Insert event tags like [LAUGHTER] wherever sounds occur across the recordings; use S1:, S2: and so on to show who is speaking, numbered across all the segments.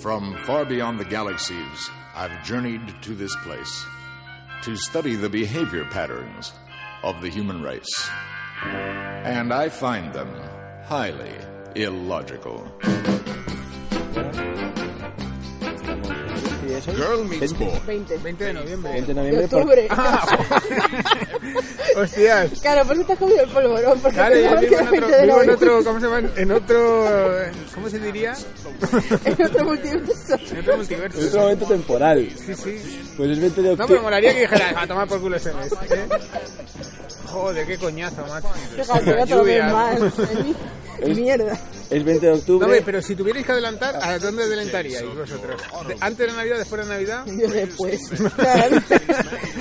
S1: From far beyond the galaxies, I've journeyed to this place to study the behavior patterns of the human race. And I find them highly illogical. Girl meets boy.
S2: 20.
S3: 20 de noviembre.
S4: 20 de
S2: De
S4: noviembre. por-
S2: octubre.
S3: Ah. Hostias.
S2: [LAUGHS] Claro, por eso te has comido el polvorón. Porque
S3: Claro, yo
S2: pensaba
S3: vivo
S2: que era
S3: en otro,
S2: 20 de
S3: vivo en
S2: noviembre.
S3: otro, ¿cómo se llama? En otro, eh, ¿cómo se diría?
S2: [LAUGHS] en otro multiverso.
S3: En otro
S4: Es otro
S3: multiverso.
S4: momento temporal.
S3: Sí, sí.
S4: Pues es 20 de
S3: No, pero
S4: octubre.
S3: molaría que dijera, a tomar por culo ese mes. ¿eh? Joder, qué coñazo, macho.
S2: Fíjate,
S3: [LAUGHS] La
S2: otro vez
S3: lluvia.
S2: más.
S3: [LAUGHS]
S2: Mierda. [LAUGHS]
S4: Es 20 de
S3: No,
S4: octubre.
S3: hombre, pero si tuvierais que adelantar, ¿a dónde adelantaríais vosotros? ¿De- ¿Antes de Navidad, después de Navidad?
S2: Yo
S3: [LAUGHS]
S2: después. [LAUGHS] Claro.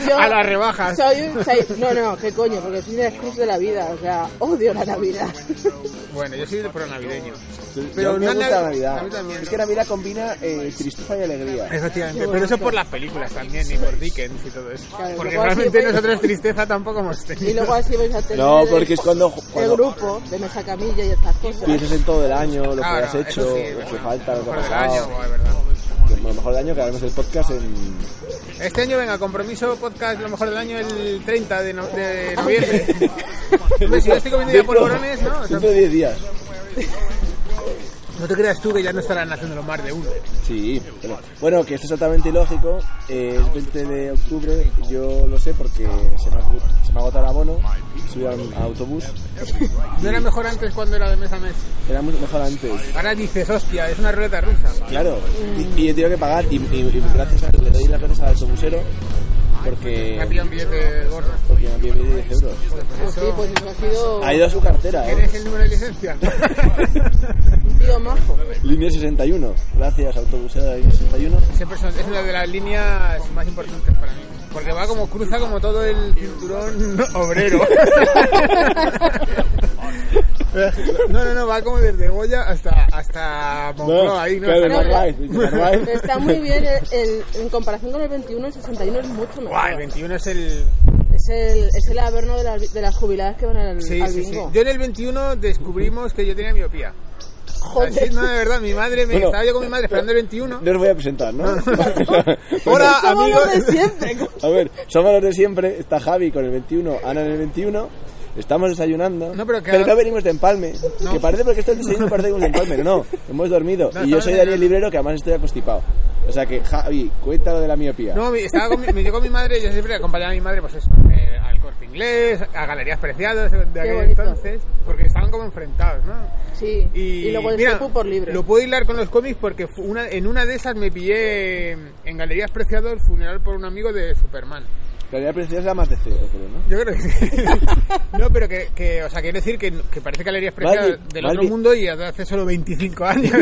S2: Yo
S3: A las rebajas.
S2: Soy, un- soy- no, no, qué coño, porque soy un excluso de la vida. O sea, odio la Navidad. [LAUGHS]
S3: Bueno, yo soy de pro navideño.
S4: pero
S3: pero
S4: me
S3: no
S4: gusta
S3: nav-
S4: Navidad.
S3: a mí también.
S4: Es que Navidad combina eh, tristeza y alegría.
S3: Efectivamente, pero eso es por las películas también y por Dickens y todo eso.
S2: Claro,
S3: Porque
S2: luego así
S3: realmente
S2: fue-
S3: nosotros tristeza tampoco hemos
S2: Y
S3: tenido.
S2: luego así vais a tener.
S4: No, porque es cuando-
S2: El
S4: cuando-
S2: grupo de mesa camilla y estas cosas.
S4: Piensas en todo el año, lo que
S3: Claro,
S4: has
S3: Ah, eso
S4: hecho,
S3: sí,
S4: lo
S3: bueno,
S4: que falta, lo que
S3: mejor
S4: ha
S3: del
S4: pasado.
S3: año, es verdad.
S4: Que a Lo mejor del año que haremos el podcast en...
S3: Este año, venga, compromiso podcast, lo mejor del año el 30 de, no- de noviembre. Hombre, si yo estoy comiendo ya
S4: [LAUGHS] Dentro-
S3: polvorones, ¿no? O sea,
S4: Dentro de 10 días.
S3: no te creas tú que ya no estarán haciéndolo más de uno.
S4: Sí, pero- bueno, que esto es totalmente ilógico. eh, es 20 de octubre, yo lo sé porque se me ha, acu- se me ha agotado el abono, subí a un autobús,
S3: No era mejor antes cuando era de mes a mes.
S4: era mucho mejor antes.
S3: Ahora dices, hostia, es una ruleta rusa.
S4: Claro, y, y he tenido que pagar y, y- y gracias a- le doy las gracias al autobusero
S3: Me ha pillado
S4: porque,
S3: un billete gordo.
S4: porque me pide 10 euros.
S3: Joder, pues
S2: Sí,
S3: eso-
S2: pues eso ha sido
S4: Ha ido a su cartera, ¿eh?
S3: [LAUGHS] ¿Eres el número de licencia?
S2: un tío majo.
S4: Línea 61. Gracias, autobusero de la línea 61.
S3: Siempre son- es una de las líneas más importantes para mí. Porque va como cruza como todo el cinturón [LAUGHS] obrero. No, no, no, va como desde Goya hasta, hasta Moncloa, ahí, ¿no?
S4: claro,
S3: Hasta Moncloa.
S4: Narváez, Narváez.
S2: Está muy bien, el, el- en comparación con el 21, el 61 es mucho mejor.
S3: Guau, el 21 es el...
S2: Es el, es el averno de las, de las jubiladas que van al,
S3: Sí,
S2: al
S3: sí, sí.
S2: bingo.
S3: Yo en el 21 descubrimos que yo tenía miopía. Así,
S2: Joder. [LAUGHS]
S3: no, de verdad, mi madre, me,
S4: Bueno,
S3: estaba yo con mi madre esperando el 21.
S4: No os voy a presentar, [LAUGHS] ¿no?
S3: Hola,
S2: Somos
S3: amigos.
S2: los de siempre.
S3: [LAUGHS]
S2: ¿cómo?
S4: A ver, somos los de siempre. Está Javi con el 21, Ana en el 21. Estamos desayunando.
S3: No, pero que-
S4: no venimos de empalme.
S3: No.
S4: Que parece porque estoy desayunando, parece que venimos de empalme. No, no. Hemos dormido.
S3: No,
S4: y yo
S3: estamos
S4: soy
S3: en-
S4: Daniel Librero, que además estoy acostipado. O sea que, Javi, cuéntalo de la miopía.
S3: No, mi- estaba con mi, me llegó mi madre, yo siempre acompañaba a mi madre, pues eso, eh, al corte inglés, a galerías preciadas de aquel
S2: bonito.
S3: entonces, porque estaban como enfrentados, ¿no?
S2: Sí, y,
S3: Y,
S2: luego el
S3: mira,
S2: Sepu por libre.
S3: Lo puedo hilar con los cómics porque fu- una, en una de esas me pillé en Galerías Preciado el funeral por un amigo de Superman.
S4: La idea preciosa es la más de cero, creo, ¿no?
S3: Yo creo que sí. [LAUGHS] no, pero que, que, o sea, quiero decir que, que parece Galerías Preciado
S4: Vale,
S3: del
S4: vale.
S3: otro mundo y hace solo 25 años.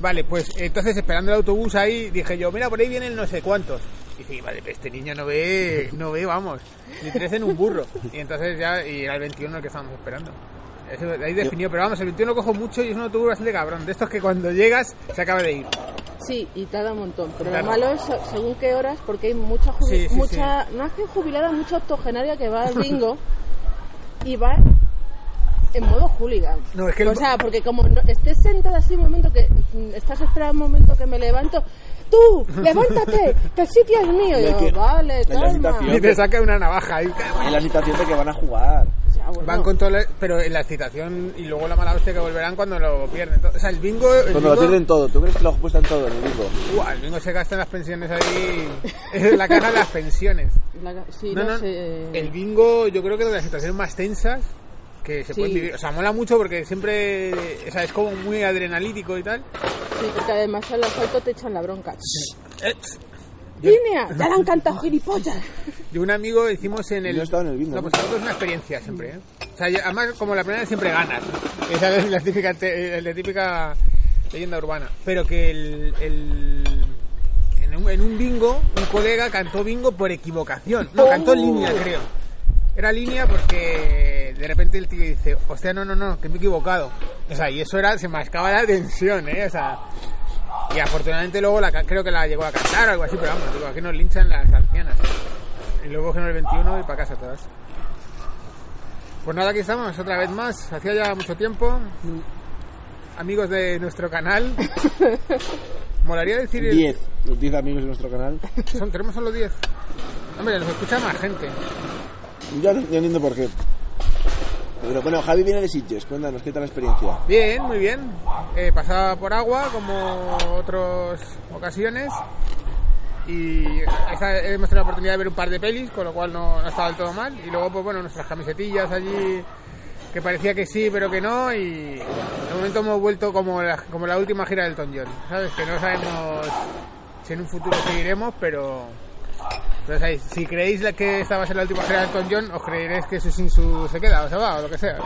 S3: vale, pues entonces esperando el autobús ahí dije yo, mira, por ahí vienen no sé cuántos. Y dije, vale, pues este niño no ve, no ve, vamos, ni tres en un burro. Y entonces ya, y era el 21 el que estábamos esperando. Eso, de ahí definió, pero vamos, el 21 lo cojo mucho y es un autobús bastante cabrón. De estos que cuando llegas se acaba de ir.
S2: Sí, y tarda un montón. Pero
S3: Tarda.
S2: lo malo es se- según qué horas, porque hay mucha, jubi-
S3: Sí, sí,
S2: mucha no es que jubilada, mucha octogenaria que
S3: [LAUGHS]
S2: va al bingo y va en modo hooligan.
S3: No, es que el-
S2: O sea, porque como no- estés sentada así un momento que mm, estás esperando un momento que me levanto, tú, levántate, que el sitio es
S4: [LAUGHS]
S2: mío. Y
S4: Es
S2: yo,
S4: que-
S2: vale,
S4: en la
S2: calma.
S4: habitación-
S3: Y te saca una navaja ahí.
S4: Es la situación de que van a jugar.
S2: O sea, bueno,
S3: Van con todo, el- pero en la excitación y luego la mala hostia que volverán cuando lo pierden. O sea, el bingo. El
S4: Cuando lo
S3: bingo-
S4: pierden todo, ¿tú crees que lo apuestan todo en el bingo?
S3: Buah, el bingo se gasta en las pensiones ahí. [LAUGHS] En la caja de las pensiones.
S2: la- sí,
S3: No,
S2: no
S3: no,
S2: sé. eh,
S3: El bingo, yo creo que es de las situaciones más tensas que se
S2: Sí.
S3: pueden vivir. O sea, mola mucho porque siempre. O sea, es como muy adrenalítico y tal.
S2: Sí, porque además al asalto te echan la bronca.
S3: Eh,
S2: línea. Ya le han cantado gilipollas.
S3: Yo un amigo hicimos en el...
S4: Yo he estado en el bingo,
S3: No,
S4: ¿no?
S3: pues nosotros es una experiencia siempre, ¿eh? O sea, yo- además, como la primera vez siempre ganas. Esa es la típica, te- eh, la típica leyenda urbana. Pero que el... el- en, un, en un bingo, un colega cantó bingo por equivocación. No, cantó línea,
S4: Oh.
S3: creo. Era línea porque de repente el tío dice, hostia, no, no, no, que me he equivocado. O sea, y eso era, se mascaba la tensión, ¿eh? O sea... Y afortunadamente luego la, ca- creo que la llegó a cantar o algo así, pero vamos, digo, aquí nos linchan las ancianas. Y luego cogieron el 21 y para casa todas. Pues nada, aquí estamos otra vez más. Hacía ya mucho tiempo. Amigos de nuestro canal. Molaría decir... el-
S4: 10, los 10 amigos de nuestro canal.
S3: Son, tenemos solo 10. Hombre, nos escucha más gente.
S4: Yo no, no entiendo por qué. Pero bueno, Javi viene de Sitges, cuéntanos qué tal la experiencia.
S3: Bien, muy bien. Eh, pasaba por agua como otras ocasiones. Y esta- hemos tenido la oportunidad de ver un par de pelis, con lo cual no, no ha estado del todo mal. Y luego, pues bueno, nuestras camisetillas allí, que parecía que sí, pero que no. Y de momento hemos vuelto como la, como la última gira del Tom John. ¿Sabes? Que no sabemos si en un futuro seguiremos, pero. pero sabéis, si creéis la- que esta va a ser la última gira del Tom John, os creeréis que su sin su se queda o se va o lo que sea.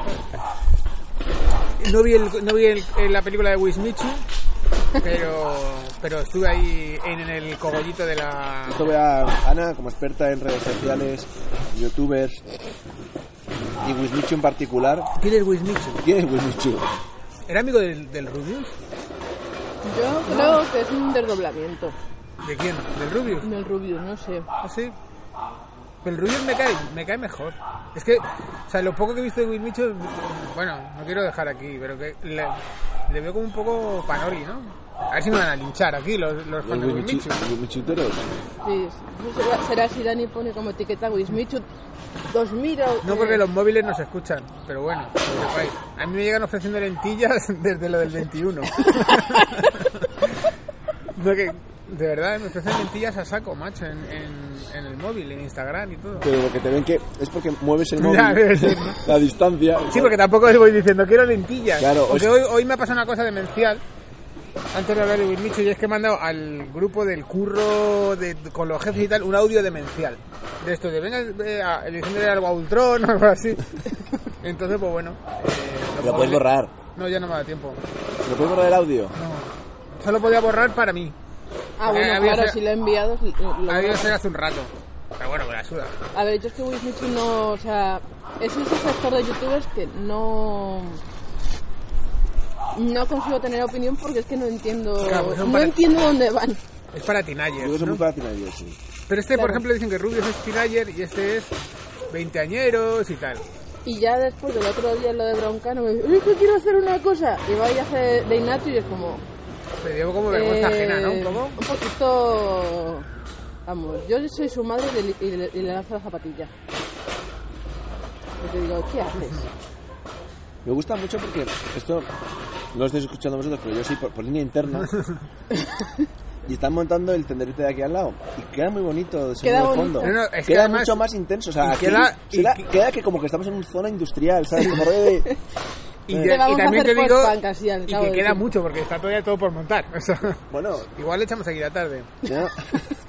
S3: No vi, el- no vi el- eh, la película de Wismichu, pero, pero estuve ahí en, el cogollito de la...
S4: Esto voy a Ana, como experta en redes sociales, youtubers y Wismichu en particular.
S3: ¿Quién es Wismichu?
S4: ¿Quién es Wismichu?
S3: ¿Era amigo del, del Rubius?
S2: Yo creo que es un desdoblamiento
S3: ¿De quién? ¿Del Rubius?
S2: del Rubius, no sé.
S3: ¿Ah, sí? Pero el Rubius me cae, me cae mejor. Es que, o sea, lo poco que he visto de Wismichu, bueno, no quiero dejar aquí, pero que le, le veo como un poco panoli, ¿no? A ver si me van a linchar aquí los, los
S4: Los
S3: fans de Wismichu.
S4: Wismichu- Wismichuteros.
S2: Sí, será, será si Dani pone como etiqueta Wismichu 2000 o-
S3: No porque los móviles nos escuchan, pero bueno, que lo sepáis. a mí me llegan ofreciendo lentillas [LAUGHS] desde lo del 21. [LAUGHS] No, que, de verdad, me ofrecen lentillas a saco, macho, en, en- en el móvil, en Instagram y todo.
S4: Pero lo que te ven que es porque mueves el
S3: [LAUGHS] Ya,
S4: móvil,
S3: debe ser, ¿no?
S4: la distancia.
S3: Sí, porque tampoco les voy diciendo, quiero lentillas.
S4: Claro,
S3: porque
S4: os-
S3: hoy, hoy me ha pasado una cosa demencial, antes de hablar de Wismichu, y es que he mandado al grupo del curro de, con los jefes y tal un audio demencial. De esto, de venga, eh, a- diciéndole algo a Ultron [LAUGHS] o algo así. Entonces, pues bueno. eh,
S4: Lo puedes
S3: pongo-
S4: borrar.
S3: No, ya no me da tiempo.
S4: ¿Lo puedes borrar el audio?
S3: No. Solo podía borrar para mí.
S2: Ah, bueno,
S3: Eh, había
S2: claro,
S3: ser-
S2: si lo he enviado. si- lo- lo-
S3: Había que ser hace un rato. Pero bueno, me la suda.
S2: A ver, yo es que Wismichu no. O sea, es ese sector de youtubers que no. No consigo tener opinión porque es que no entiendo.
S3: Claro, pues son
S2: no
S3: para-
S2: entiendo dónde van.
S3: Es para
S4: Yo
S3: teenagers,
S4: soy
S3: ¿no?
S4: muy fácil ahí, sí.
S3: Pero este, por
S2: Claro.
S3: ejemplo, dicen que Rubius es teenager y este es veinteañeros y tal.
S2: Y ya después del otro día lo de Broncano me dice, "Uy, que quiero hacer una cosa. Y va y hace de Ignacio y es como.
S3: Pero llevo como vergüenza
S2: eh,
S3: Pues ajena, ¿no? Un poco.
S2: Un poquito. Vamos, yo soy su madre y le, y le- y le lanzo la zapatilla. Y te digo, ¿qué haces?
S4: Me gusta mucho porque esto no lo estáis escuchando vosotros, pero yo sí por, por línea interna. y están montando el tenderete de aquí al lado. Y queda muy bonito según
S2: Queda
S4: el
S2: bonito.
S4: fondo.
S3: No, no, es que
S4: queda
S3: además-
S4: mucho más intenso. O sea,
S3: y
S4: aquí
S3: queda-
S4: se da-
S3: y-
S4: queda que como que estamos en una zona industrial, ¿sabes? Como rollo de.
S3: Y,
S4: Te
S3: ya- y
S2: vamos a
S3: también te
S2: hacer
S3: digo
S2: post-punk así al
S3: y
S2: cabo
S3: que
S2: del
S3: queda
S2: tiempo.
S3: mucho porque está todavía todo por montar. O sea, [LAUGHS]
S4: Bueno,
S3: igual le echamos aquí la tarde.
S4: ya.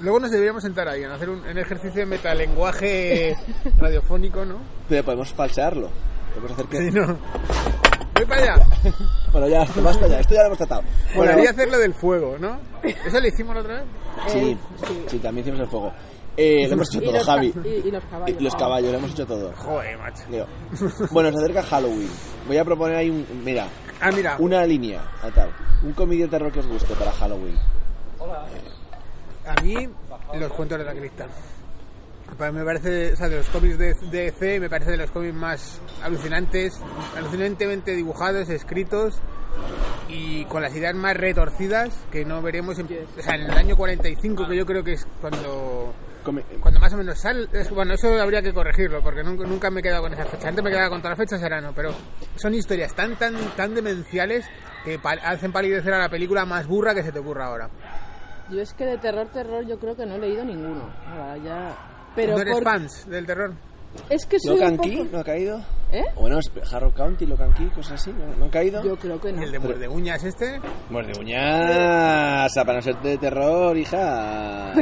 S3: Luego nos deberíamos sentar ahí, en hacer un, un ejercicio
S2: [LAUGHS]
S3: de metalenguaje radiofónico, ¿no?
S4: Pero podemos falsearlo. Podemos hacer que.
S3: Sí, ¿no? Voy para allá.
S4: Bueno, ya, basta ya. Esto ya lo hemos tratado. Bueno,
S3: Molaría hacer lo del fuego, ¿no? ¿Eso lo hicimos la otra vez?
S4: sí,
S2: sí.
S4: sí, también hicimos el fuego. Eh, lo hemos hecho
S2: Y
S4: todo,
S2: los ca-
S4: Javi.
S2: y- y los caballos.
S4: Y los caballos, lo hemos hecho todo.
S3: Joder, macho.
S4: Leo. Bueno, se acerca Halloween. Voy a proponer ahí un. Mira,
S3: Ah, mira.
S4: una línea a tal. Un comedy de terror que os guste para Halloween.
S3: A mí, los cuentos de la cripta. Para mí me parece, o sea, de los cómics de, de DC, me parece de los cómics más alucinantes, alucinantemente dibujados, escritos y con las ideas más retorcidas que no veremos en, o sea, en el año 45, que yo creo que es cuando
S4: Come-
S3: cuando más o menos sal es- bueno eso habría que corregirlo porque nunca, nunca me he quedado con esa fecha antes me quedaba con todas las fechas era no pero son historias tan tan tan demenciales que pa- hacen palidecer a la película más burra que se te ocurra ahora
S2: Yo es que de terror, terror, yo creo que no he leído ninguno. Ahora ya... Pero
S3: no eres
S2: por-
S3: fans del terror
S2: es que soy
S4: ¿No
S2: un
S4: canqui?
S2: poco...
S4: ¿No ha caído?
S2: ¿Eh?
S4: O bueno, es Harrow County, Locan Key, cosas así, ¿no, ¿No han caído?
S2: Yo creo que no.
S3: El de muerde uñas este.
S4: Muerde uñas, para no ser de
S2: [LAUGHS]
S4: terror, hija.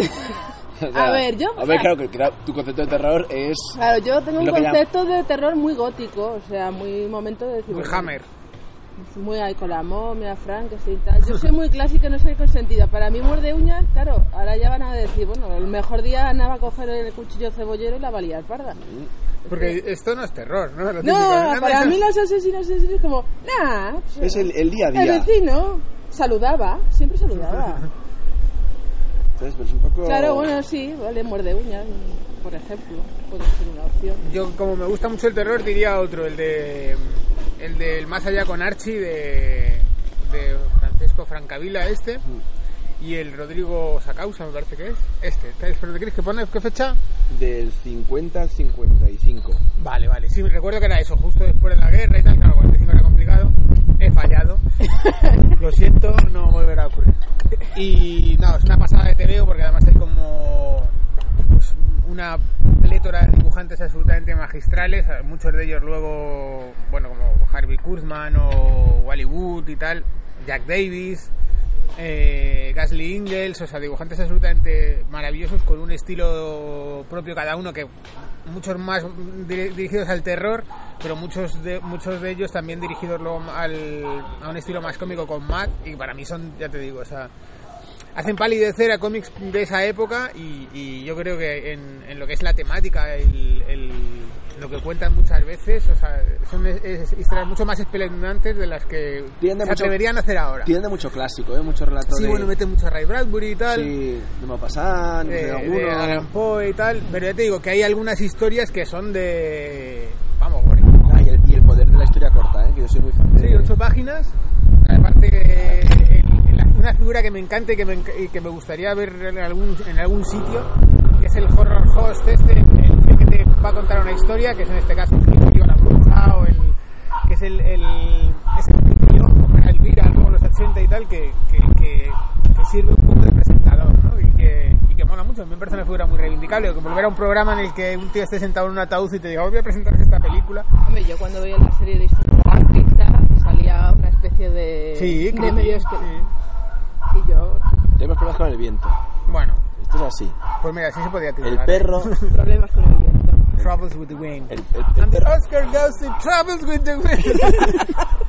S4: O
S2: A ver, yo-
S4: A ver, claro, que, que tu concepto de terror es.
S2: Claro, yo tengo un
S4: Lo que llama-
S2: concepto de terror muy gótico, o sea, muy momento de
S3: Muy
S2: ciber-
S3: Hammer.
S2: Muy ahí con la momia, Frankenstein y tal. Yo soy muy clásica, no soy consentida. Para mí, muerde uñas, claro, ahora ya van a decir, bueno, el mejor día Ana va a coger el cuchillo cebollero y la va a liar parda.
S3: Porque esto no es terror, ¿no? Lo
S2: No,
S3: típico, dame
S2: para
S3: eso.
S2: mí los asesinos asesinos es como, nah,
S4: Es el, el día a
S2: el
S4: día.
S2: vecino saludaba, siempre
S4: [LAUGHS]
S2: saludaba.
S4: Entonces, pero es un poco.
S2: Claro, bueno, sí, vale, muerde uñas, por ejemplo, puede ser una opción.
S3: Yo, como me gusta mucho el terror, diría otro, el de. El del Más Allá con Archie, de. de Francisco Francavila, este. Y el Rodrigo Sacausa, me parece que es. Este. ¿Sabes por qué crees que pone? ¿Qué fecha?
S4: Del 50 al 55.
S3: Vale, vale. Sí, recuerdo que era eso, justo después de la guerra y tal. Claro, 45 era complicado. He fallado. Lo siento, no volverá a ocurrir. Y no, es una pasada de TVO porque además hay como pues, una plétora de dibujantes absolutamente magistrales. Muchos de ellos luego, bueno, como Harvey Kurtzman o Wally Wood y tal, Jack Davis. eh, Gasly Ingles, o sea, dibujantes absolutamente maravillosos con un estilo propio cada uno que muchos más dir- dirigidos al terror, pero muchos de, muchos de ellos también dirigidos luego al, a un estilo más cómico con Matt y para mí son, ya te digo, o sea, hacen palidecer a cómics de esa época y, y yo creo que en, en lo que es la temática, el, el- lo que cuentan muchas veces, o sea, son es- es- historias mucho más espeluznantes de las que
S4: Tiende
S3: se
S4: mucho-
S3: atreverían a hacer ahora.
S4: Tiene de mucho clásico, ¿eh? Mucho relato
S3: Sí,
S4: de.
S3: bueno, mete mucho a Ray Bradbury y tal
S4: Sí, de Maupassant, de,
S3: de,
S4: alguno.
S3: de Alan Poe y tal, pero ya te digo que hay algunas historias que son de... Vamos, gore.
S4: Ah, y, el, y el poder de la historia corta, ¿eh? Que yo soy muy fan de.
S3: Sí, ocho páginas. Aparte, eh, el- el- una figura que me encanta y que me, enc- y que me gustaría ver en algún, en algún sitio, que es el horror host este, el, el que te va a contar una historia, que es en este caso el tío la bruja, o el, que es el, el, es el tío, como era Elvira, luego en los 80 y tal, que, que, que- que sirve un poco de presentador, ¿no? Y que, y que mola mucho, me parece una figura muy reivindicable, que volver a un programa en el que un tío esté sentado en un ataúd y te diga, "Os voy a presentaros esta película.
S2: Hombre, yo cuando veía la serie de Instituto Artista salía una especie de, de
S3: creepy,
S2: medio esqueleto.
S3: sí.
S2: Y yo,
S4: Tenemos problemas con el viento.
S3: Bueno,
S4: Esto es así.
S3: pues mira, sí se podía tirar.
S4: El perro.
S2: problemas con el viento.
S3: Troubles with the wind. [LAUGHS]
S4: El, el- el [LAUGHS]
S3: And the
S4: perro.
S3: Oscar goes to Troubles with the wind.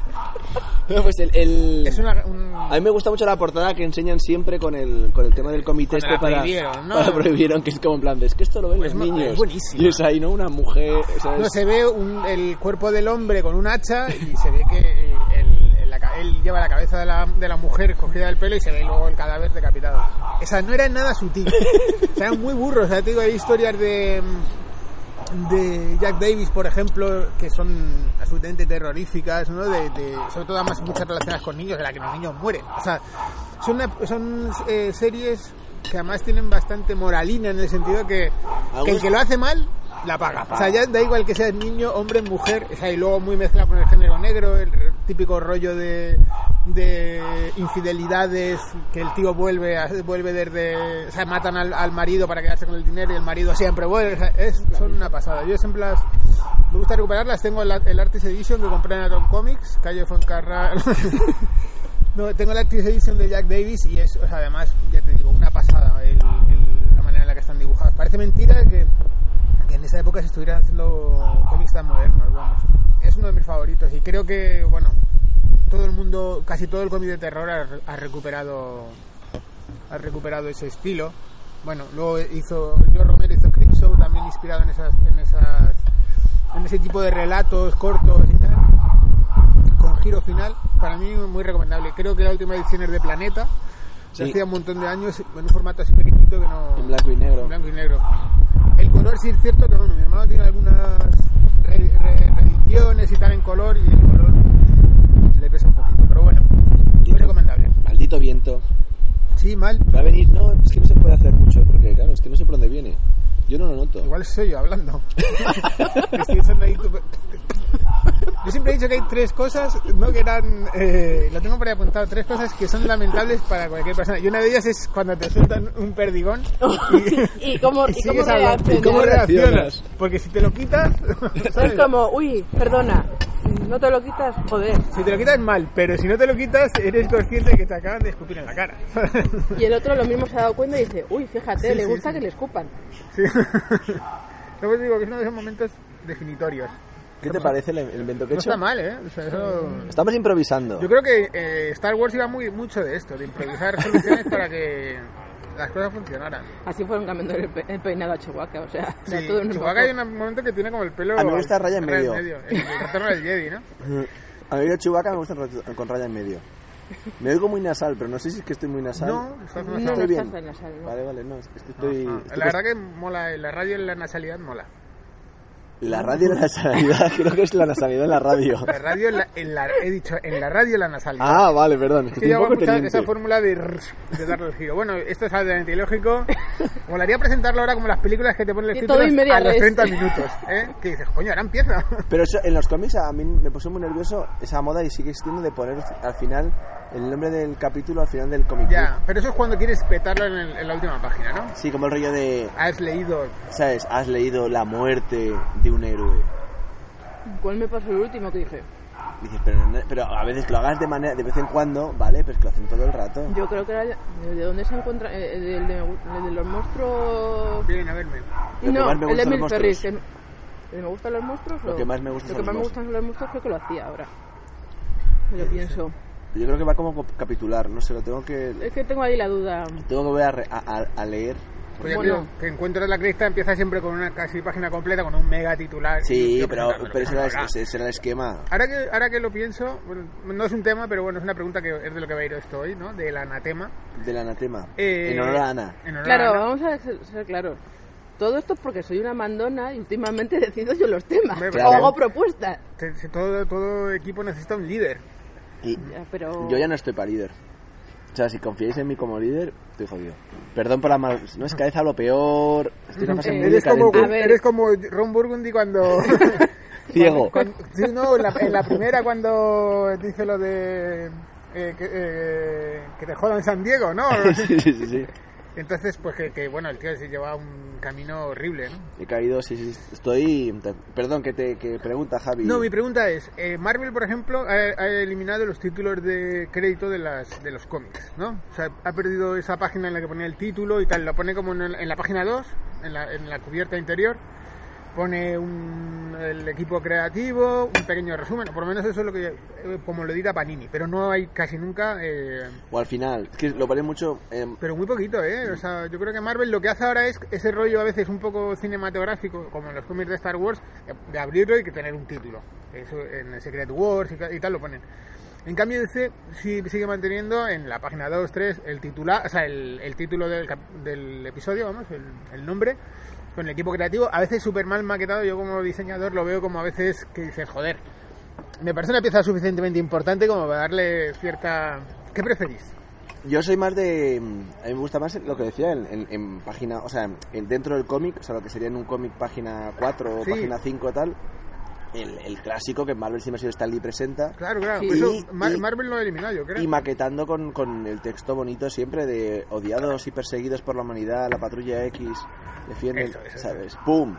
S4: No, pues el. el-
S3: [LAUGHS] oh. es una... un-
S4: A mí me gusta mucho la portada que enseñan siempre con el, con el tema del comité
S3: Cuando
S4: este
S3: la
S4: para,
S3: prohibieron, ¿no?
S4: para prohibieron, que es como en plan de, es que esto lo ven
S3: Pues
S4: los
S3: es mu-
S4: niños.
S3: es buenísimo.
S4: Y es ahí, ¿no? Una mujer, ¿sabes?
S3: No se ve un- el cuerpo del hombre con un hacha y se ve que eh, el- el- la ca- él lleva la cabeza de la, de la mujer cogida del pelo y se ve luego el cadáver decapitado. Esa no era nada sutil. O sea, eran muy burros. O sea, te digo, hay historias de mm, de Jack Davis, por ejemplo, que son absolutamente terroríficas, ¿no? De, de- sobre todo además muchas relacionadas con niños, de la que los niños mueren. O sea, son, una- son eh, series que además tienen bastante moralina en el sentido que, que el que lo hace mal la paga. O sea, ya da igual que seas niño, hombre, mujer, o sea, y luego muy mezclado con el género negro, el típico rollo de, de infidelidades, que el tío vuelve, a- vuelve desde, o sea, matan al, al marido para quedarse con el dinero y el marido siempre vuelve, o sea, es, son una pasada. Yo siempre las, me gusta recuperarlas, tengo el, el Artist Edition que compré en Atom Comics, calle Foncarral. [LAUGHS] No, tengo la Artist Edition de Jack Davis y es, o sea, además, ya te digo, una pasada el- el- la manera en la que están dibujadas. Parece mentira que, que en esa época se estuvieran haciendo cómics tan modernos, vamos. Es uno de mis favoritos y creo que, bueno, todo el mundo, casi todo el cómic de terror ha, ha recuperado ha recuperado ese estilo. Bueno, luego hizo, yo Romero hizo Creepshow también inspirado en esas, en esas, en ese tipo de relatos cortos y tal con giro final, para mí muy recomendable. Creo que la última edición es de Planeta. Se
S4: Sí.
S3: hacía un montón de años en un formato así pequeñito que no.
S4: En blanco y negro.
S3: en blanco y negro. El color sí es cierto que bueno, mi hermano tiene algunas re- re- reediciones y tal en color y el color le pesa un poquito, pero bueno, muy recomendable.
S4: Maldito viento.
S3: Sí, mal,
S4: Va a venir, no, es que no se puede hacer mucho, porque claro, es que no sé por dónde viene. Yo no lo noto.
S3: [LAUGHS] igual soy yo hablando. Estoy echando ahí tu- Yo siempre he dicho que hay tres cosas, ¿no? Que eran. eh, lo tengo por ahí apuntado, tres cosas que son lamentables para cualquier persona. Y una de ellas es cuando te sueltan un perdigón.
S2: [LAUGHS] ¿Y cómo, y cómo
S3: sigues hablando.
S2: reaccionas?
S4: ¿Y cómo reaccionas?
S3: Porque si te lo quitas. [LAUGHS] ¿sabes?
S2: Es como, uy, perdona, no te lo quitas, joder.
S3: Si te lo quitas mal, pero si no te lo quitas, eres consciente que te acaban de escupir en la [LAUGHS] cara.
S2: Y el otro lo mismo se ha dado cuenta y dice, uy, fíjate,
S3: Sí,
S2: le
S3: sí,
S2: gusta
S3: sí.
S2: que le escupan.
S3: Sí. Luego os digo que es uno de esos momentos definitorios.
S4: ¿Qué te parece el, el invento que he
S3: No
S4: hecho?
S3: está mal, ¿eh? O sea, eso...
S4: Estamos improvisando.
S3: Yo creo que eh, Star Wars iba muy mucho de esto, de improvisar [LAUGHS] soluciones para que las cosas funcionaran.
S2: Así fueron cambiando el, pe- el peinado a Chihuahua, o sea,
S3: Sí,
S2: de todo en un
S3: Chewbacca hay
S2: poco.
S3: un momento que tiene como el pelo...
S4: A mí me gusta
S3: al-
S4: raya en
S3: raya
S4: medio.
S3: El retorno del Jedi,
S4: [LAUGHS]
S3: ¿no?
S4: A mí la chubaca me gusta ra- con raya en medio. Me oigo muy nasal, pero no sé si es que estoy muy nasal.
S3: No, estás más
S2: No,
S4: estoy
S2: no
S4: bien.
S2: estás nasal, ¿no?
S4: Vale, vale, no, es que estoy...
S3: Ah,
S4: estoy
S3: La verdad que mola, la radio y la nasalidad mola.
S4: La radio es la nasalidad, [LAUGHS] creo que es la nasalidad en
S3: [LAUGHS]
S4: la radio.
S3: La radio, en la, en la- he dicho, en la radio la nasalidad.
S4: Ah, vale, perdón, es que
S3: Es que
S4: estoy
S3: yo
S4: un
S3: hago
S4: poco
S3: mucha
S4: teniente.
S3: esa fórmula de, rrr, de darle el giro. Bueno, esto es algo antilógico. Molaría presentarlo ahora como las películas que te ponen los
S2: Y todo
S3: títulos
S2: y media
S3: a los
S2: vez.
S3: 30 minutos. ¿eh? Que dices, coño, ahora empieza. [LAUGHS]
S4: Pero eso, en los cómics a mí me puso muy nervioso esa moda y sigue existiendo de poner al final el nombre del capítulo al final del cómic.
S3: ya, pero eso es cuando quieres petarlo en, el- en la última página, ¿no?
S4: Sí, como el rollo de,
S3: Has leído.
S4: ¿sabes? Has leído La muerte de un héroe.
S2: ¿Cuál me pasó el último que dije?
S4: Y Dices, pero, no- pero a veces que lo hagas de manera de vez en cuando, ¿vale? Pero es que lo hacen todo el rato.
S2: Yo creo que era el- de dónde se encuentra eh, el, del- el de los monstruos.
S3: Vienen a verme.
S4: Lo que
S2: no,
S4: más me
S2: el de
S4: gustan los
S2: Mil Ferris.
S4: monstruos.
S2: que- ¿el ¿Me gustan los monstruos?
S4: Lo
S2: o-
S4: que más me gustan
S2: lo
S4: son
S2: que más
S4: los
S2: me gustan son los monstruos, creo que lo hacía ahora. Me lo pienso.
S4: Yo creo que va como capitular, no sé, lo tengo que
S2: Es que tengo ahí la duda.
S4: tengo que volver a, re- a- a- a leer.
S3: Pues ya
S2: Bueno.
S3: creo que Encuentro de la Cresta empieza siempre con una casi página completa, con un mega titular.
S4: Sí,
S3: Yo
S4: pero,
S3: presentándolo,
S4: pero ese, era,
S3: presentándolo.
S4: ese- ese era el esquema.
S3: Ahora que, ahora que lo pienso, bueno, no es un tema, pero bueno, es una pregunta que es de lo que va a ir esto hoy, ¿no? Del anatema.
S4: Del anatema.
S3: Eh,
S4: En honor a Ana.
S3: en honor a
S2: Claro,
S3: Ana.
S2: vamos a ser ser claros. Todo esto es porque soy una mandona y últimamente [LAUGHS] decido yo los temas.
S3: Hombre,
S4: claro.
S2: O hago propuestas.
S3: Te- se- Todo, todo equipo necesita un líder.
S4: Y
S2: Ya, pero...
S4: yo ya no estoy para líder. O sea, si confiáis en mí como líder, estoy jodido. Perdón por la mal... No, es que a veces hablo peor. Estoy una fase
S2: Eh,
S4: muy
S3: Eres como,
S4: decadente.
S2: A ver.
S3: eres como Ron Burgundy
S2: [LAUGHS]
S3: cuando...
S4: Ciego.
S3: cuando- sí, no, en la, en la primera cuando dice lo de... eh, que, eh, que te jodan San Diego,
S2: [LAUGHS]
S3: ¿no?
S4: [LAUGHS] sí, sí, sí, sí.
S3: Entonces, pues que, que, bueno, el tío se lleva un camino horrible, ¿no?
S4: He caído, sí, sí. Estoy... Perdón, que te que pregunta, Javi.
S3: No, mi pregunta es, eh, Marvel, por ejemplo, ha, ha eliminado los títulos de crédito de, las, de los cómics, ¿no? O sea, ha perdido esa página en la que ponía el título y tal, la pone como en, el- en la página 2, en la, en la cubierta interior, pone un, el equipo creativo, un pequeño resumen, o por lo menos eso es lo que, eh, como lo edita Panini, pero no hay casi nunca... eh,
S4: O al final. Es que lo paré mucho... em,
S3: pero muy poquito, ¿eh? O sea, yo creo que Marvel lo que hace ahora es ese rollo a veces un poco cinematográfico, como en los cómics de Star Wars, de- de abrirlo y que tener un título. Eso en el Secret Wars y tal, y tal lo ponen. En cambio, DC sí sigue manteniendo en la página 2, 3 el titular, o sea, el, el título del, cap- del episodio, vamos, el, el nombre, con el equipo creativo. A veces súper mal maquetado, yo como diseñador lo veo como a veces que dices, joder, me parece una pieza suficientemente importante como para darle cierta... ¿Qué preferís?
S4: Yo soy más de. em, A mí me gusta más lo que decía en, en- en página. O sea, en- dentro del cómic, o sea, lo que sería en un cómic página 4 o
S3: Sí.
S4: página 5 tal. El, el clásico que en Marvel siempre ha sido Stanley presenta.
S3: Claro, claro.
S4: Y-
S3: por eso Mar-
S4: y-
S3: Marvel lo ha eliminado, yo creo.
S4: Y maquetando con, con el texto bonito siempre de odiados y perseguidos por la humanidad, la patrulla X, defienden,
S3: Eso, eso,
S4: ¿sabes? ¡Pum!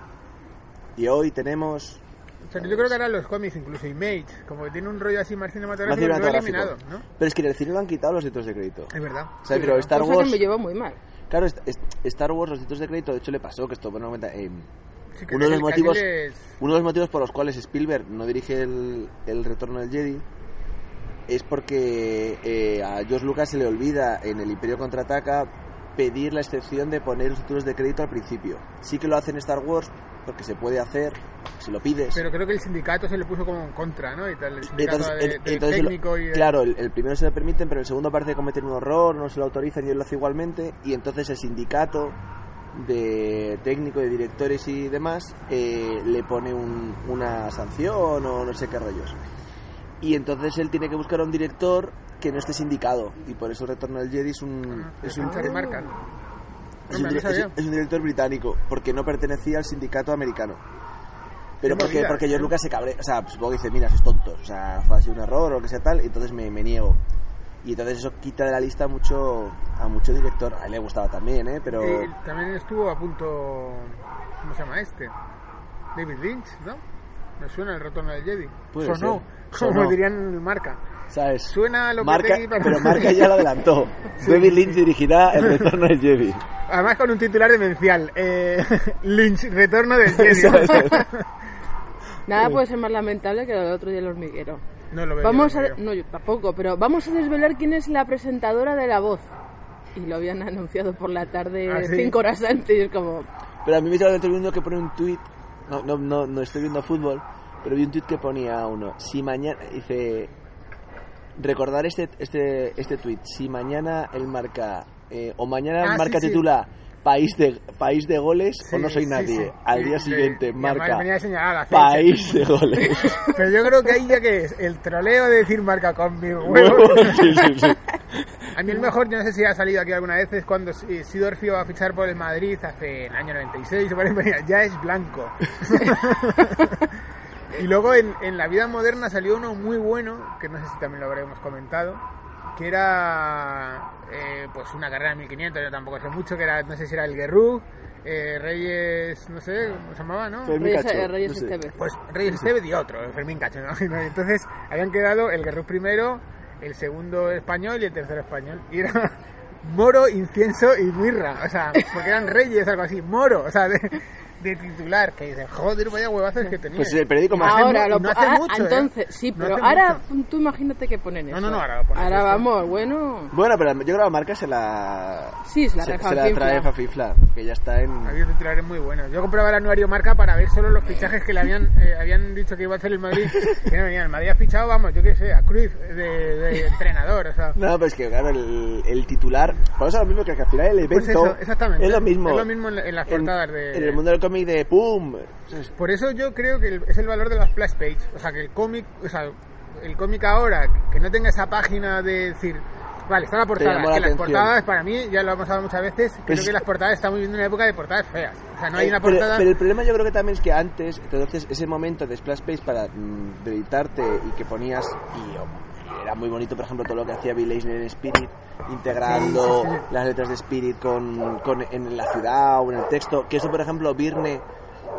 S4: Y hoy tenemos.
S3: O sea, que yo creo que ahora los cómics, incluso Image, como que tiene un rollo así más
S4: más
S3: cinematográfico, lo ha eliminado,
S4: cinematográfico.
S3: ¿no?
S4: Pero es que en el cine lo han quitado los títulos de crédito.
S3: Es verdad.
S4: O sea,
S3: Sí,
S4: pero
S3: ¿no?
S4: Star
S2: cosa
S4: Wars.
S2: que me llevó muy mal.
S4: Claro, est- est- Star Wars, los títulos de crédito, de hecho le pasó, que esto, bueno, cuenta. em,
S3: Sí, que
S4: uno de los
S3: casi-
S4: motivos
S3: casi les-
S4: uno de los motivos por los cuales Spielberg no dirige el, el retorno del Jedi es porque eh, a George Lucas se le olvida en el Imperio contraataca pedir la excepción de poner los títulos de crédito al principio sí que lo hacen Star Wars porque se puede hacer si lo pides
S3: Pero creo que el sindicato se le puso como en contra, ¿no? Y tal, el sindicato
S4: entonces,
S3: de-
S4: en-
S3: del
S4: entonces se lo-
S3: técnico y... de-
S4: claro, el, el primero se lo permiten, pero el segundo parece cometer un horror, no se lo autorizan y él lo hace igualmente. Y entonces el sindicato de técnico, de directores y demás eh, le pone un- una sanción o no sé qué rollos. Y entonces él tiene que buscar a un director que no esté sindicado. Y por eso el Retorno del Jedi es un,
S3: Ah,
S4: es un,
S3: se remarcan. Hombre,
S4: es un,
S3: no
S4: dire-
S3: sabía.
S4: es un director británico, porque no pertenecía al sindicato americano. Pero
S3: Qué
S4: porque,
S3: movida,
S4: porque
S3: ¿eh?
S4: George Lucas se cabre, o sea, pues, supongo que dice, mira, sois tontos, o sea, fue así un error o lo que sea tal, y entonces me, me niego. Y entonces eso quita de la lista mucho a mucho director. A él le gustaba también, ¿eh? Pero
S3: Eh, también estuvo a punto. ¿Cómo se llama este? David Lynch, ¿no? Me suena el retorno del Jedi.
S4: Puede
S3: Sonó,
S4: ser.
S3: como
S4: Sonó.
S3: dirían en marca.
S4: ¿Sabes?
S3: Suena lo que
S4: marca,
S3: Tegui para-
S4: Pero Marca ya
S3: [LAUGHS]
S4: lo adelantó. David Lynch dirigirá El retorno del Jedi.
S3: Además con un titular demencial. Eh, [LAUGHS] Lynch, retorno
S4: [LAUGHS]
S3: del
S4: Eso
S3: Jedi.
S4: es.
S2: Nada puede ser más lamentable que lo del otro día el hormiguero.
S3: no lo veo.
S2: Vamos
S3: Pues yo
S2: a...
S3: no lo veo.
S2: No, yo tampoco, pero vamos a desvelar quién es la presentadora de La Voz. Y lo habían anunciado por la tarde
S3: ¿Ah, sí?
S2: cinco horas antes y es como...
S4: Pero a mí me estaba estoy viendo que pone un tuit. No, no, no, no estoy viendo fútbol, pero vi un tuit que ponía uno. Si mañana. Dice. Recordar este, este, este tuit. Si mañana el marca. eh, o mañana
S3: Ah,
S4: marca
S3: sí, sí.
S4: titula. País de, país de goles
S3: Sí,
S4: o Pues no soy
S3: sí,
S4: nadie.
S3: sí.
S4: Al
S3: Y-
S4: día
S3: y-
S4: siguiente
S3: y además
S4: marca
S3: venía señalada, sí.
S4: país de goles. [LAUGHS]
S3: Pero yo creo que ahí ya que es el troleo de decir marca con
S4: [LAUGHS]
S3: mi [LAUGHS] huevo.
S4: Sí, sí, sí.
S3: A mí el mejor, yo no sé si ha salido aquí alguna vez, es cuando eh, Sidorf iba a fichar por el Madrid hace el año 96, o por ahí venía, ya es blanco. y luego en, en la vida moderna salió uno muy bueno, que no sé si también lo habremos comentado, que era eh, pues una carrera de 1500, yo tampoco sé mucho, que era, no sé si era el Guerrú, eh, Reyes, no sé, ¿cómo se llamaba, no?
S4: Fermín
S2: Reyes,
S4: Cacho,
S2: Reyes
S4: no sé.
S2: Estevez.
S3: Pues Reyes Estevez y otro, el Fermín Cacho, ¿no? [LAUGHS] Y Entonces habían quedado el Guerrero primero, el segundo español y el tercero español. Y era [LAUGHS] Moro, Incienso y Mirra. O sea, porque eran reyes, algo así. Moro, o sea, de, de titular. Que dices, joder, vaya huevazos que tenía.
S4: Pues es el periódico más.
S3: hace
S2: Ahora,
S3: mu-
S2: lo
S3: no hace
S2: ah,
S3: mucho, ¿eh?
S2: entonces, sí,
S3: No
S2: pero
S3: hace
S2: ahora tú imagínate que ponen
S3: No,
S2: eso.
S3: no, no, ahora lo ponen
S2: Ahora
S3: eso.
S2: vamos, bueno.
S4: Bueno, pero yo creo que la marca se la.
S2: Sí, se la
S4: se,
S2: refa-
S4: se la
S2: fifla.
S4: trae Fafifla, que ya está en.
S3: Había titulares muy buenos. Yo compraba el anuario marca para ver solo los fichajes que le habían eh, habían dicho que iba a hacer el Madrid. Que no venían. El Madrid ha fichado, vamos, yo qué sé, a Cruz de, de entrenador. O sea,
S4: No, pero es que claro, el, el titular. Por eso es lo mismo que, que al final el evento.
S3: Pues eso, exactamente.
S4: Es lo mismo.
S3: Es lo mismo en, la- en las
S4: En,
S3: portadas de.
S4: en el mundo del cómic de ¡Pum!
S3: Por eso yo creo que el- es el valor de las splash page. O sea, que el cómic, o sea, el cómic ahora, que no tenga esa página de decir, vale, está la portada.
S4: llamó
S3: Que
S4: la
S3: las
S4: atención.
S3: portadas, para mí, ya lo hemos hablado muchas veces,
S4: Pues-
S3: creo que las portadas estamos viviendo una época de portadas feas. O sea, no hay
S4: Eh,
S3: una
S4: pero,
S3: portada.
S4: pero el problema yo creo que también es que antes, entonces ese momento de Splash Page para mm, deleitarte y que ponías. Y oh, era muy bonito, por ejemplo, todo lo que hacía Bill Eisner en Spirit, integrando
S3: Sí, sí, sí.
S4: las letras de Spirit con, con- en la ciudad o en el texto. Que eso, por ejemplo, Virne.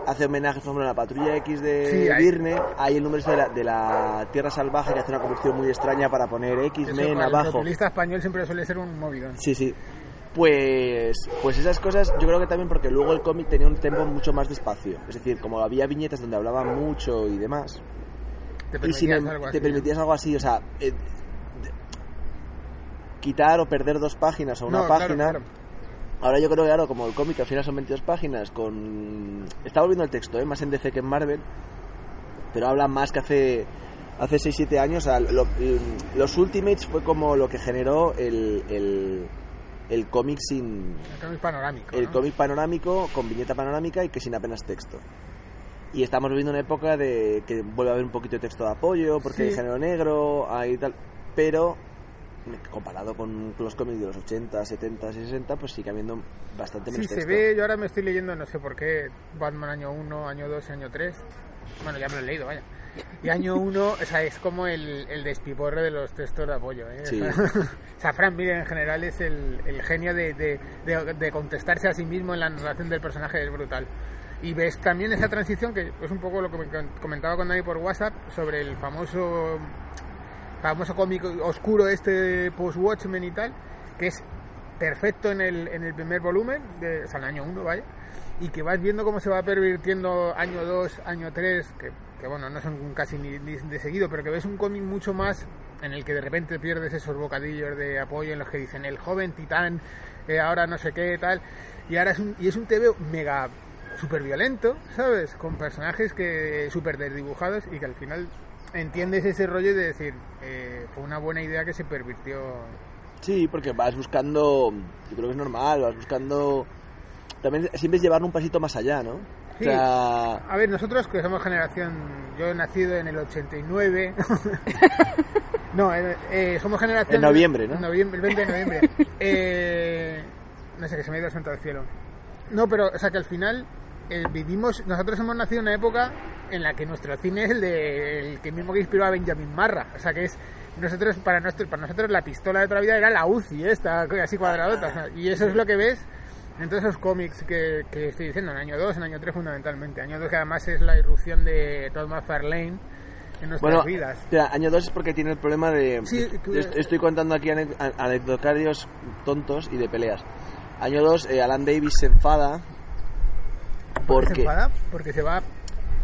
S4: Hace homenaje, por ejemplo, a la patrulla X de
S3: Sí, ahí-
S4: Virne. Hay el número este de la, de la Tierra Salvaje que hace una conversión muy extraña para poner
S3: Eso
S4: X-Men
S3: para El
S4: abajo.
S3: populista español siempre suele ser un movidón.
S4: Sí, sí. Pues, pues esas cosas, yo creo que también porque luego el cómic tenía un tiempo mucho más despacio. Es decir, como había viñetas donde hablaba mucho y demás,
S3: Te
S4: y si
S3: permitías
S4: me-
S3: algo
S4: te
S3: así.
S4: permitías algo así, o sea, eh, de- quitar o perder dos páginas o una
S3: No, claro,
S4: página.
S3: claro.
S4: Ahora yo creo que, claro, como el cómic al final son 22 páginas, con. Está volviendo el texto, ¿eh? más en DC que en Marvel, pero habla más que hace. Hace 6-7 años, o sea, lo- los Ultimates fue como lo que generó el, el, el cómic sin,
S3: El cómic panorámico.
S4: el
S3: ¿no?
S4: cómic panorámico con viñeta panorámica y que sin apenas texto. Y estamos viviendo una época de que vuelve a haber un poquito de texto de apoyo, porque
S3: Sí.
S4: hay género negro, hay tal. Pero comparado con los cómics de los 80, 70 y 60, pues sigue habiendo bastante
S3: Sí,
S4: menos
S3: se
S4: texto.
S3: ve, yo ahora me estoy leyendo, no sé por qué, Batman año 1, año 2 y año 3. Bueno, ya me lo he leído, vaya. Y año 1, o sea, es como el, el despiporre de los textos de apoyo, ¿eh?
S4: Sí.
S3: O sea, [LAUGHS] o sea, Frank Miller en general es el, el genio de, de- de- de contestarse a sí mismo en la narración del personaje, es brutal. Y ves también esa transición, que es un poco lo que me comentaba con Dani por WhatsApp, sobre el famoso famoso cómic oscuro este post-Watchmen y tal, que es perfecto en el, en el primer volumen, de, o sea, en el año 1, vaya, y que vas viendo cómo se va pervirtiendo año 2, año 3, que, que, bueno, no son casi ni, ni de seguido, pero que ves un cómic mucho más en el que de repente pierdes esos bocadillos de apoyo en los que dicen el joven titán, eh, ahora no sé qué, tal, y ahora es un, y es un TV mega súper violento, ¿sabes? Con personajes que súper desdibujados y que al final entiendes ese rollo de decir, eh, fue una buena idea que se pervirtió.
S4: Sí, porque vas buscando. Yo creo que es normal, vas buscando. También siempre es llevarlo un pasito más allá, ¿no?
S3: Sí.
S4: O sea,
S3: A ver, nosotros que somos generación, yo he nacido en el
S4: [LAUGHS]
S3: 89, no, eh, eh, somos generación...
S4: En noviembre, ¿no?
S3: en noviembre, el 20 de noviembre.
S4: [LAUGHS]
S3: Eh, no sé, que se me ha ido el santo al cielo. No, pero, o sea, que al final eh, vivimos, nosotros hemos nacido en una época en la que nuestro cine es el, de, el que mismo que inspiró a Benjamin Marra. O sea que es, nosotros, para, nuestro, para nosotros la pistola de otra vida era la UCI, esta así cuadradota. o sea, y eso es lo que ves en todos esos cómics que, que estoy diciendo, en año 2, en año 3 fundamentalmente. Año 2 que además es la irrupción de Todd McFarlane en nuestras
S4: Bueno,
S3: vidas.
S4: espera, año 2 es porque tiene el problema de...
S3: Sí, que-
S4: Est- Estoy contando aquí ane- a- anecdotarios tontos y de peleas. Año 2, Alan Davis se enfada
S3: ¿Por qué se
S4: porque
S3: enfada? Porque se va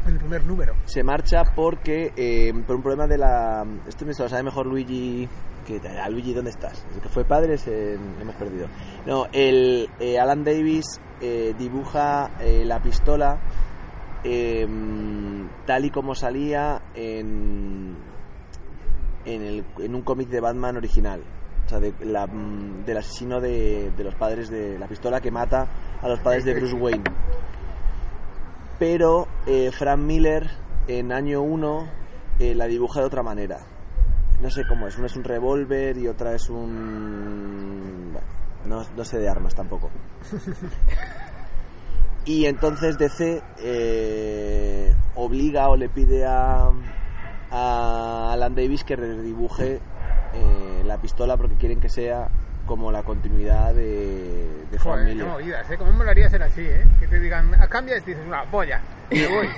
S3: en el primer número.
S4: se marcha porque eh, por un problema de la... Esto me lo sabe mejor Luigi... Que, ah, Luigi, ¿dónde estás? El que fue padre se... hemos perdido. No, el eh, Alan Davis eh, dibuja eh, la pistola eh, tal y como salía en, en, el- en un cómic de Batman original. O sea, de la, mm, del asesino de, de los padres de la pistola que mata a los padres de Bruce Wayne. Pero eh, Frank Miller en año 1 la dibuja de otra manera. No sé cómo es. Una es un revólver y otra es un... bueno, no, no sé de armas tampoco. Y entonces DC eh, obliga o le pide a, a Alan Davis que redibuje eh, la pistola porque quieren que sea como la continuidad de, de Frank
S3: Joder, qué
S4: Miller.
S3: movidas, ¿eh? ¿Cómo me molaría ser así, eh? Que te digan, "Ah, cambias y dices, una polla, me voy.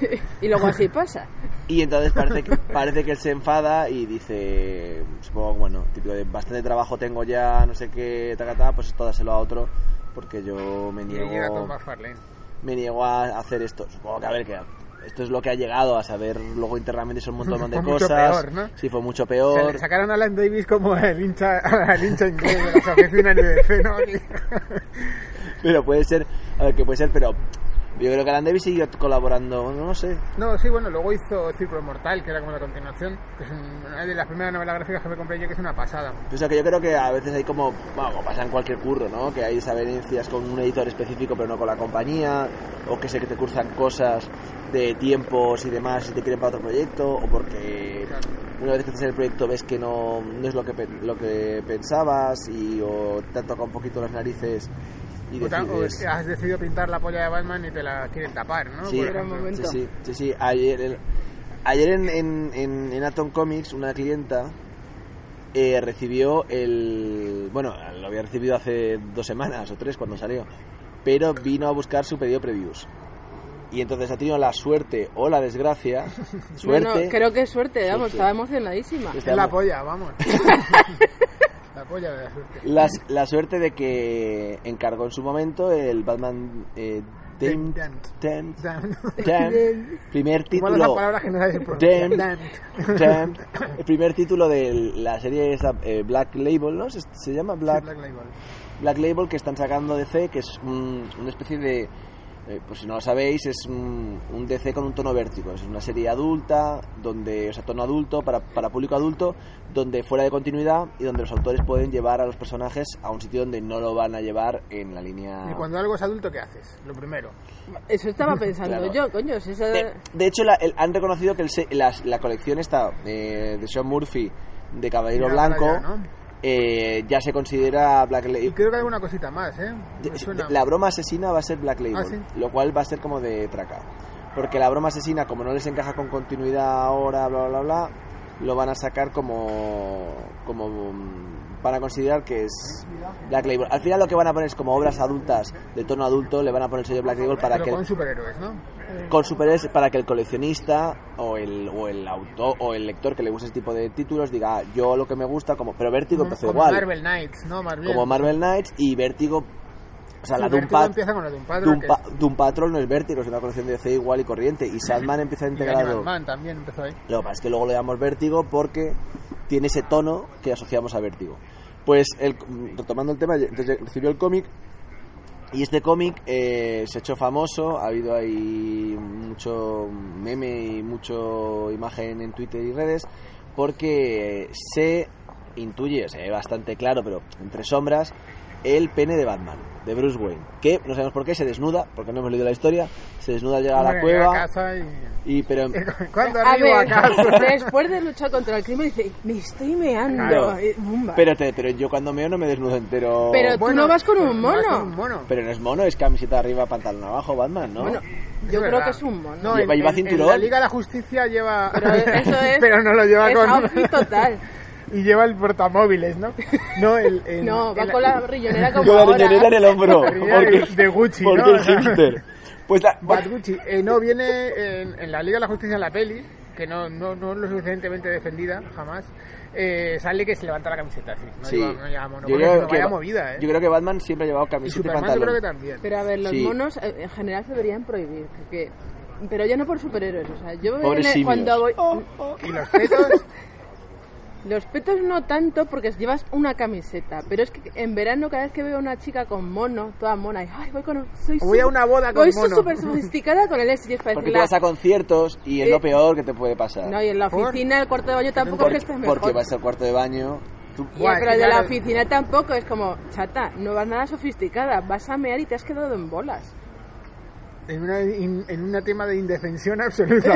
S2: Y luego así pasa.
S4: Y entonces parece que, [LAUGHS] parece que él se enfada y dice, supongo, bueno, típico de bastante trabajo tengo ya, no sé qué, ta, ta, ta, pues esto dáselo a otro porque yo me
S3: Y llega
S4: niego...
S3: Tom McFarlane.
S4: me niego a hacer esto. Supongo que a ver que esto es lo que ha llegado a saber luego internamente son
S3: [LAUGHS]
S4: un montón de
S3: Fue mucho
S4: cosas.
S3: peor, ¿no?
S4: Sí, fue mucho
S3: O sea, [LAUGHS]
S4: peor.
S3: le sacaron a Alan Davis como el hincha, [LAUGHS] el hincha inglés de las oficinas de DC, ¿no?
S4: Pero puede ser, a ver que puede ser, pero yo creo que Alan Davis siguió colaborando, no sé.
S3: [LAUGHS] No, sí, bueno, luego hizo Círculo Mortal, que era como la continuación, que es una de las primeras novelas gráficas que me compré yo, que es una pasada.
S4: O sea, que yo creo que a veces hay como, bueno, como pasa en cualquier curro, ¿no? Que hay desavenencias con un editor específico pero no con la compañía, o que sé que te cruzan cosas de tiempos y demás y te quieren para otro proyecto, o porque
S3: Claro.
S4: una vez que estás en el proyecto ves que no, no es lo que, pe- lo que pensabas y o te toca un poquito las narices y
S3: O ta- o es
S4: decides...
S3: que has decidido pintar la polla de Batman y te la quieren tapar, ¿no?
S4: Sí,
S3: Por
S2: Era un
S3: ejemplo.
S4: sí,
S2: momento.
S4: sí, sí, sí. Ayer, el- ayer en, en, en- en Atom Comics una clienta eh, recibió el... Bueno, lo había recibido hace dos semanas o tres cuando salió, pero vino a buscar su pedido previews. Y entonces ha tenido la suerte o
S3: [LAUGHS]
S4: la desgracia. Suerte. este
S2: Bueno, creo que es suerte, vamos,
S4: Suerte.
S2: estaba emocionadísima.
S4: Está
S3: Es la
S4: mo-
S3: polla,
S4: [LAUGHS]
S3: vamos. la polla de la suerte.
S4: las- la suerte de que encargó en su momento el Batman eh, Damned-
S3: Damned.
S4: Damned-
S3: Damn.
S4: Damned, primer
S3: [LAUGHS] Igual es la
S4: título
S3: palabra que no sabes pronunciar.
S4: Damn.
S3: Damned. [LAUGHS]
S4: Damned. El primer título de la serie es eh, Black Label, ¿no? Se, se llama
S3: Black,
S4: Black,
S3: Label.
S4: Black Label que están sacando DC, que es un- una especie de... eh, pues si no lo sabéis, es un, un DC con un tono vértigo. Es una serie adulta, donde, o sea, tono adulto, para, para público adulto, donde fuera de continuidad y donde los autores pueden llevar a los personajes a un sitio donde no lo van a llevar en la línea...
S3: Y cuando algo es adulto, ¿qué haces? Lo primero.
S2: Eso
S4: [LAUGHS]
S2: estaba pensando
S4: Claro.
S2: yo, coño, si esa...
S4: De, de hecho, la- el- han reconocido que el se- la, la colección esta eh, de Sean Murphy de Caballero
S3: Mira para
S4: Blanco
S3: allá, ¿no?
S4: eh, ya se considera Black
S3: Y
S4: Label.
S3: creo que hay alguna cosita más, ¿eh? Me suena.
S4: La broma asesina va a ser Black Label,
S3: Ah, ¿sí?
S4: lo cual va a ser como de traca. Porque la broma asesina, como no les encaja con continuidad ahora, bla, bla, bla, lo van a sacar como, como mm, van a considerar que es Black Label. Al final lo que van a poner es como obras adultas de tono adulto, le van a poner el sello Black Label para
S3: Pero
S4: que
S3: con superhéroes, ¿no?
S4: con superhéroes para que el coleccionista o el, o el autor o el lector que le guste este tipo de títulos diga "Ah, yo lo que me gusta como pero Vértigo
S3: Como,
S4: empezó
S3: como
S4: pues igual
S3: Marvel Knights, ¿no? Más bien.
S4: como Marvel Knights y Vértigo o sea
S3: Sí,
S4: la Doom,
S3: Vertigo
S4: Pat-
S3: empieza con la Doom Patrol,
S4: Doom
S3: que
S4: Pa- Doom Patrol no es Vértigo es una colección de DC igual y corriente y Sandman empieza a
S3: es- [LAUGHS] y Animal
S4: integrarlo
S3: Man también empezó ahí.
S4: lo que pasa es que luego lo llamamos vértigo porque tiene ese tono que asociamos a vértigo. Pues, el- retomando el tema, entonces recibió el cómic y este cómic eh, se ha hecho famoso, ha habido ahí mucho meme y mucho imagen en Twitter y redes porque se intuye, se ve bastante claro, pero entre sombras, el pene de Batman, de Bruce Wayne, que no sabemos por qué se desnuda, porque no hemos leído la historia, se desnuda, llega a la
S3: Hombre,
S4: cueva,
S3: llega a casa y-
S4: y pero
S3: [LAUGHS] ¿Cuándo
S2: A
S3: arribo a
S2: ver,
S3: casa?
S2: [LAUGHS] después de luchar contra el crimen, dice, me estoy meando.
S4: Claro.
S2: Eh, bumba.
S4: pero, te- pero yo cuando meo no me desnudo entero.
S2: Pero tú no vas con un
S3: vas
S2: mono.
S3: con un mono.
S4: Pero no es mono, es camiseta arriba, pantalón abajo, Batman, ¿no?
S2: Bueno,
S3: Es
S2: yo creo
S3: verdad.
S2: que es un mono.
S3: No,
S4: Lleva-
S3: en,
S4: lleva
S3: en- en
S4: cinturón.
S3: la Liga de la Justicia lleva... [LAUGHS]
S2: Pero eso es-
S3: pero no lo lleva
S2: es
S3: con...
S2: outfit total.
S3: [LAUGHS] y lleva el portamóviles, ¿no? No, el... el-
S2: No, va
S3: el-
S2: con la riñonera como
S4: Con la
S2: ahora.
S4: riñonera en el
S3: [LAUGHS]
S4: hombro.
S3: La riñonera
S4: [LAUGHS] Porque,
S3: de Gucci,
S4: porque
S3: ¿no?
S4: es hipster. Pues la,
S3: [LAUGHS] Bad Gucci. Eh, no, viene en, en la Liga de la Justicia, en la peli, que no, no, no es lo suficientemente defendida, jamás. Eh, sale que se levanta la camiseta, sí. No
S4: sí.
S3: lleva, no lleva mono.
S4: yo,
S3: Porque es
S4: creo
S3: una
S4: que,
S3: vaya movida, ¿eh?
S4: yo creo que Batman siempre ha llevado
S3: y
S4: camiseta y,
S3: Superman yo
S4: pantalón.
S3: creo que también.
S2: Pero a ver, los
S4: Sí.
S2: monos eh, en general se deberían prohibir. Porque... Pero ya no por superhéroes. O sea, yo en
S4: Pobres
S2: el-
S4: simios.
S2: cuando voy.
S3: Oh, Y los petos...
S2: Los petos no tanto porque llevas una camiseta, pero es que en verano cada vez que veo a una chica con mono, toda mona, y, ay, voy con un- soy
S3: Voy a una boda con
S2: voy
S3: mono".
S2: súper sofisticada con el ex y es para
S4: Porque
S2: decirle,
S4: tú vas a conciertos y es
S2: Eh,
S4: lo peor que te puede pasar.
S2: No, y en la
S3: ¿Por?
S2: oficina, el cuarto de baño tampoco
S4: Por-
S2: es
S3: este
S2: que estés mejor.
S4: porque vas al cuarto de baño. tú-
S2: Y,
S3: Guau,
S2: pero el de la
S3: claro.
S2: oficina tampoco, es como, chata, no vas nada sofisticada, vas a mear y te has quedado en bolas.
S3: En una, in- en una tema de indefensión
S2: [LAUGHS]
S3: absoluta.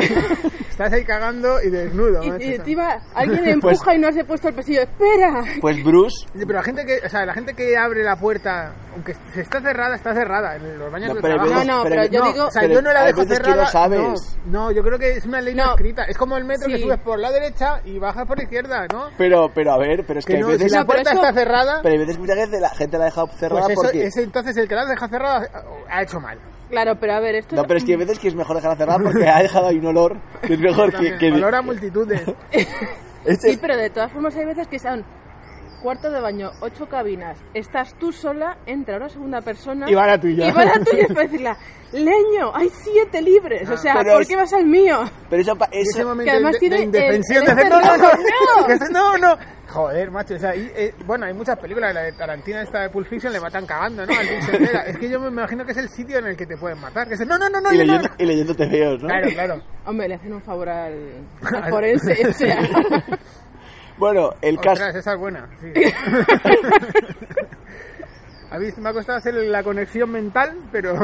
S3: Estás ahí cagando y desnudo.
S2: Y,
S3: macho.
S2: y
S3: [LAUGHS]
S2: encima alguien
S3: Pues
S2: empuja y no has puesto el pasillo, espera.
S4: Pues
S3: [LAUGHS]
S4: Bruce.
S3: Pero la gente que, o sea, la gente que abre la puerta, aunque se está cerrada, está cerrada en los baños
S4: No,
S3: del
S4: pero
S3: trabajo.
S4: veces-
S2: No, no, pero yo
S4: no,
S2: digo-
S3: o sea,
S4: pero
S3: yo no la
S4: hay
S3: dejo
S4: veces
S3: cerrada.
S4: Que no sabes.
S3: No, no, yo creo que es una ley no
S2: No.
S3: escrita. Es como el metro que
S2: Sí.
S3: subes por la derecha y bajas por la izquierda, ¿no?
S4: Pero, pero a ver, pero es que,
S3: Que no,
S4: hay
S3: si
S4: veces.
S3: la
S2: No, pero
S3: puerta
S2: eso-
S3: está cerrada,
S4: Pero hay veces que muchas veces la gente la ha dejado cerrada
S3: pues eso-
S4: porque.
S3: ese entonces el que la deja cerrada ha hecho mal.
S2: Claro, pero a ver, esto
S4: No, pero es que hay veces que es mejor dejarla cerrada porque ha dejado ahí un olor. que Es mejor que. que-
S3: Valora
S4: [LAUGHS]
S3: multitudes.
S4: Este-
S2: Sí, pero de todas formas hay veces que son cuarto de baño, ocho cabinas, estás tú sola, entra una segunda persona
S3: Y va la tuya.
S2: Y va la tuya para decirla, leño, hay siete libres, o sea,
S4: Pero
S2: ¿por
S4: es-
S2: qué vas al mío?
S4: Pero eso, pa-
S3: ese
S4: eso
S2: que
S3: momento
S2: además
S3: de,
S2: tiene
S3: de
S2: el-
S3: indefensión,
S2: el
S3: de hacer, no, no, no,
S2: [LAUGHS] ¡No!
S3: que hacer, no, no. Joder, macho, o sea, y, eh, bueno, hay muchas películas, la de Tarantino, esta de Pulp Fiction, le matan cagando, ¿no? Al Vincent Vega. es que yo me imagino que es el sitio en el que te pueden matar, que es el- no, no, no, no,
S4: y,
S3: yo no,
S4: leyendo, y leyendo TVOs,
S3: [LAUGHS]
S4: ¿no?
S3: Claro, claro.
S2: Hombre, le hacen un favor al,
S3: [LAUGHS]
S2: al forense, o sea,
S4: Bueno, el caso.
S3: Ostras, esa es buena, sí. [LAUGHS] A mí me ha costado hacer la conexión mental,
S2: [LAUGHS]
S3: pero... [LAUGHS]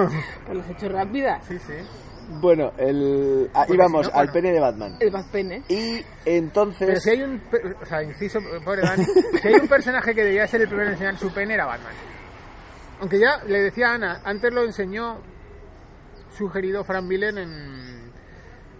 S2: pues las he hecho rápidas.
S3: Sí, sí.
S4: Bueno, el. Ahí
S3: Porque
S4: vamos,
S3: si no,
S4: al
S3: bueno.
S4: pene de Batman.
S2: El Bazpen, ¿eh?
S4: Y
S3: Pero
S4: entonces.
S3: si hay un... pe- O sea, inciso, pobre Dani. Si hay un personaje que debía ser el primero en enseñar su pene era Batman. Aunque ya le decía a Ana, antes lo enseñó sugerido Frank Villen en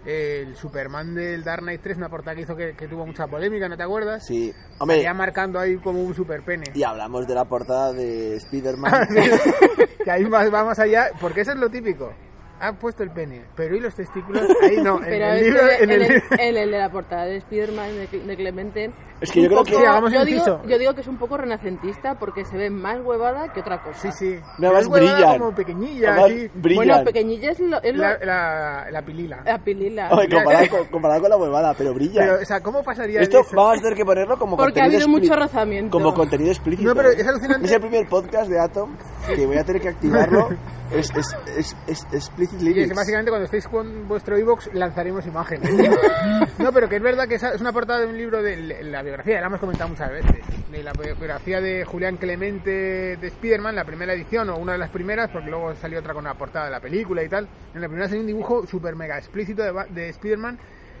S3: el Superman del Dark Knight 3, una portada que hizo que, que tuvo mucha polémica, ¿no te acuerdas?
S4: Sí. Hombre,
S3: Salía marcando ahí como un super pene.
S4: y hablamos de la portada de
S3: Ah,
S4: Spider-Man.
S3: [LAUGHS] que ahí más, va más allá, porque eso es lo típico. Han puesto el pene, pero ¿y los testículos? Ahí no, en
S2: Pero
S3: el
S2: este
S3: libro...
S2: de-
S3: en el
S2: el,
S3: libro-
S2: el- el de la portada de Spider-Man de, Cle- de Clemente.
S4: Es que yo creo
S2: un
S4: que-
S2: poco-
S3: Sí, hagamos
S2: yo
S3: un
S2: digo,
S3: inciso.
S2: yo digo que es un poco renacentista porque se ve más huevada que otra
S3: [LAUGHS] Sí,
S2: cosa.
S3: sí.
S4: Nada
S3: Pero
S4: más
S3: es huevada
S4: brillan.
S3: como pequeñilla,
S4: Nada más
S3: así.
S4: brillan.
S2: Bueno, pequeñilla es lo, es lo- Ah,
S3: La, la, la pilila.
S2: la pilila.
S4: Hombre, comparado, con, comparado con la huevada, pero brilla.
S3: Pero, o sea, ¿cómo pasaría
S4: Esto
S3: de [LAUGHS] eso?
S4: vamos a tener que ponerlo como
S2: Porque ha
S4: contenido
S2: habido
S4: expli-
S2: mucho rozamiento.
S4: Como contenido explícito.
S3: No, pero es alucinante.
S4: Es el primer podcast de Atom que voy a tener que activarlo.
S3: [LAUGHS]
S4: Es, es, es, es, explicit
S3: Y es
S4: lyrics.
S3: que básicamente cuando estéis con vuestro iBox lanzaremos imágenes. No, pero que es verdad que esa es una portada de un libro de la biografía, la hemos comentado muchas veces, de la biografía de Julián Clemente de Spiderman, la primera edición o una de las primeras, porque luego salió otra con la portada de la película y tal. En la primera salió un dibujo súper mega explícito de, Ba- de Spiderman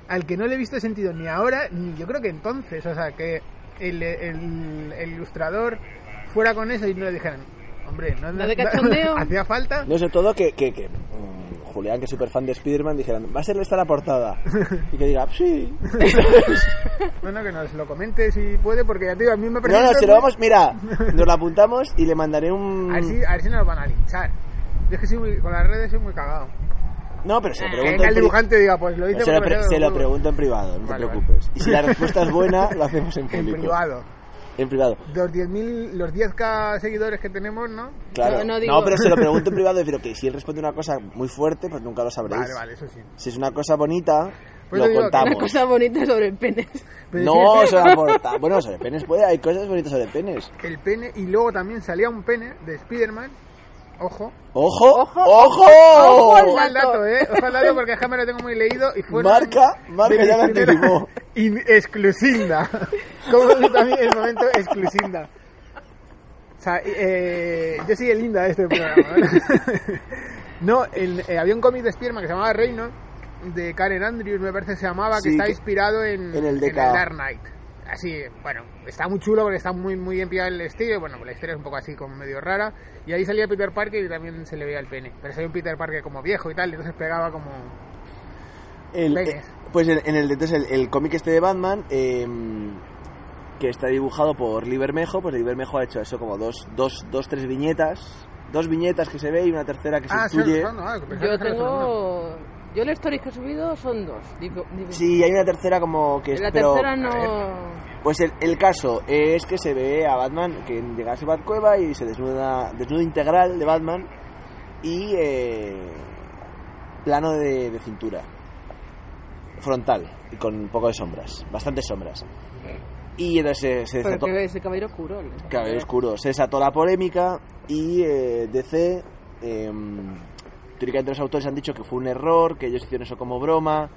S3: al que no le he visto sentido ni ahora ni yo creo que entonces. O sea, que el, el- el ilustrador fuera con eso y no le dijeran, hombre, no,
S2: ¿No de cachondeo?
S3: [LAUGHS] hacía falta.
S4: No sé, todo que, que, que mm, Julián, que es súper fan de Spider-Man, dijeran, va a ser esta la portada. Y que diga,
S3: [LAUGHS]
S4: sí. [LAUGHS]
S3: Bueno, que nos lo comente si puede, porque ya te digo, a mí me parece...
S4: No, no,
S3: que
S4: si
S3: muy-
S4: lo vamos, mira, nos la apuntamos y le mandaré
S3: A ver, si,
S4: un...
S3: a ver si nos van a linchar. Yo es que soy muy- con las redes soy muy cagado.
S4: No, pero se lo
S3: Que
S4: pregunto.
S3: Ah, venga el
S4: en pri-
S3: dibujante y diga, pues lo dice...
S4: Se lo,
S3: porque
S4: pre-
S3: yo
S4: se lo
S3: juego.
S4: pregunto en privado,
S3: Vale,
S4: no te
S3: vale.
S4: preocupes. Y si la respuesta es buena, lo hacemos
S3: [LAUGHS]
S4: en
S3: En
S4: público.
S3: privado.
S4: En privado.
S3: Los 10.000, los 10k seguidores que tenemos, ¿no?
S4: Claro.
S2: Yo no
S4: No,
S2: digo- [LAUGHS]
S4: pero se lo pregunto en privado y decir, ok, si él responde una cosa muy fuerte, pues nunca lo sabréis.
S3: Vale, vale, eso sí.
S4: Si es una cosa bonita,
S3: Pues te
S4: lo
S3: digo,
S4: contamos.
S2: Una cosa bonita sobre el pene.
S3: Pero
S4: No,
S3: sí,
S4: se
S2: [LAUGHS]
S4: la porta. Bueno, sobre penes puede, hay cosas bonitas sobre penes.
S3: El pene, y luego también salía un pene de Spider-Man. Ojo.
S4: ¡Ojo! ¡Ojo!
S2: ojo al
S3: Ojo al
S2: dato.
S3: dato, eh. Ojo al dato porque jamás lo tengo muy leído y fue...
S4: Marca, marca, ya la anticipó.
S3: In- exclusinda. Como también el momento exclusinda. O sea, eh, yo soy el linda de este programa. ¿eh? no, [LAUGHS] el- eh, había un cómic de Spiderman que se llamaba Reino, de Karen Andrews, me parece que se llamaba,
S4: Sí,
S3: que está
S4: que-
S3: inspirado en,
S4: en el DK.
S3: Dark Knight. Así, bueno, está muy chulo porque está muy muy bien pillado el estilo. Bueno, la historia es un poco así, como medio rara. Y ahí salía Peter Parker y también se le veía el pene. Pero salía un Peter Parker como viejo y tal, y entonces pegaba como.
S4: El-
S3: Venga.
S4: eh, pues en, en el entonces el, el cómic este de Batman eh, que está dibujado por Libermejo, pues Libermejo ha hecho eso como dos, dos, dos, tres viñetas, dos viñetas que se ve y una tercera que se
S3: Ah, sí,
S4: incluye.
S3: no, no, pensaba que
S2: Yo
S3: era solo uno.
S2: tengo... Yo las stories que he subido son dos. digo- digo-
S4: Sí, hay una tercera como que es-
S2: la
S4: pero-
S2: tercera no...
S4: Pues el, el caso es que se ve a Batman que llega a su Batcueva y se desnuda, desnudo integral de Batman y eh, plano de, de cintura, frontal y con un poco de sombras, bastantes sombras. Y entonces se, se
S2: Pero
S4: desató,
S2: que es el caballero oscuro. el-
S4: Cabello oscuro, se desató la polémica y eh, DC, eh, teóricamente los autores han dicho que fue un error, que ellos hicieron eso como broma,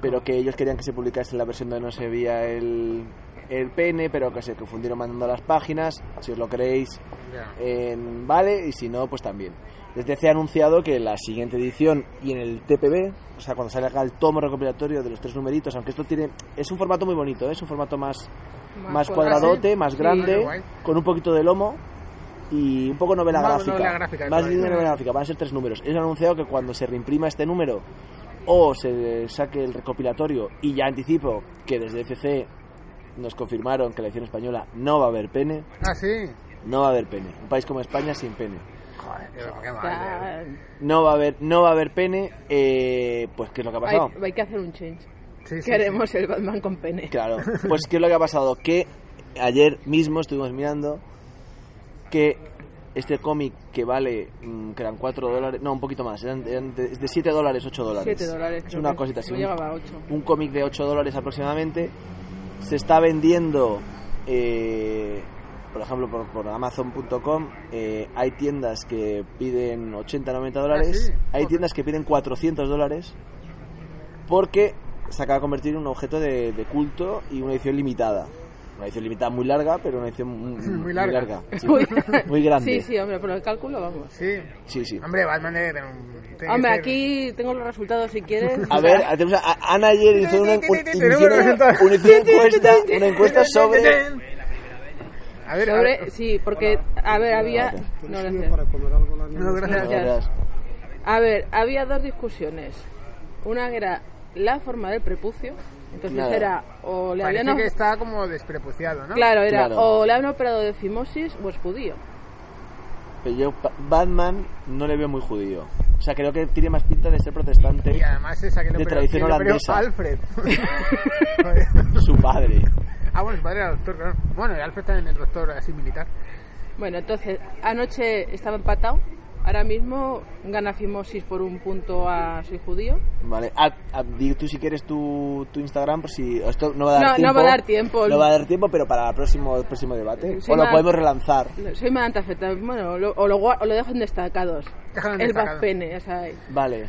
S4: pero que ellos querían que se publicase la versión donde no se veía el, el pene, pero que se confundieron mandando las páginas. Si os lo creéis,
S3: Ya.
S4: en vale, y si no, pues también. Desde DC ha anunciado que la siguiente edición y en el TPB, o sea, cuando salga el tomo recopilatorio de los tres numeritos, aunque esto tiene. Es un formato muy bonito, ¿eh? es un formato más, más, cuadradote, más
S2: Ah, Sí.
S4: grande,
S3: qué guay.
S4: con un poquito de lomo y un poco novela
S3: Más
S4: gráfica.
S3: novela gráfica,
S4: más
S3: eso es.
S4: bien novela gráfica, van a ser tres números. Ellos han anunciado que cuando se reimprima este número o se saque el recopilatorio, y ya anticipo que desde CC nos confirmaron que la edición española no va a haber pene.
S3: Ah, sí.
S4: No va a haber pene. Un país como España sin pene.
S3: Joder, qué qué mal. eh.
S2: Está-
S4: No va a haber, no va a haber pene. eh, pues qué es lo que ha
S2: Hay,
S4: pasado.
S2: hay que hacer un change.
S3: Sí, sí, sí.
S2: Queremos el Batman con pene.
S4: Claro.
S2: [LAUGHS]
S4: Pues qué es lo que ha pasado. Que ayer mismo estuvimos mirando que este cómic que vale, mm, que eran 4 dólares, no, un poquito más, eran, eran de, es de 7 dólares, 8 dólares.
S2: 7 dólares.
S4: Es
S2: creo
S4: una
S2: que
S4: cosita así.
S2: No
S4: un-
S2: llegaba a 8.
S4: un cómic de 8 dólares aproximadamente. Se está vendiendo, eh, por ejemplo, por, por Amazon.com. eh, hay tiendas que piden 80, 90 dólares.
S3: Ah, sí.
S4: Hay
S3: Joder.
S4: tiendas que piden 400 dólares. Porque se acaba de convertir en un objeto de, de culto y una edición limitada. Una edición limitada muy larga, pero una
S3: [LAUGHS]
S4: edición muy, muy
S3: larga.
S4: larga. sí. muy grande.
S2: Sí, sí, hombre, por el cálculo vamos.
S3: Sí.
S4: Sí, sí.
S3: Hombre, Batman debe tener un. tiene que
S2: Hombre,
S3: ser-
S2: aquí tengo los resultados
S4: [LAUGHS]
S2: si quieres.
S4: A ver, tenemos a- a- Ana ayer
S3: [LAUGHS]
S4: hizo una, un-
S3: Tenemos
S4: hicieron
S3: los resultados.
S4: una encuesta, una encuesta sobre
S3: A ver, a ver.
S2: Sobre, sí, porque, a ver, había...
S3: Pues
S2: No, gracias.
S3: No, gracias.
S4: Verás.
S2: A ver, había dos discusiones. Una que era la forma del prepucio. Entonces
S4: Nada.
S2: era o le
S3: Parece
S2: habían...
S3: que está como desprepuciado, ¿no?
S2: Claro, era
S4: Claro.
S2: o le han operado de fimosis o es judío.
S4: Pero yo pa- Batman no le veo muy judío. O sea, creo que tiene más pinta de ser protestante
S3: Y además esa que lo
S4: De
S3: operó-
S4: tradición
S3: que lo operó
S2: [LAUGHS]
S4: holandesa.
S3: Alfred.
S4: su padre.
S3: ah, bueno, su padre era doctor, claro. Bueno, y Alfred también es doctor así militar.
S2: Bueno, entonces, anoche estaba empatado. Ahora mismo gana fimosis por un punto a soy judío.
S4: Vale, Ah, ah, di tú si quieres tu, tu Instagram, por si esto no va a dar
S2: No, no
S4: tiempo.
S2: va a dar tiempo.
S4: No va a dar tiempo, pero para el próximo, el próximo debate.
S2: Sí,
S4: o lo
S2: va.
S4: podemos relanzar.
S2: Soy madantafeta. Bueno, lo- o, lo, gua- o lo dejo en destacados.
S3: Déjalo en
S2: el
S3: destacado.
S2: Bad Pene, ya sabéis.
S4: Vale.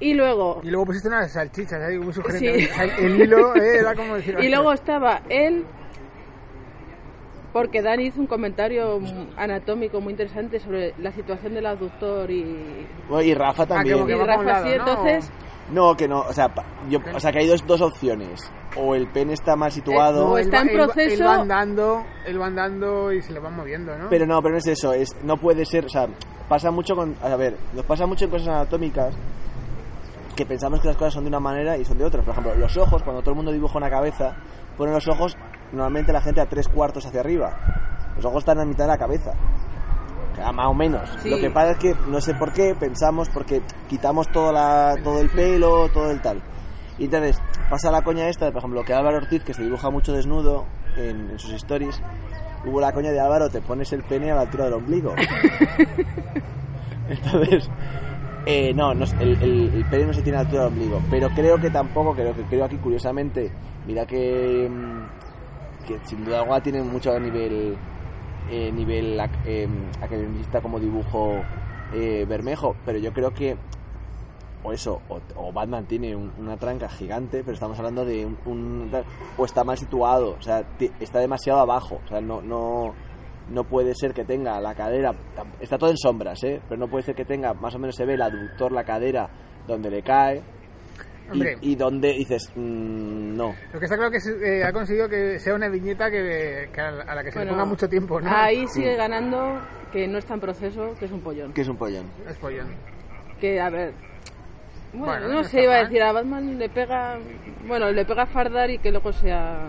S2: Y luego,
S3: Y luego pusiste unas salchichas ahí, muy sugerente.
S2: Sí.
S3: El hilo eh, era como decir.
S2: [LAUGHS] y luego estaba él. Porque Dani hizo un comentario mm, anatómico muy interesante sobre la situación del abductor y,
S4: Bueno, y
S2: Ah,
S4: Rafa
S3: como
S4: también.
S3: que
S2: y
S3: va para un
S2: Rafa.
S3: lado,
S2: sí,
S3: ¿no?
S2: entonces,
S4: No, que no. O sea, pa- yo, o sea, que hay dos, dos opciones. O el pene está
S2: Eh,
S4: mal situado.
S2: o está en
S3: él va- Él
S2: proceso.
S3: va andando, él va andando y se lo va moviendo, ¿no?
S4: Pero no, pero no es eso, es, no puede ser, o sea, pasa mucho con, a ver, nos pasa mucho en cosas anatómicas que pensamos que las cosas son de una manera y son de otra. Por ejemplo, los ojos, cuando todo el mundo dibuja una cabeza, ponen los ojos normalmente la gente a tres cuartos hacia arriba. Los ojos están a mitad de la cabeza. O sea, Más o menos.
S2: Sí.
S4: Lo que pasa es que no sé por qué pensamos, porque quitamos todo, la, todo el pelo, todo el tal. Y entonces pasa la coña esta, por ejemplo, que Álvaro Ortiz, que se dibuja mucho desnudo en, en sus stories, hubo la coña de Álvaro, te pones el pene a la altura del ombligo. entonces, eh, no, no es- el, el- el pene no se tiene a la altura del ombligo, pero creo que tampoco, creo que creo aquí curiosamente, mira que, mm, que sin duda alguna tiene mucho nivel eh, nivel ac- em, academicista como dibujo eh, Bermejo, pero yo creo que o eso, o, o Batman tiene un- una tranca gigante, pero estamos hablando de un, un- o está mal situado, o sea, ti- está demasiado abajo, o sea, no no no puede ser que tenga la cadera, tam- está todo en sombras, ¿eh? pero no puede ser que tenga, más o menos se ve el aductor, la cadera donde le cae y-
S3: Hombre.
S4: y, donde dices, mm, no.
S3: Lo que está claro que es, eh, ha conseguido que sea una viñeta que, que a la a la que se le
S2: Bueno,
S3: ponga mucho tiempo, ¿no?
S2: Ahí sigue ganando que no está en proceso, que es un pollón.
S4: Que es un pollón.
S3: Es pollón.
S2: Que, a ver... Bueno,
S3: Bueno,
S2: no,
S3: no
S2: sé,
S3: está ¿eh?
S2: iba a
S3: mal.
S2: decir, a Batman le pega... Bueno, le pega a Fardar y que luego sea...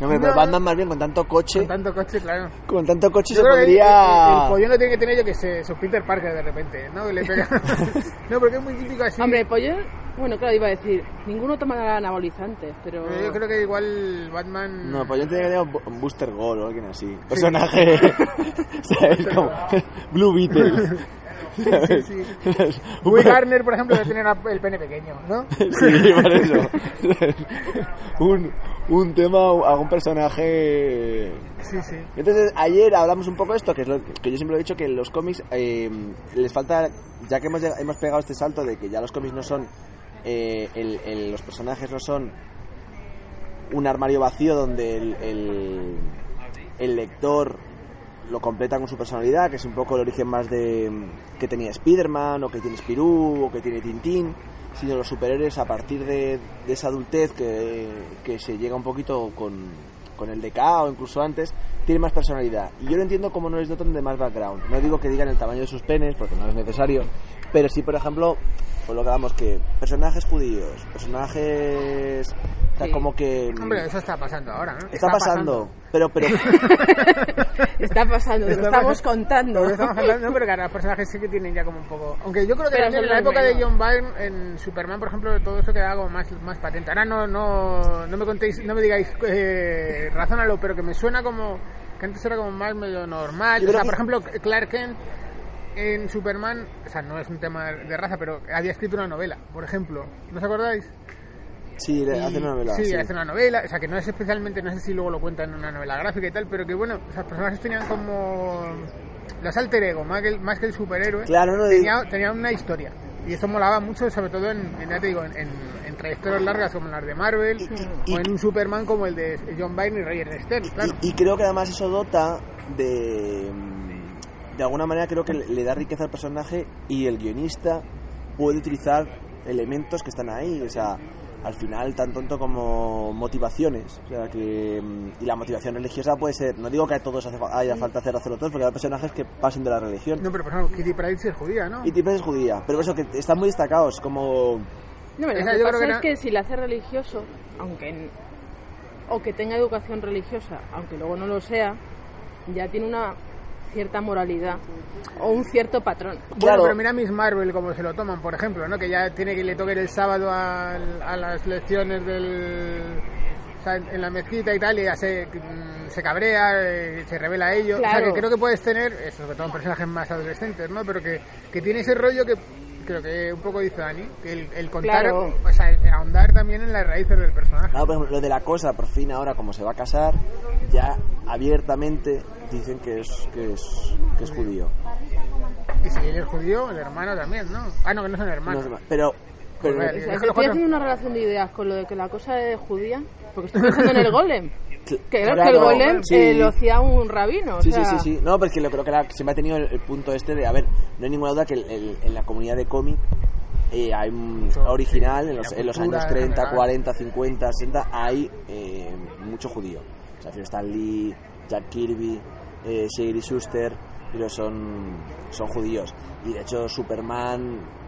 S4: No, hombre, pero
S3: No.
S4: Batman más bien con tanto coche,
S3: Con tanto coche, claro.
S4: con tanto coche
S3: Yo
S4: se
S3: creo que eh, el, el-
S4: podría...
S3: el pollón lo tiene que tener yo que sé, su Peter Parker de repente, ¿no? Y le
S4: [LAUGHS]
S3: pega. [LAUGHS] no, porque es muy típico así.
S2: Hombre, pollón... Bueno, claro, iba a decir, ninguno toma anabolizantes, pero...
S3: Pero yo creo que igual Batman.
S4: No, pues pollón tiene que tener un bu- un Booster Gold o alguien así. Personaje, [LAUGHS] ¿sabes? Como [LAUGHS] Blue Beetle.
S3: sí, sí.
S4: [LAUGHS]
S3: Will Garner, por ejemplo, debe tener una- el pene pequeño, ¿no?
S4: Sí, por eso.
S3: [LAUGHS]
S4: un, un tema, algún personaje.
S3: Sí, sí.
S4: Entonces, ayer hablamos un poco de esto, que es lo que yo siempre he dicho, que en los cómics eh, les falta, ya que hemos, lleg- hemos pegado este salto de que ya los cómics no son, eh, el- el- los personajes no son un armario vacío donde el, el- el lector lo completa con su personalidad, que es un poco el origen más de mm, que tenía Spider-Man, o que tiene Spirou, o que tiene Tintín, sino los superhéroes a partir de, de esa adultez que, que se llega un poquito con, con el DK o incluso antes, tiene más personalidad. Y yo lo entiendo como no les dotan de más background. No digo que digan el tamaño de sus penes, porque no es necesario, pero sí, por ejemplo, pues lo que damos que personajes judíos, personajes... o sea,
S2: Sí.
S4: como que...
S3: Hombre, eso está pasando ahora, ¿no?
S4: Está, pasando,
S3: [LAUGHS]
S4: pero pero
S2: Está pasando, te lo
S3: Está
S2: estamos
S3: pasando.
S2: contando.
S3: Lo que estamos hablando, no, pero que ahora los personajes sí que tienen ya como un poco. Aunque yo creo que
S2: Pero
S3: también
S2: son
S3: en la
S2: los
S3: época de
S2: buenos.
S3: John Byrne, en Superman, por ejemplo, todo eso quedaba como más, más patente. Ahora no, no, no me contéis, no me digáis, eh, razónalo, pero que me suena como. que antes era como más medio normal.
S4: Yo
S3: O
S4: creo
S3: sea,
S4: que-
S3: por ejemplo, Clark Kent. En Superman, o sea, no es un tema de raza, pero había escrito una novela, por ejemplo. ¿No os acordáis?
S4: sí, le
S3: Y-
S4: hacen Eh, una novela.
S3: Sí,
S4: sí.
S3: hace una novela. O sea, que no es especialmente, no sé si luego lo cuentan en una novela gráfica y tal, pero que bueno, los personajes tenían como los alter ego, más que el, más que el superhéroe.
S4: Claro, no,
S3: Tenía, tenía una historia. Y eso molaba mucho, sobre todo en, en, ya te digo, en, en- en trayectorias largas como las de Marvel,
S4: y-
S3: o en un Superman como el de John Byrne y Roger Stern, claro.
S4: y, y creo que además eso dota de mm, de alguna manera creo que le le da riqueza al personaje y el guionista puede utilizar elementos que están ahí, o sea, al final tan tonto como motivaciones, o sea que mm, y la motivación religiosa puede ser, no digo que a todos hace fa- haya falta hacer hacerlo todos porque hay personajes que pasen de la religión.
S3: No, pero por ejemplo, Kitty Pryde sí es judía, ¿no?
S4: Y tipos es judía, pero eso que están muy destacados como
S2: No, pero
S3: O
S2: lo
S3: sea,
S2: que
S3: yo
S2: pasa
S3: creo que
S2: es
S3: no-
S2: que si le hace religioso, aunque n- o que tenga educación religiosa, aunque luego no lo sea, ya tiene una cierta moralidad o un cierto patrón.
S3: Bueno,
S4: Claro.
S3: pero mira a Miss Marvel como se lo toman, por ejemplo, ¿no? Que ya tiene que le toquen el sábado al- a, las lecciones del... o sea, en en la mezquita y tal, y ya se, mm, se cabrea, eh, se revela a ello. O sea,
S2: Claro.
S3: que creo que puedes tener, eh, sobre todo en personajes más adolescentes, ¿no? Pero que, que tiene ese rollo que creo que un poco dice Dani, que el, el contar,
S2: Claro.
S3: o sea, el ahondar también en las raíces del personaje.
S4: Claro, por ejemplo, lo de la cosa, por fin ahora como se va a casar, ya abiertamente dicen que es, que es, que es judío.
S3: Y si él es judío, el hermano también, ¿no? Ah, no, que no son
S4: No
S3: hermanos.
S4: es- pero,
S3: Joder.
S4: pero
S2: O sea,
S3: Déjalo
S2: si estoy
S3: correr.
S2: haciendo una relación de ideas con lo de que la cosa es judía, porque estoy pensando en el
S4: [LAUGHS]
S2: golem.
S4: cl-
S2: Que creo
S4: claro,
S2: que el golem
S4: sí.
S2: eh, lo hacía un rabino. o
S4: Sí, sí,
S2: sea,
S4: sí, sí. No, porque lo creo que la- siempre ha tenido el, el punto este de, a ver, no hay ninguna duda que el- el- en la comunidad de cómic eh, hay un
S3: Mucho,
S4: original,
S3: sí,
S4: en los,
S3: la
S4: en los
S3: cultura
S4: años
S3: en
S4: 30,
S3: general.
S4: 40, 50, 60, hay eh, mucho judío. O sea, refiero a Stan Lee, Jack Kirby, eh, Sigrid Schuster, pero son, son judíos. Y de hecho Superman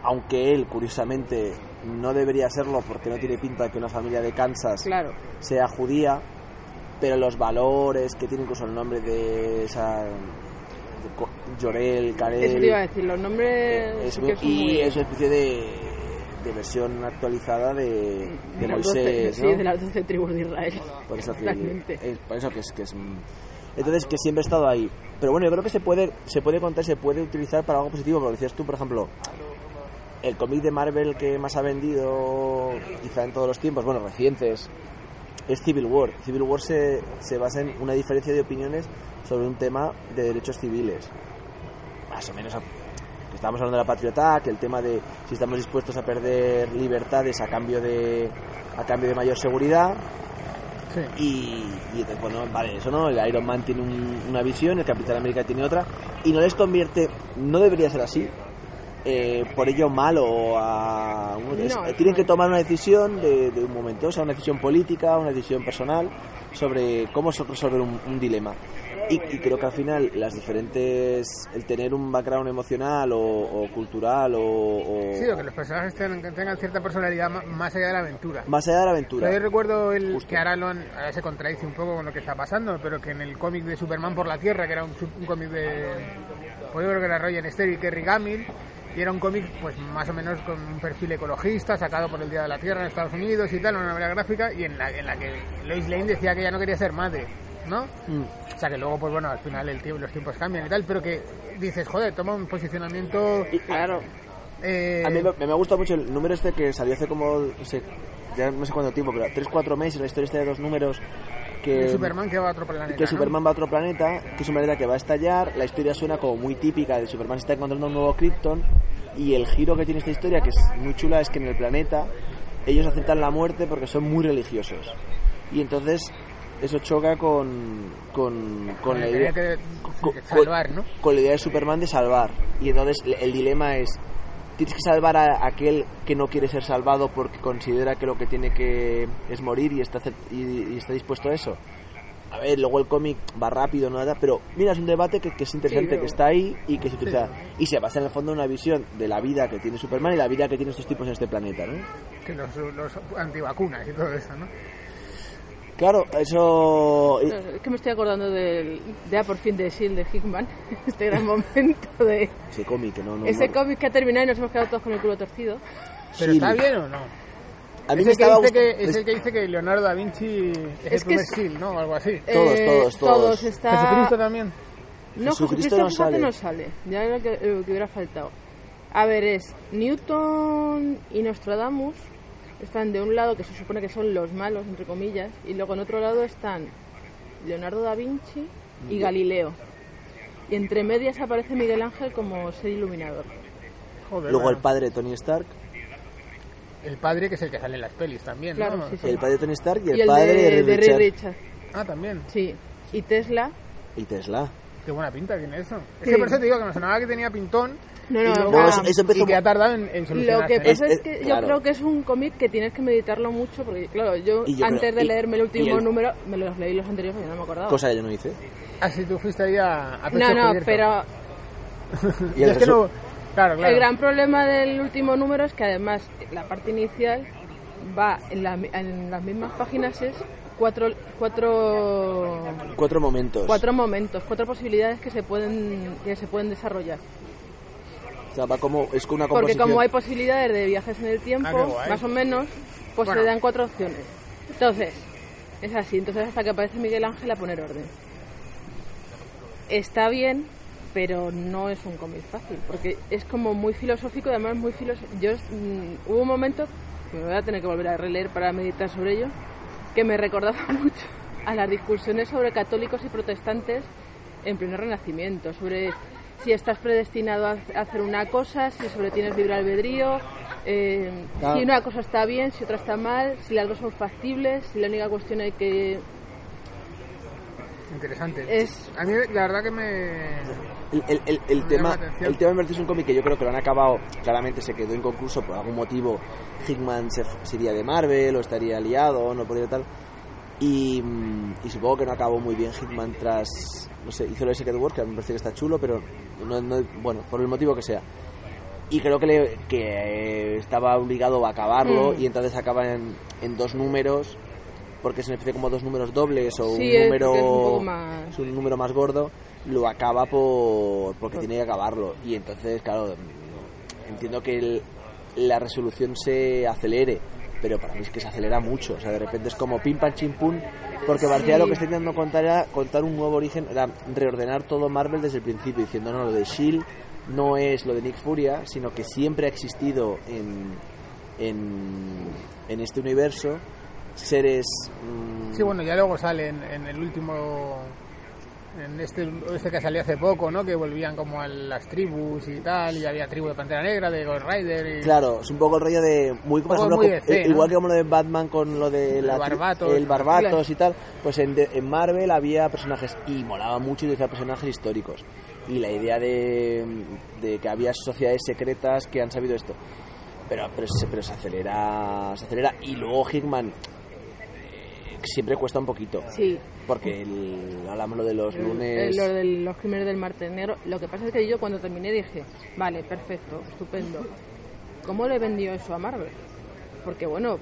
S4: aunque él, curiosamente, no debería serlo porque no tiene pinta de que una familia de Kansas
S2: Claro.
S4: sea judía, pero los valores que tiene incluso el nombre de esa... de Co- Llorel, Karel...
S2: Eso te iba a decir, los nombres
S4: eh, es
S2: sí
S4: muy-
S2: que son
S4: y
S2: muy-
S4: es una especie de, de versión actualizada de, de
S2: las doce-
S4: Moisés,
S2: Sí,
S4: ¿no?
S2: de las 12 tribus de Israel.
S4: Por eso que,
S2: Totalmente.
S4: es, por eso que es, que es mm, un- Entonces, que siempre he estado ahí. Pero bueno, yo creo que se puede, se puede contar, se puede utilizar para algo positivo. Como decías tú, por ejemplo, el cómic de Marvel que más ha vendido, quizá en todos los tiempos, bueno, recientes, es Civil War. Civil War se, se basa en una diferencia de opiniones sobre un tema de derechos civiles. Más o menos a- que estábamos hablando de la patriota, que el tema de si estamos dispuestos a perder libertades a cambio de a cambio de mayor seguridad
S3: Sí.
S4: Y, y entonces, bueno, vale, eso no, el Iron Man tiene un- una visión, el Capitán América tiene otra, y no les convierte, no debería ser así, eh, por ello malo a uno de-
S3: No,
S4: eh, tienen que tomar una decisión de, de un momento, o sea, una decisión política, una decisión personal, sobre cómo so- resolver un, un dilema. Y, y creo que al final las diferentes, el tener un background emocional o, o cultural o, o-
S3: Sí, o que los personajes tengan, que tengan cierta personalidad ma- más allá de la aventura.
S4: más allá de la
S3: O
S4: aventura.
S3: sea, yo recuerdo el
S4: Justo.
S3: que ahora, lo han- ahora se contradice un poco con lo que está pasando, pero que en el cómic de Superman por la Tierra, que era un, su- un cómic de. Pues yo creo que era Roger Esther y Kerry Gamil, y era un cómic pues más o menos con un perfil ecologista, sacado por el Día de la Tierra en Estados Unidos y tal, una novela gráfica, y en la, en la que Lois Lane decía que ella no quería ser madre, ¿no?
S4: Mm.
S3: O sea que luego, pues bueno, al final el tiempo, los tiempos cambian y tal, pero que dices, joder, toma un posicionamiento.
S4: Claro.
S3: eh,
S4: A mí me, me gusta mucho el número este que salió hace como, no sé, ya no sé cuánto tiempo, pero 3-4 meses, la historia esta de dos números que...
S3: de Superman que va a otro planeta.
S4: que
S3: ¿no?
S4: Superman va a otro planeta, que es un planeta que va a estallar, la historia suena como muy típica de Superman se está encontrando un nuevo Krypton y el giro que tiene esta historia, que es muy chula, es que en el planeta ellos aceptan la muerte porque son muy religiosos. Y entonces eso choca con, con, con la idea
S3: Tenía que-
S4: co-
S3: que salvar, ¿no?
S4: con la idea de Superman de salvar. Y entonces le- el dilema es, tienes que salvar a aquel que no quiere ser salvado porque considera que lo que tiene que es morir y está, acep- y, y está dispuesto a eso. A ver, luego el cómic va rápido, nada, pero mira, es un debate que, que es interesante,
S3: pero-
S4: que está ahí y que se utiliza. Y se basa en el fondo en una visión de la vida que tiene Superman y la vida que tienen estos tipos en este planeta, ¿no?
S3: que los, los antivacunas y todo eso, ¿no?
S4: Claro, eso... eh, y-
S2: Es que me estoy acordando del, ya por fin de Shield de Hickman, [LAUGHS] este gran momento de
S4: Ese cómic, que no... no
S2: ese
S4: no-
S2: cómic que ha terminado y nos hemos quedado todos con el culo torcido.
S3: ¿Pero
S4: Sí,
S3: está bien o no?
S4: A
S3: es,
S4: mí me
S3: el que
S4: estaba
S3: dice que-
S4: gustando-
S3: es el que dice que Leonardo da Vinci es,
S2: Es
S3: el
S2: que
S3: primer
S2: es-
S3: Sil, ¿no? O algo así.
S4: Todos, todos, todos.
S2: Eh, está...
S3: Jesucristo también.
S2: No,
S4: Jesucristo
S2: Jesucristo,
S4: no
S2: fíjate,
S4: sale.
S2: no sale. Ya era lo que, lo que hubiera faltado. A ver, es Newton y Nostradamus están de un lado que se supone que son los malos, entre comillas, y luego en otro lado están Leonardo da Vinci y Galileo. Y entre medias aparece Miguel Ángel como ser iluminador.
S3: Joder,
S4: Luego el
S3: bueno.
S4: padre de Tony Stark,
S3: el padre que es el que sale en las pelis también,
S2: Claro,
S3: ¿no?
S2: sí, sí.
S4: el padre de Tony Stark y el,
S2: y el
S4: padre
S2: de,
S4: de, Reed
S2: de Ray
S4: Richards.
S2: Richards,
S3: Ah, también.
S2: sí. Y Tesla.
S4: Y Tesla.
S3: Qué buena pinta tiene eso. Es
S2: Sí.
S3: que por eso te digo que me sonaba que tenía pintón
S2: No,
S3: y,
S2: no,
S3: luego-
S4: No, eso- eso empezó
S3: y que
S4: mo-
S3: ha tardado en, en
S2: Lo
S3: solucionarse.
S2: que pasa
S4: Es-
S2: es,
S4: es-
S2: que
S4: claro.
S2: yo creo que es un cómic que tienes que meditarlo mucho, porque claro, yo,
S4: Y yo
S2: antes
S4: creo-
S2: de
S4: y-
S2: leerme el último
S4: y el-
S2: número, me los leí los anteriores porque no me acordaba.
S4: Cosa que yo
S3: [LAUGHS]
S4: no hice.
S3: Así tú fuiste ahí a, a pecho
S2: no, no,
S3: Ah, pues cubierto.
S2: pero
S4: Y el
S3: es que
S4: resu-
S3: no... Claro, claro.
S2: el gran problema del último número es que además la parte inicial va en, la- en las mismas páginas, es cuatro, cuatro,
S4: Cuatro momentos.
S2: cuatro momentos, cuatro posibilidades que se pueden, que se pueden desarrollar.
S4: O sea, va como, es como una
S2: Porque
S4: composición.
S2: como hay posibilidades de viajes en el tiempo,
S3: Ah, qué guay.
S2: más o menos, pues
S3: Bueno.
S2: se dan cuatro opciones. Entonces, es así. Entonces hasta que aparece Miguel Ángel a poner orden. Está bien, pero no es un cómic fácil, porque es como muy filosófico, además muy filosófico. Yo mm, hubo un momento, que me voy a tener que volver a releer para meditar sobre ello, que me recordaba [LAUGHS] mucho a las discusiones sobre católicos y protestantes en pleno renacimiento, sobre si estás predestinado a a hacer una cosa, si sobre tienes libre albedrío, eh,
S4: Ah.
S2: si una cosa está bien, si otra está mal, si las dos son factibles, si la única cuestión hay que...
S3: Interesante.
S2: Es-
S3: A mí la verdad que me...
S4: El, el- el- el
S3: Me llama
S4: tema,
S3: la atención.
S4: el tema de Invertir es un cómic que yo creo que lo han acabado. Claramente se quedó inconcluso por algún motivo. Hickman se, f- se iría de Marvel o estaría liado o no podría tal. Y, mm, y supongo que no acabó muy bien Hickman tras. No sé, hizo lo de Secret Wars, que a mí me parece que está chulo, pero no, no- bueno, por el motivo que sea. Y creo que, le- que eh, estaba obligado a acabarlo
S2: Mm.
S4: y entonces acaba en, en dos números, porque es una especie como dos números dobles o
S2: Sí,
S4: un
S2: es-
S4: número
S2: es un poco más-
S4: es un número más gordo, lo acaba por porque tiene que acabarlo. Y entonces, claro, entiendo que el- la resolución se acelere, pero para mí es que se acelera mucho. O sea, de repente es como pim pam chim pum, porque parecía
S2: Sí.
S4: lo que está intentando contar era contar un nuevo origen, era reordenar todo Marvel desde el principio, diciendo no, lo de Shield no es lo de Nick Furia, sino que siempre ha existido en, en, en este universo seres. mm,
S3: Sí, bueno, ya luego sale en, en el último en este, este que salió hace poco, ¿no? Que volvían como a las tribus y tal, y había tribu de Pantera Negra, de Ghost Rider y...
S4: Claro, es un poco el rollo de. Muy, por
S3: Un poco
S4: ejemplo,
S3: muy DC,
S4: eh,
S3: ¿no?
S4: Igual que como lo de Batman con lo de la, tri-
S3: Barbatos, las
S4: el Barbatos y tal, pues en, de- en Marvel había personajes, y molaba mucho utilizar personajes históricos. Y la idea de, de que había sociedades secretas que han sabido esto. Pero, pero, se, pero se acelera, se acelera. Y luego Hickman eh, siempre cuesta un poquito.
S2: Sí,
S4: Porque el- hablamos lo de los
S2: el-
S4: lunes.
S2: el- lo de los crímenes del martes negro. Lo que pasa es que yo cuando terminé dije, vale, perfecto, estupendo. ¿Cómo le vendió eso a Marvel? Porque bueno,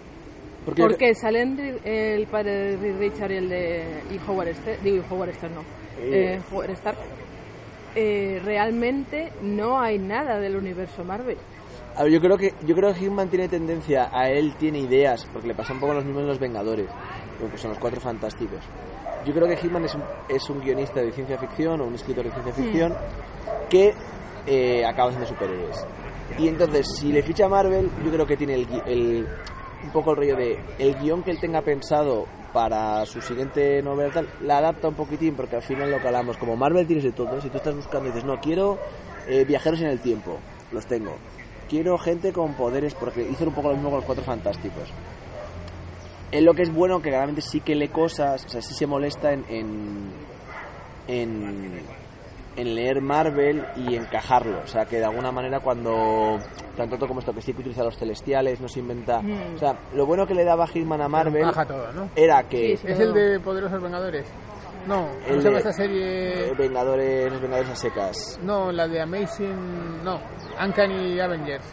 S4: Porque-
S2: porque salen Ri- el padre de Reed Richard y el de y Howard Stark, digo y Howard Stark no,
S4: Eh.
S2: eh, Howard Stark. Eh, realmente no hay nada del universo Marvel.
S4: A ver, yo creo que yo creo que Hickman tiene tendencia a él tiene ideas porque le pasa un poco los mismos en los Vengadores, lo que son los Cuatro Fantásticos. Yo creo que Hickman es un, es un guionista de ciencia ficción o un escritor de ciencia ficción que eh, acaba siendo superhéroes. Y entonces si le ficha a Marvel, yo creo que tiene el, gui- el- un poco el rollo de el guión que él tenga pensado para su siguiente novela tal, la adapta un poquitín porque al final lo calamos. Como Marvel tienes de todo, si tú estás buscando y dices no quiero eh, viajeros en el tiempo, los tengo. Quiero gente con poderes porque hizo un poco lo mismo con los cuatro fantásticos. Es lo que es bueno que claramente sí que lee cosas, o sea, sí se molesta en en, en, en leer Marvel y encajarlo. O sea, que de alguna manera cuando tanto todo como esto que sí que utiliza los celestiales, no se inventa.
S2: Mm.
S4: O sea, lo bueno que le daba Hitman a Marvel
S3: Baja todo, ¿no?
S4: era
S2: Sí,
S4: que
S2: sí.
S3: ¿Es el de Poderosos Vengadores? No,
S4: El
S3: ¿cómo se llama
S4: de-
S3: esta serie?
S4: eh, Vengadores, los Vengadores a secas,
S3: No, la de Amazing... No, Uncanny Avengers.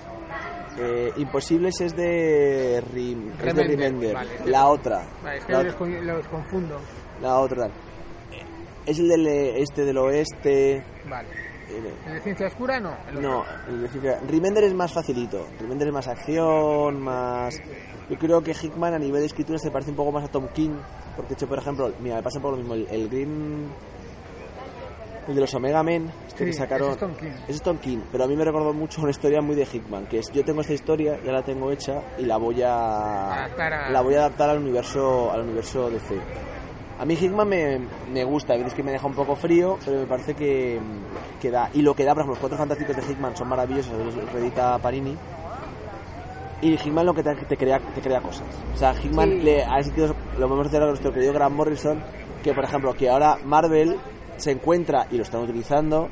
S4: Eh, Imposibles es de, Rim, es de
S3: Remender,
S4: Remender.
S3: vale.
S4: la otra.
S3: Vale, es que
S4: la
S3: los,
S4: otra.
S3: con- los confundo.
S4: La otra. Eh, Es el del este, del oeste. eh,
S3: Vale. ¿El de Ciencia Oscura no? El otro.
S4: No, es decir, que Remender es más facilito. Remender es más acción, más. Yo creo que Hickman a nivel de escritura se parece un poco más a Tom King. Porque, de hecho, por ejemplo, mira, me pasa por lo mismo. El, el Green. El de los Omega Men, este
S3: Sí,
S4: que sacaron.
S3: ese es Tom King.
S4: Ese es Tom King, pero a mí me recordó mucho una historia muy de Hickman, que es yo tengo esta historia, ya la tengo hecha y la voy a
S3: Adaptar a-
S4: la voy a adaptar al universo al universo DC. A mí Hickman me, me gusta, a veces que me deja un poco frío, pero me parece que, que da y lo que da, por ejemplo, los cuatro fantásticos de Hickman son maravillosos, los redita Panini. Y Hickman lo que te, te crea te crea cosas. O sea, Hickman
S2: Sí.
S4: le ha sentido lo podemos decir a nuestro querido Grant Morrison, que por ejemplo, que ahora Marvel se encuentra y lo están utilizando.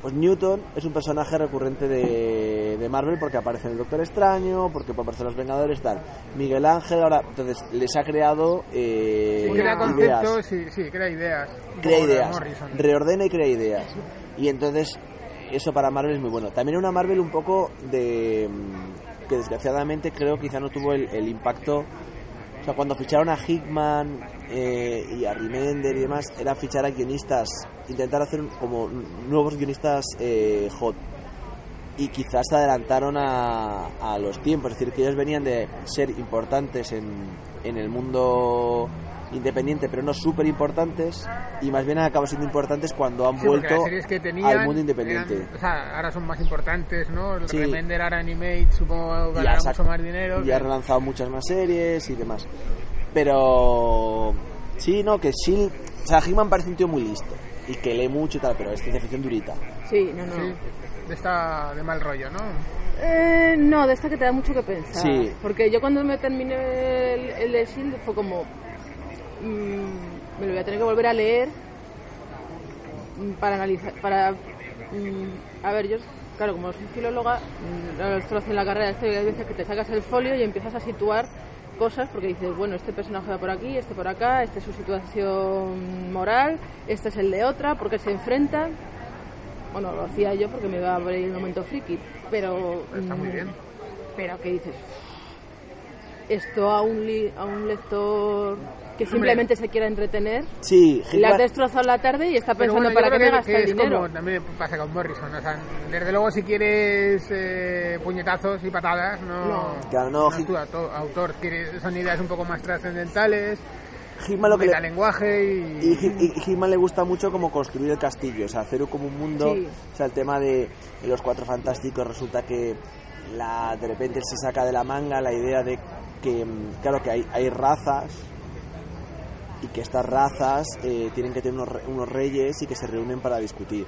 S4: Pues Newton es un personaje recurrente de, de Marvel porque aparece en el Doctor Extraño, porque aparece en los Vengadores, tal. Miguel Ángel, ahora, entonces les ha creado eh,
S3: Sí,
S2: Una-
S3: crea conceptos, sí, sí, crea ideas. Un
S4: crea
S3: poco de
S4: ideas,
S3: Morrison.
S4: reordena y crea ideas. Y entonces eso para Marvel es muy bueno. También una Marvel un poco de mm, que desgraciadamente creo quizá no tuvo el, el impacto. O sea, cuando ficharon a Hickman eh, y a Remender y demás, era fichar a guionistas, intentar hacer como nuevos guionistas eh, hot y quizás se adelantaron a, a los tiempos. Es decir, que ellos venían de ser importantes en, en el mundo independiente, pero no súper importantes, y más bien han acabado siendo importantes cuando han
S3: Sí, porque
S4: vuelto
S3: las series que tenían
S4: al mundo independiente.
S3: eran- o sea, ahora son más importantes, ¿no? El
S4: Sí.
S3: Remender ahora Animate, supongo que
S4: Y
S3: ganará
S4: ha sac-
S3: mucho más dinero.
S4: y ha relanzado muchas más series y demás. Pero sí, no, que sí. O sea, Hickman parece un tío muy listo y que lee mucho y tal, pero es ciencia ficción durita.
S2: Sí, no, no.
S3: Sí, de esta de mal rollo, ¿no?
S2: Eh, no, de esta que te da mucho que pensar.
S4: Sí.
S2: Porque yo cuando me terminé el, el de Shield fue como. mm, me lo voy a tener que volver a leer mm, para analizar. Para, mm, a ver, yo, claro, como soy filóloga, mm, lo destrozo en la carrera, esto y hay veces que te sacas el folio y empiezas a situar cosas porque dices, bueno, este personaje va por aquí, este por acá, este es su situación moral, este es el de otra, porque se enfrentan. Bueno, lo hacía yo porque me iba a abrir el momento friki, pero...
S3: Está muy
S2: mm,
S3: bien.
S2: Pero ¿qué dices? Esto a un, li- a un lector que simplemente se quiera entretener,
S4: Sí,
S2: le has
S4: Hickman-
S2: destrozado la tarde y está
S3: Pero
S2: pensando
S3: bueno, yo
S2: para qué
S3: creo
S2: me
S3: que-
S2: gasta
S3: que
S2: el
S3: es
S2: dinero.
S3: como también pasa con Morrison. O sea, desde luego, si quieres eh, puñetazos y patadas, no.
S2: No.
S4: Claro, no,
S3: no
S4: Hick-
S3: es tu auto- autor. Quieres, son ideas un poco más trascendentales,
S4: Hickman lo que le-
S3: metalenguaje y.
S4: Y, Hi- y Hickman le gusta mucho como construir el castillo, o sea, hacer como un mundo,
S2: Sí.
S4: o sea, el tema de los cuatro fantásticos resulta que la, de repente se saca de la manga la idea de que, mm, claro, que hay, hay razas y que estas razas eh, tienen que tener unos, re- unos reyes y que se reúnen para discutir.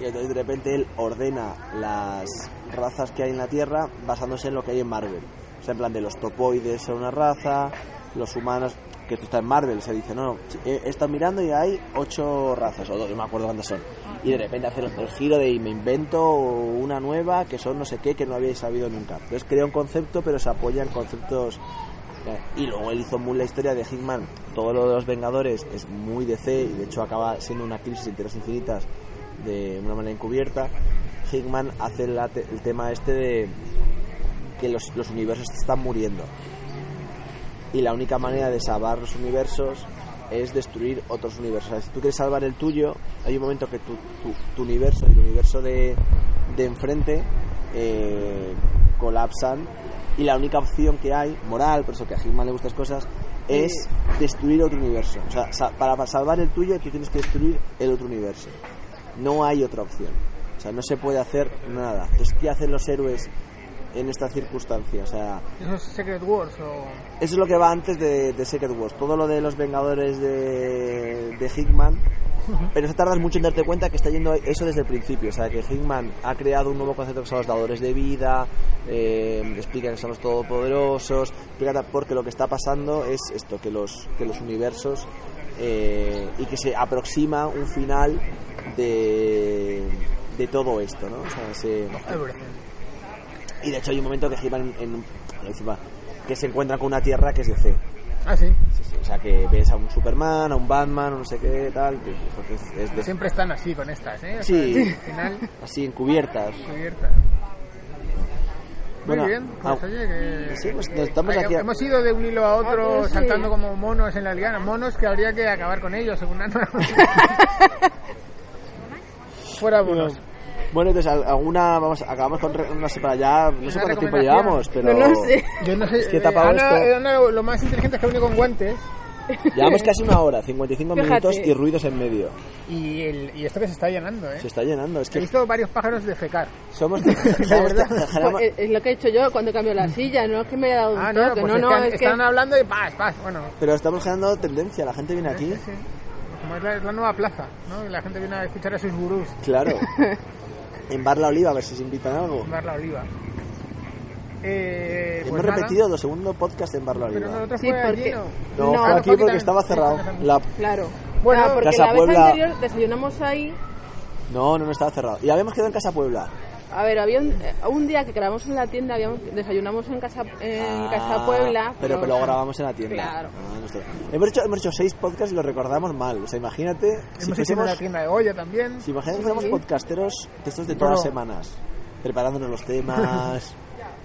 S4: Y entonces de repente él ordena las razas que hay en la Tierra basándose en lo que hay en Marvel. O sea, en plan de los topoides son una raza, los humanos, que esto está en Marvel, se dice, no, no, he he estado mirando y hay ocho razas, o dos, no me acuerdo cuántas son. Y de repente hace el giro de me invento una nueva que son no sé qué que no habéis sabido nunca. Entonces crea un concepto, pero se apoya en conceptos eh, Y luego él hizo muy la historia de Hickman. Todo lo de los Vengadores es muy DC y de hecho acaba siendo una crisis en tierras infinitas de una manera encubierta. Hickman hace la te- el tema este de que los, los universos están muriendo. Y la única manera de salvar los universos es destruir otros universos. O sea, si tú quieres salvar el tuyo, hay un momento que tu, tu, tu universo y el universo de, de enfrente eh, colapsan. Y la única opción que hay, moral, por eso que a Hitman le gustan estas cosas, es destruir otro universo. O sea, sa- para para salvar el tuyo, tú tienes que destruir el otro universo. No hay otra opción. O sea, no se puede hacer nada. Entonces, ¿qué hacen los héroes en estas circunstancias? O sea,
S3: ¿Esos Secret Wars o...?
S4: eso es lo que va antes de, de Secret Wars. Todo lo de los Vengadores de, de Hickman. Pero eso tardas mucho en darte cuenta que está yendo eso desde el principio. O sea, que Hickman ha creado un nuevo concepto que son los dadores de vida, eh, explica que somos todopoderosos, explica porque lo que está pasando es esto, que los, que los universos eh, y que se aproxima un final de, de todo esto, ¿no? O sea, se, y de hecho hay un momento que Hickman en, en- encima, que se encuentra con una tierra que es DC.
S3: Ah, sí.
S4: Sí, sí, O sea, que ves a un Superman, a un Batman, no sé qué, tal, que- porque es, es de-
S3: Siempre están así con estas, ¿eh? O sea,
S4: Sí.
S3: al final,
S4: así encubiertas.
S3: cubierta. Muy
S4: Bueno,
S3: bien, pues
S4: au.
S3: oye, que...
S4: Sí, pues nos estamos
S3: Hay-
S4: aquí a-
S3: Hemos ido de un hilo a otro
S2: Otro, Ah, pues, sí.
S3: saltando como monos en la liana. Monos que habría que acabar con ellos,
S2: [LAUGHS]
S3: según Ana. Fuera monos.
S4: Bueno, entonces al- alguna, vamos, acabamos con re- una para allá, no sé
S3: Una
S4: cuánto tiempo
S3: recomendación.
S4: llevamos, pero
S2: No lo sé.
S3: Yo no sé,
S4: Es que he
S3: eh,
S4: tapado
S3: Ana-
S4: esto.
S3: Ana, lo más inteligente es que ha venido con guantes.
S4: llevamos casi una hora, 55
S2: Fíjate.
S4: minutos y ruidos en medio.
S3: Y, el, y esto que se está llenando, ¿eh?
S4: Se está llenando, es
S3: He
S4: que
S3: visto varios pájaros defecar.
S4: somos... somos-
S2: Pues, es- es lo que he hecho yo cuando cambio la silla, no es que me haya dado un
S3: Ah, no,
S2: toque,
S3: pues
S2: no,
S3: es
S2: no,
S3: que han-
S2: es que
S3: están hablando y paz, paz. Bueno,
S4: pero estamos generando tendencia, la gente viene aquí,
S3: sí, sí. Como es la, es la nueva plaza, ¿no? Y la gente viene a escuchar a sus gurús
S4: claro. En Bar La Oliva, a ver si se invitan a algo.
S3: tumbar la oliva. Eh,
S4: Hemos
S3: pues nada.
S4: repetido el segundo podcast en Bar La
S3: Pero
S4: Oliva.
S3: nosotros
S2: Sí,
S3: fue allí,
S2: porque-
S3: ¿no?
S4: No,
S2: No,
S4: fue aquí
S3: poquito-
S4: porque estaba cerrado. La-
S2: claro.
S3: Bueno,
S2: Bueno, porque
S4: Casa
S2: la vez
S4: Puebla-
S2: anterior desayunamos ahí,
S4: No, no, no estaba cerrado. Y habíamos quedado en Casa Puebla.
S2: a ver, había un, eh, un día que grabamos en la tienda, habíamos, desayunamos en casa en
S4: Ah,
S2: casa Puebla,
S4: Pero que lo grabamos en la tienda.
S2: Claro.
S4: Ah, no está- hemos, hecho, hemos hecho seis podcasts y lo recordamos mal. O sea, imagínate si
S3: Hemos hecho
S4: fuésemos,
S3: una tienda de olla también.
S4: si imagínate que fuéramos
S2: Sí.
S4: podcasteros de estos de todas
S3: No.
S4: las semanas, preparándonos
S2: [LAUGHS]
S4: los temas.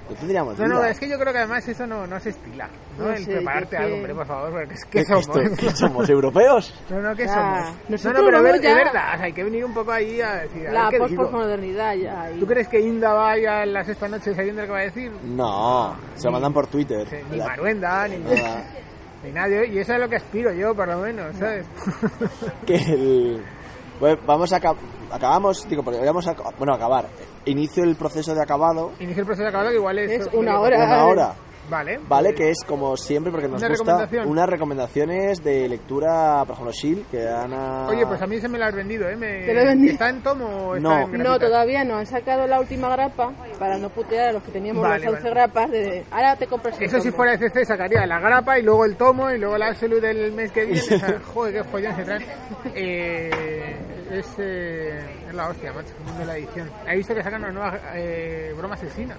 S4: no tendríamos
S3: No, no,
S4: vida.
S3: es que yo creo que además eso no, no se estila, ¿no?
S2: No
S3: El
S2: sé,
S3: prepararte
S2: yo
S3: algo,
S2: sé.
S3: hombre, por favor, porque es que
S4: ¿Qué, qué
S3: somos.
S4: esto- qué somos? ¿Europeos?
S3: No, no, que
S2: Ya.
S3: somos.
S2: Ah, Nosotros
S3: no, no, pero ver,
S2: vamos ya.
S3: de verdad, o sea, hay que venir un poco ahí a decir, a
S2: la
S3: ver qué digo.
S2: postmodernidad ya. y-
S3: ¿Tú crees que Inda vaya en la sexta noche sabiendo lo que va a decir?
S4: No, se lo mandan por Twitter.
S3: Sí, Ni
S4: La-
S3: Maruenda, ni,
S4: nada.
S3: ni nadie, y eso es lo que aspiro yo, por lo menos,
S2: [LAUGHS]
S3: ¿sabes?
S4: [LAUGHS] que el... Bueno, vamos a... acab- Acabamos, digo, porque vamos a... Bueno, acabar. Inicio el proceso de acabado.
S3: Inicio el proceso de acabado que igual es...
S2: Es una hora.
S4: Una hora.
S3: Vale.
S4: Vale, que es como siempre porque nos
S3: Una
S4: gusta
S3: recomendación.
S4: unas recomendaciones de lectura, por ejemplo, Shield, que Ana...
S3: Oye, pues a mí se me la has vendido, ¿eh? Me-
S2: Te la he vendido.
S3: ¿Está en tomo o está
S4: No.
S3: en grapita?
S2: No, todavía no. Han sacado la última grapa para no putear a los que teníamos
S3: Vale,
S2: las 11
S3: vale.
S2: grapas. De, ahora te compras el
S3: Eso si
S2: tomo".
S3: fuera de CC sacaría la grapa y luego el tomo y luego la absolute del mes que
S4: [LAUGHS]
S3: viene. O sea, joder, qué follón se traen. Eh, es, eh, es la hostia, macho, el mundo de la edición. He visto que sacan una nueva eh, broma asesina,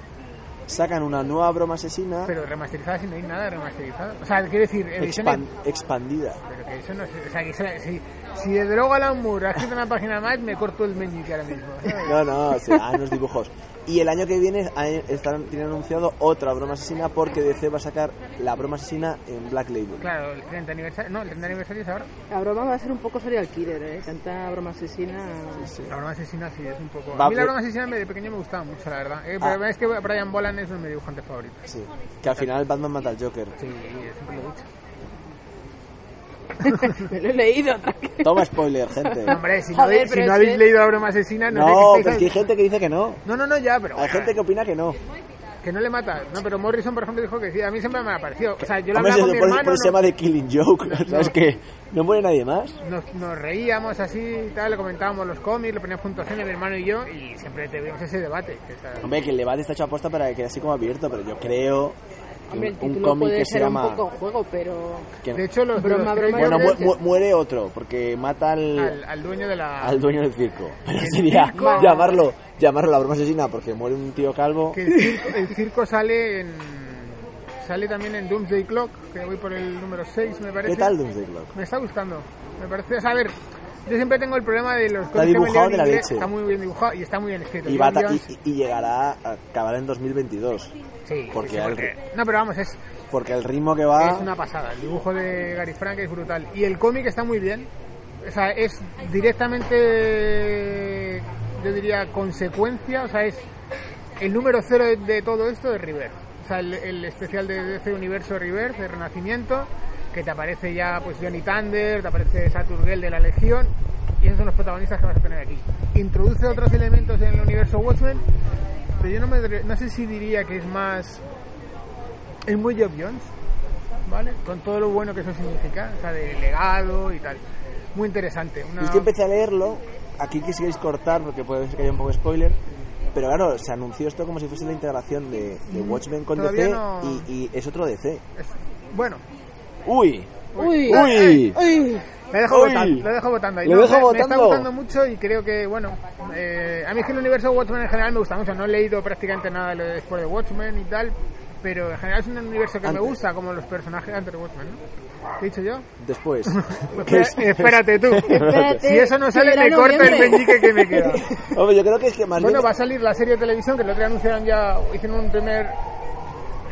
S4: Sacan una nueva broma asesina
S3: pero remasterizada si no hay nada remasterizado. O sea, quiero decir, ediciones...
S4: expan- expandida.
S3: Pero que eso no es... O sea, que eso- si, si de droga la muro has escrito una página más, me corto el meñique ahora mismo. ¿sabes?
S4: No, no, serán los dibujos. Y el año que viene hay- están, tienen anunciado otra broma asesina porque DC va a sacar la broma asesina en Black Label.
S3: Claro, el 30 aniversario... No, el 30 aniversario es ahora.
S2: La broma va a ser un poco serial killer, ¿eh? Tanta broma asesina.
S3: La broma asesina sí, es un poco...
S4: Va,
S3: A mí la
S4: pero-
S3: broma asesina me- de pequeño me gustaba mucho, la verdad. Eh,
S4: Ah.
S3: pero es que Brian Bolan es uno de mis dibujantes favoritos.
S4: Sí. Que al final Batman mata al Joker.
S3: Sí, siempre lo he dicho.
S2: Me [LAUGHS] lo he leído otra vez.
S4: Toma spoiler, gente.
S3: [LAUGHS] [LAUGHS] No, hombre, si no,
S2: Joder,
S3: habéis- si
S2: pero
S3: no
S2: es
S3: habéis
S2: que-
S3: leído la broma asesina, no,
S4: No,
S3: sé qué
S4: pero es que hay
S3: estáis-
S4: gente que dice que no.
S3: No, no, no, ya, pero...
S4: Hay
S3: bueno,
S4: gente que opina que no.
S3: Que no le mata. No, pero Morrison, por ejemplo, dijo que sí. A mí siempre me ha parecido. O sea, yo lo
S4: Hombre,
S3: hablaba con
S4: se
S3: mi
S4: por,
S3: hermano.
S4: por eso
S3: no-
S4: se llama The Killing Joke, [LAUGHS] ¿sabes que ¿No muere nadie más?
S3: nos, nos reíamos así y tal, le comentábamos los cómics, le poníamos puntuaciones mi hermano y yo, y siempre teníamos ese debate. que está-
S4: Hombre, que el debate está hecho aposta para que quede así como abierto, pero yo creo que
S2: Hombre, el
S4: un
S2: título
S4: cómic
S2: puede
S4: que se
S2: ser
S4: llama...
S2: un poco juego, pero...
S4: que-
S3: De hecho, los,
S2: Broma, broma,
S3: los
S4: bueno,
S3: creadores
S4: mu-
S2: Entonces-
S4: mu- muere otro, porque mata al,
S3: al,
S4: al,
S3: al dueño de la...
S4: dueño del circo. [LAUGHS] Pero sería
S3: circo-
S4: [LAUGHS] llamarlo, llamarlo la broma asesina porque muere un tío calvo.
S3: Que el circo, el circo sale en... Sale también en Doomsday Clock, que voy por el número 6, me parece.
S4: ¿Qué tal Doomsday Clock?
S3: Me está gustando. Me parece... O sea, a ver, yo siempre tengo el problema de los
S4: Está
S3: cómics que me
S4: dibujado
S3: leo en
S4: de la
S3: inglés,
S4: leche.
S3: Está muy bien dibujado y está muy bien escrito.
S4: Y,
S3: Yo-
S4: va a ta-
S3: yo-
S4: y- y- y llegará, a- acabará en 2022.
S3: Sí,
S4: porque
S3: sí,
S4: al-
S3: No, pero vamos, es...
S4: Porque el ritmo que va...
S3: Es una pasada. El dibujo de Gary Frank es brutal. Y el cómic está muy bien. O sea, es directamente, yo diría, consecuencia. O sea, es el número cero de, de todo esto de River. O sea, el, el especial de DC Universo River, de Renacimiento, que te aparece ya pues Johnny Thunder, te aparece Saturgel de la Legión. Y esos son los protagonistas que vas a tener aquí. Introduce otros elementos en el universo Watchmen, pero yo no, me, atrevo- no sé si diría que es más... Es muy Job Jones. ¿vale? Con todo lo bueno que eso significa, o sea, de legado y tal. Muy interesante. Una...
S4: Y yo empecé a leerlo, aquí quisierais cortar porque puede ser que haya un poco de spoiler, pero claro, se anunció esto como si fuese la integración de, de Watchmen con
S3: Todavía
S4: DC
S3: no-
S4: y, y es otro DC.
S3: es- Bueno,
S4: ¡Uy!
S2: ¡Uy!
S4: ¡Uy!
S2: ¡Uy!
S3: lo dejo,
S4: Uy.
S3: votando, lo dejo votando ahí.
S4: Lo
S3: No,
S4: dejo
S3: me, me
S4: votando.
S3: está gustando mucho y creo que, bueno, eh, a mí es que el universo Watchmen en general me gusta mucho. No he leído prácticamente nada de lo de después de Watchmen y tal, pero en general es un universo que
S4: Antes.
S3: me gusta, como los personajes antes de Watchmen, ¿no? ¿Qué he dicho yo? [LAUGHS]
S4: Después.
S3: Pues
S4: ¿Qué es?
S3: espera- espérate
S4: [LAUGHS]
S3: tú.
S2: Espérate,
S3: si eso no sale,
S2: será
S3: me corta el
S2: noviembre.
S3: meñique que me queda.
S4: Hombre, yo creo que es que más
S3: Bueno,
S4: bien...
S3: va a salir la serie de televisión que el otro día anunciaron ya, hicieron un primer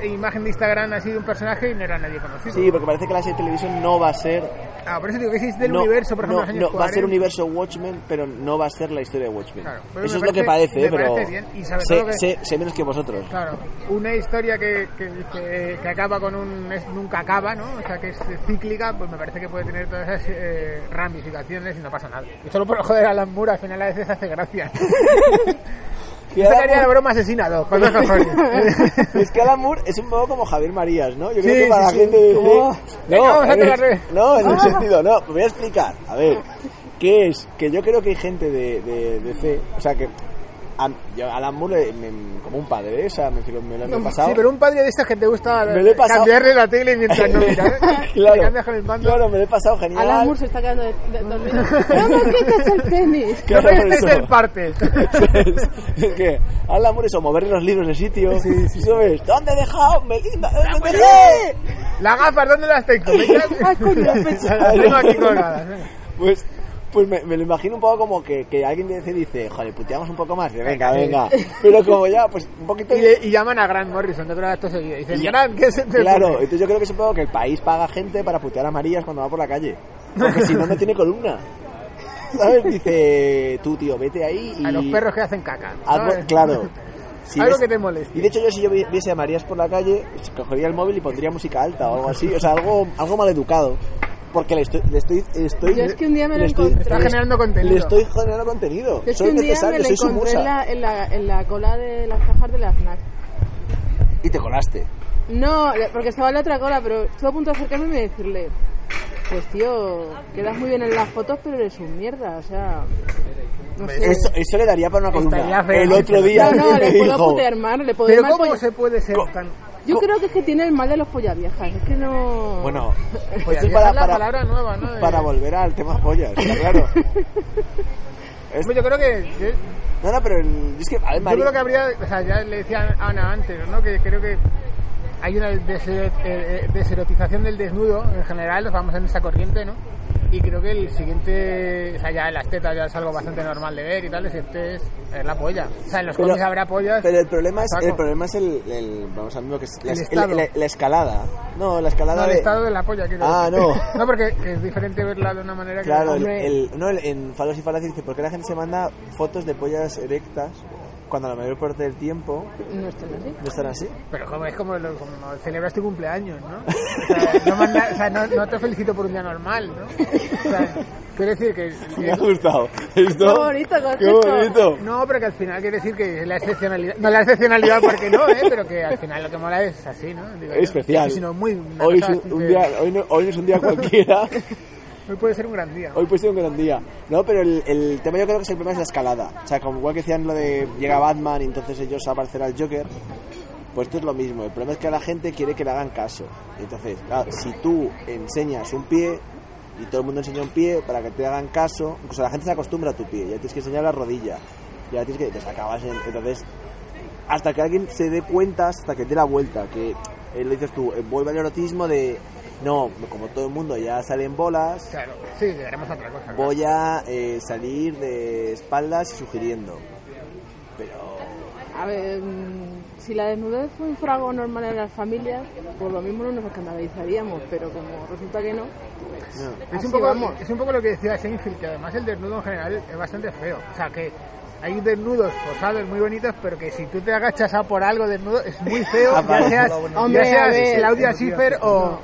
S3: imagen de Instagram así de un personaje y no era nadie conocido.
S4: Sí, porque parece que la serie de televisión no va a ser...
S3: Ah, por eso digo que si es del
S4: no,
S3: universo, por ejemplo,
S4: no,
S3: los años
S4: no, va a ser
S3: 40.
S4: universo Watchmen, pero no va a ser la historia de Watchmen.
S3: Claro, pero
S4: Eso
S3: me
S4: es lo que
S3: parece-
S4: parece,
S3: me
S4: pero
S3: parece bien, y sobre
S4: sé,
S3: todo que-
S4: sé- sé menos que vosotros.
S3: Claro, una historia que, que, que- que acaba con un... es- nunca acaba, ¿no? O sea, que es cíclica, pues me parece que puede tener todas esas eh, ramificaciones y no pasa nada. Y solo por joder a las muras, al final a veces hace
S4: [LAUGHS]
S3: gracia. Yo sacaría la broma asesina dos,
S4: [LAUGHS]
S3: con dos cojones.
S4: Es que Alan Moore es un poco como Javier Marías, ¿no? Yo creo
S3: Sí,
S4: que para
S3: sí,
S4: la gente
S3: sí.
S4: dice...
S3: Oh, venga, vamos a Ah.
S4: en el-
S3: tragarle.
S4: no, en el sentido, no, me voy a explicar. A ver, ¿qué es? Que yo creo que hay gente de, de, de C, o sea que... A, yo a Alan Moore, le- me- como un padre, ¿eh? o sea, me, me lo he pasado.
S3: Sí, pero un padre de estos que te gusta eh,
S4: Me lo he pasado.
S3: cambiarle la tele mientras no
S4: [LAUGHS]
S3: miras. ¿eh? Te
S4: claro,
S3: cambias con el mando. [LAUGHS]
S4: claro, me lo he pasado genial.
S2: Alan Moore se está quedando de- de-
S4: [LAUGHS]
S2: dormido. ¡No me quites el tenis!
S3: No
S4: Claro, por
S3: me
S4: eso.
S3: quites Este el parte.
S4: ¿Sabes? [LAUGHS] es que al amor eso, mover los libros de sitio. ¿Sabes? ¿Dónde he dejado? ¡Me, quita- me dejé!
S3: Las gafas, ¿dónde las tengo? ¿Me
S4: [LAUGHS]
S2: ¡Ah,
S3: echas?
S2: coño, pensé!
S3: Las tengo aquí colgadas. venga.
S4: Pues, pues me, me lo imagino un poco como que, que alguien de DC dice, joder, puteamos un poco más. Y venga, venga. Pero como ya, pues un poquito.
S3: eh. Y, le- y llaman a Grant Morrison, de verdad, esto seguido. Dicen, Grant, ¿qué se te
S4: Claro,
S3: ocurre?".
S4: entonces yo creo que supongo que el país paga gente para putear a Marías cuando va por la calle. Porque si no, no tiene columna. ¿Sabes? Dice, tú, tío, vete ahí y.
S3: A los perros que hacen caca. Eh.
S4: Algo-
S3: ¿sabes?
S4: claro. Si
S3: Algo
S4: ves-
S3: que te moleste.
S4: Y de hecho yo si yo vi- viese a Marías por la calle, cogería el móvil y pondría música alta o algo así, o sea, algo, algo mal educado. Porque le estoy... Le estoy, estoy
S2: Yo es que un día me lo
S4: le estoy-
S2: encontré.
S4: le-
S3: Está generando contenido.
S4: Le estoy generando contenido.
S2: Es que
S4: soy
S2: un día me
S4: necesario,
S2: la
S4: soy su
S2: encontré
S4: musa.
S2: en la, en, la, en la cola de las cajas de la FNAC.
S4: Y te colaste.
S2: No, porque estaba en la otra cola, pero estuve a punto de acercarme y decirle... Pues tío, quedas muy bien en las fotos, pero eres un mierda, o sea... No sé...
S4: Eso, eso le daría para una
S3: Estaría
S4: columna.
S3: feo.
S4: El otro día
S2: No, no,
S4: [LAUGHS] me
S2: le puedo
S4: dijo...
S2: putear mal, le puedo ir
S3: Pero
S2: mal
S3: ¿cómo
S2: polla-
S3: se puede ser
S4: Co-
S3: tan...?
S2: Yo creo que es que tiene el mal de los pollaviejas, es que no...
S4: Bueno,
S3: [LAUGHS]
S4: pues
S3: Oye,
S4: esto es
S3: Pues es
S4: para,
S3: la
S4: para-
S3: palabra nueva, ¿no? Eh, De-
S4: para volver al tema pollas,
S3: [LAUGHS]
S4: está claro. Es-
S3: Hombre, Yo creo que... que-
S4: no, no, pero el- es que... a ver,
S3: Yo
S4: María-
S3: creo que habría, o sea, ya le decía a Ana antes, ¿no? Que creo que hay una desero- eh, eh, deserotización del desnudo en general, nos vamos en esa corriente, ¿no? Y creo que el siguiente, o sea, ya las tetas ya es algo bastante normal de ver y tal, el siguiente es, es la polla. O sea, en los
S4: Pero-
S3: cómics habrá pollas.
S4: Pero el problema es
S3: Paco.
S4: el problema es el, el- vamos a ver lo que es la,
S3: El
S4: el-
S3: estado.
S4: la- la escalada. No, la escalada
S3: no, el
S4: de-
S3: estado de la polla, quiero
S4: Ah,
S3: decir.
S4: no.
S3: [LAUGHS] No, porque que es diferente verla de una manera
S4: Claro,
S3: que...
S4: el,
S2: Hombre.
S4: el- no, el- en Falos y Falacias dice, ¿por qué la gente se manda fotos de pollas erectas cuando la mayor parte del tiempo
S2: No están así.
S4: no están así.
S3: Pero como, es como, lo- como celebras tu cumpleaños, ¿no? O sea, no, manda- o sea, no- no te felicito por un día normal, ¿no? O sea, quiero decir que...
S4: [LAUGHS] Me ha gustado. Esto,
S2: Qué bonito
S4: ¡Qué
S2: concepto.
S4: bonito!
S3: No, pero que al final quiere decir que la excepcionalidad... No, la excepcionalidad porque no, ¿eh? Pero que al final lo que mola es así, ¿no? Digo
S4: Es
S3: yo.
S4: especial.
S3: Sino muy... una
S4: Hoy, es
S3: cosa
S4: un- un
S3: bastante-
S4: día- hoy no, hoy no es un día
S3: [LAUGHS]
S4: cualquiera.
S3: Hoy puede ser un gran día.
S4: Hoy puede ser un gran día. No, pero el, el tema yo creo que es el problema es la escalada. O sea, como igual que decían lo de llega Batman y entonces ellos aparecen al Joker, pues esto es lo mismo. El problema es que la gente quiere que le hagan caso. Entonces, claro, si tú enseñas un pie y todo el mundo enseña un pie para que te hagan caso, o sea, la gente se acostumbra a tu pie, ya tienes que enseñar la rodilla, ya tienes que... Entonces, acabas en- entonces hasta que alguien se dé cuenta, hasta que dé la vuelta, que eh, lo dices tú, eh, vuelve al erotismo de... No, como todo el mundo ya sale en bolas,
S3: Claro, sí, haremos otra cosa. claro.
S4: Voy a eh, salir de espaldas y sugiriendo. Pero.
S2: A ver, mm, si la desnudez fue un frago normal en las familias, por lo mismo no nos escandalizaríamos, pero como resulta que no,
S4: No.
S3: Es
S2: Así
S3: un, poco,
S2: vamos.
S3: es un poco lo que decía Seinfeld, que además el desnudo en general es bastante feo. O sea, que hay desnudos posados muy bonitos, pero que si tú te agachas a por algo desnudo es muy feo,
S4: Ah, vale.
S3: ya seas,
S2: Hombre,
S3: ya seas
S2: a ver.
S3: el audio Schiffer o...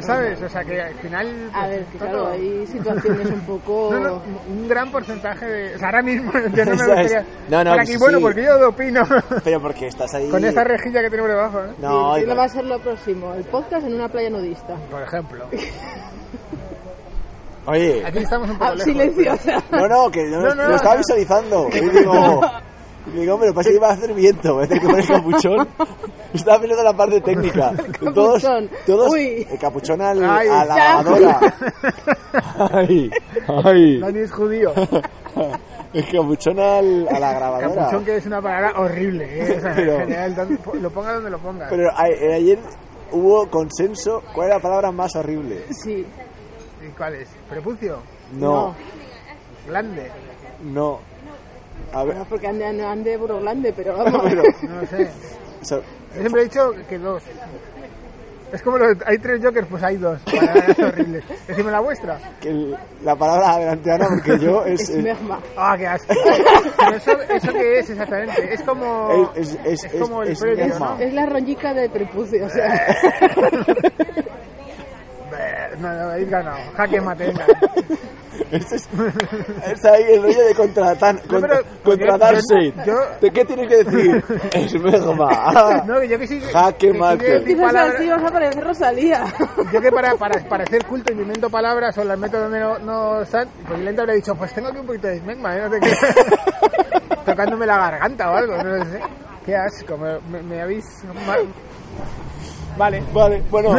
S3: ¿Sabes? O sea, que al final...
S2: a
S3: pues,
S2: ver, que
S3: todo-
S2: claro, hay situaciones un poco...
S3: [LAUGHS] No, no, un gran porcentaje de... O sea, ahora mismo [LAUGHS] yo no me
S4: Eso es.
S3: gustaría...
S4: No, no, pues
S3: para aquí,
S4: sí.
S3: Bueno, porque yo
S4: [LAUGHS]
S3: opino
S4: Pero porque estás ahí.
S3: con esta rejilla que tenemos debajo, ¿eh?
S4: No,
S2: Sí,
S4: oye,
S2: ¿qué va a ser lo próximo? El podcast en una playa nudista.
S3: Por ejemplo.
S4: oye.
S3: Aquí estamos un poco
S2: Ah,
S3: lejos.
S2: silencio, o sea,
S4: No, no, que no,
S3: No, no,
S4: lo estaba
S3: no.
S4: visualizando. Y digo. y digo, hombre, pasa que iba a hacer viento, voy a tener que poner capuchón. Estaba viendo la parte técnica. Todos,
S2: Capuchón.
S4: todos,
S2: Uy.
S4: el capuchón al,
S3: Ay.
S4: a la
S2: Ya.
S4: lavadora. Ay, ay.
S3: Dani es judío.
S4: [LAUGHS] El capuchón al, a la grabadora.
S3: Capuchón que es una palabra horrible, ¿eh? O sea,
S4: Pero-
S3: en general, don- po- lo ponga donde lo ponga.
S4: Pero a- eh, ayer hubo consenso. ¿Cuál es la palabra más horrible?
S2: [LAUGHS] sí.
S3: ¿Y cuál es? ¿Prepucio?
S4: No,
S3: ¿Glande?
S4: no. A ver, [LAUGHS]
S2: No es porque ande, ande burro grande, pero vamos.
S4: pero,
S3: No lo sé.
S4: o sea,
S3: Yo siempre he dicho que dos. Es como los, hay tres jokers, pues hay dos. Palabras horribles. Decime la vuestra.
S4: que el- la palabra adelante Ana,
S3: [LAUGHS]
S4: porque yo es, eh,
S2: es
S4: es, [LAUGHS]
S2: merma.
S3: ¡Ah, qué asco! Pero eso, ¿eso qué es exactamente? Es como...
S4: Es- es- es-
S3: como
S4: es-
S3: el
S4: es
S3: previo,
S4: merma.
S3: ¿no?
S2: Es la rollica de prepucio, o sea.
S3: [LAUGHS] Bleh, No, no, habéis ganado. Jaque mate,
S4: [LAUGHS]
S3: venga.
S4: es- Este es- es ahí el rollo de contratar,
S3: No, pero-
S4: contra- contratarse.
S3: yo-
S4: ¿De qué tienes
S3: [LAUGHS]
S4: que decir? Es merma. Ah,
S3: No, yo que sí... que-
S4: Jaque
S3: que sí que
S4: mate.
S3: decir
S2: Dices
S3: palabras-
S2: así, vas a parecer Rosalía.
S3: Yo que para, para parecer culto y invento palabras o las meto donde no, no están, pues yo lento habría dicho, pues tengo aquí un poquito de smegma, ¿eh? no te
S4: [LAUGHS]
S3: creas. Tocándome la garganta o algo, no lo sé. Qué asco, me, me- me habéis... Vale.
S4: Vale,
S3: [LAUGHS]
S4: bueno,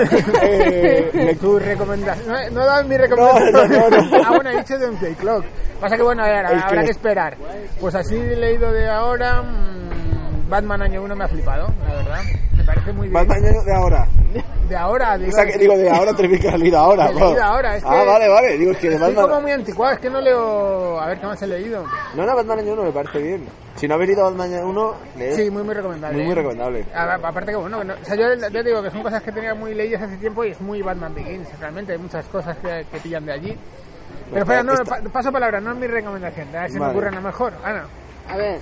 S4: eh, [LAUGHS] le-
S3: Tu recomendación. No, he- no he dado mi recomendación.
S4: No, no, no, no.
S3: Ah, bueno, he dicho de un play clock. Pasa que bueno, a ver,
S4: Es que-
S3: habrá que esperar. Pues así leído de ahora, mm, Batman año 1 me ha flipado, la verdad. Me parece muy
S4: más
S3: bien.
S4: mañana de ahora.
S3: De ahora, digo,
S4: O sea, que digo de ahora, te que leído ahora.
S3: He
S4: claro.
S3: leído ahora, es
S4: ah,
S3: que-
S4: vale, vale. Digo, es que de
S3: Estoy como
S4: Batman.
S3: muy anticuado, es que no leo. A ver qué más he leído.
S4: No, no, Batman año 1 me parece bien. Si no habéis leído Batman año 1, leed.
S3: Sí, muy, muy recomendable.
S4: ¿Eh? Muy, muy recomendable.
S3: A- Aparte que bueno, que no- o sea, yo ya te digo que son cosas que tenía muy leídas hace tiempo y es muy Batman Begins, realmente hay muchas cosas que, que pillan de allí. Pero espera, no,
S4: Esta-
S3: pa- paso palabra, no es mi recomendación, a ver si
S4: Pues Vale.
S3: me ocurre una mejor. Ah, Ana,
S2: A ver,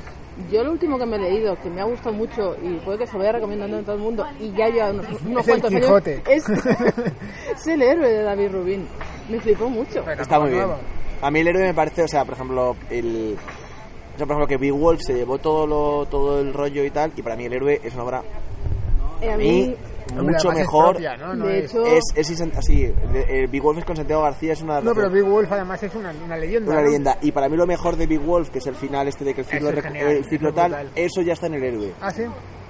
S2: yo lo último que me he leído, que me ha gustado mucho y puede que se vaya recomendando a todo el mundo, y ya lleva unos, unos
S3: Es el
S2: cuantos años,
S3: Quijote.
S2: es, [LAUGHS] es el héroe de David Rubin. Me flipó mucho.
S3: Bueno,
S4: Está muy bien.
S3: nuevo.
S4: A mí el héroe me parece, o sea, por ejemplo, el. o sea, por ejemplo, que Big Wolf se llevó todo, lo, todo el rollo y tal, y para mí el héroe es una obra
S2: Eh,
S4: a mí,
S3: Hombre,
S4: mucho
S3: además es
S4: mejor.
S3: propia, ¿no? No
S2: de
S3: es-
S2: hecho,
S4: Es, es insen- así, el- el Big Wolf es con Santiago García, es una,
S3: no, pero Big Wolf además es una, una leyenda.
S4: una
S3: ¿no?
S4: leyenda. Y para mí lo mejor de Big Wolf, que es el final este de que el ciclo,
S3: Eso es
S4: rec-
S3: genial,
S4: el ciclo
S3: eso es
S4: tal,
S3: brutal.
S4: eso ya está en el héroe.
S3: Ah, sí.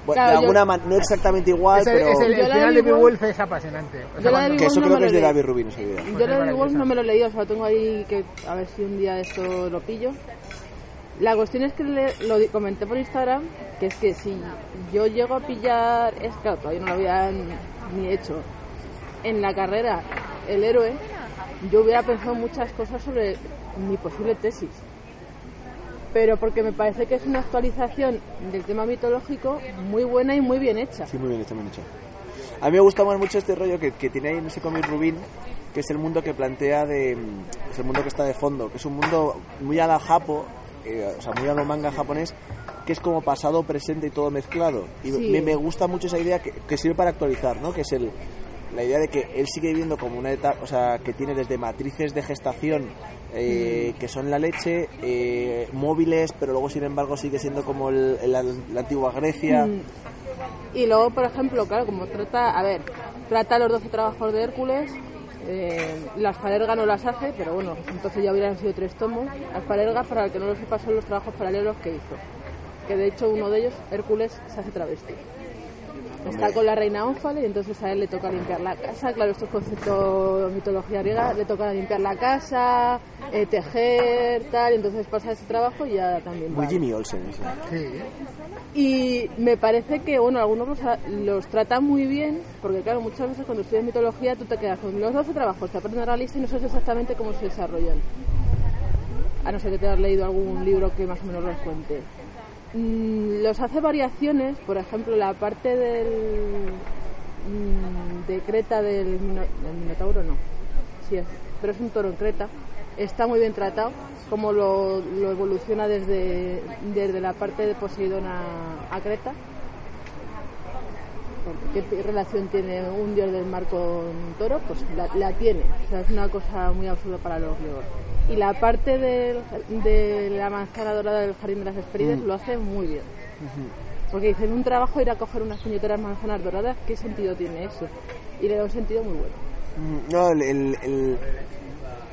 S4: Bueno,
S2: Claro,
S4: de
S2: yo-
S4: alguna manera, no exactamente igual,
S3: Ese-
S4: pero.
S3: ese- el,
S2: Yo la
S3: final
S2: de
S3: de
S2: Big
S3: Big Wolf es apasionante. O sea,
S2: Yo la de
S3: cuando-
S2: Big
S4: que
S2: Wolf
S4: eso
S2: no
S4: creo
S2: me
S4: que es
S2: lo leí.
S4: de David Rubin esa
S2: Yo lo
S4: idea.
S2: de Big Wolf
S3: maravillosa.
S2: no me lo he leído, o sea, lo tengo ahí que a ver si un día esto lo pillo. La cuestión es que le- lo di- comenté por Instagram, que es que si yo llego a pillar, es claro, todavía no lo habían ni hecho, en la carrera el héroe, yo hubiera pensado muchas cosas sobre mi posible tesis. Pero porque me parece que es una actualización del tema mitológico muy buena y muy bien hecha.
S4: Sí, muy bien hecho, muy bien hecho. A mí me gusta más mucho este rollo que, que tiene ahí en ese cómic Rubín, que es el mundo que plantea de... mm, Es el mundo que está de fondo, que es un mundo muy a la japo, eh, o sea, muy a lo manga japonés, que es como pasado, presente y todo mezclado. Y
S2: Sí.
S4: me, me gusta mucho esa idea que, que sirve para actualizar, ¿no? Que es el, la idea de que él sigue viviendo como una etapa, o sea, que tiene desde matrices de gestación eh,
S2: Mm.
S4: que son la leche, eh, móviles, pero luego sin embargo sigue siendo como el- el- la, la antigua Grecia.
S2: Mm. Y luego, por ejemplo, claro, como trata, a ver, trata a los 12 trabajos de Hércules, eh, las falergas no las hace, pero bueno, entonces ya hubieran sido tres tomos. Las falergas, para el que no lo sepa, son los trabajos paralelos que hizo. Que de hecho uno de ellos, Hércules, se hace travesti. Está con la reina Ónfale y entonces a él le toca limpiar la casa, claro, estos conceptos mitología griega, le toca limpiar la casa, eh, tejer, tal, y entonces pasa ese trabajo y ya también
S4: Muy
S2: va.
S4: Jimmy Olsen. eso.
S2: Y me parece que, bueno, algunos los, los tratan muy bien, porque claro, muchas veces cuando estudias mitología tú te quedas con los 12 trabajos, te aprendes la lista y no sabes exactamente cómo se desarrollan. A no ser que te hayas leído algún libro que más o menos los cuente. Mm, los hace variaciones, por ejemplo, la parte del mm, de Creta del, Mino- del Minotauro, no, sí es, pero es un toro en Creta, está muy bien tratado, como lo, lo evoluciona desde, desde la parte de Poseidón a, a Creta. ¿Qué t- relación tiene un dios del mar con un toro? Pues la, la tiene. O sea, es una cosa muy absurda para los griegos. Y la parte del- de la manzana dorada del jardín de las Hesperides
S4: Mm.
S2: lo hace muy bien. Porque dicen un trabajo ir a coger unas puñeteras manzanas doradas, ¿qué sentido tiene eso? Y le da un sentido muy bueno.
S4: Mm, No, el, el- el-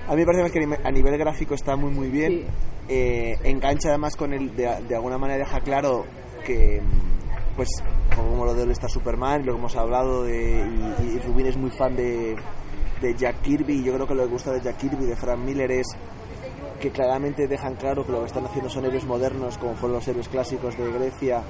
S4: a mí me parece que a nivel- a nivel gráfico está muy muy bien.
S2: Sí.
S4: Eh, engancha además con el, de, de alguna manera deja claro que, mm, pues, como lo de él está Superman, lo que hemos hablado de, y, y Rubin es muy fan de, de Jack Kirby, y yo creo que lo que gusta de Jack Kirby, de Frank Miller es que claramente dejan claro que lo que están haciendo son héroes modernos, como fueron los héroes clásicos de Grecia,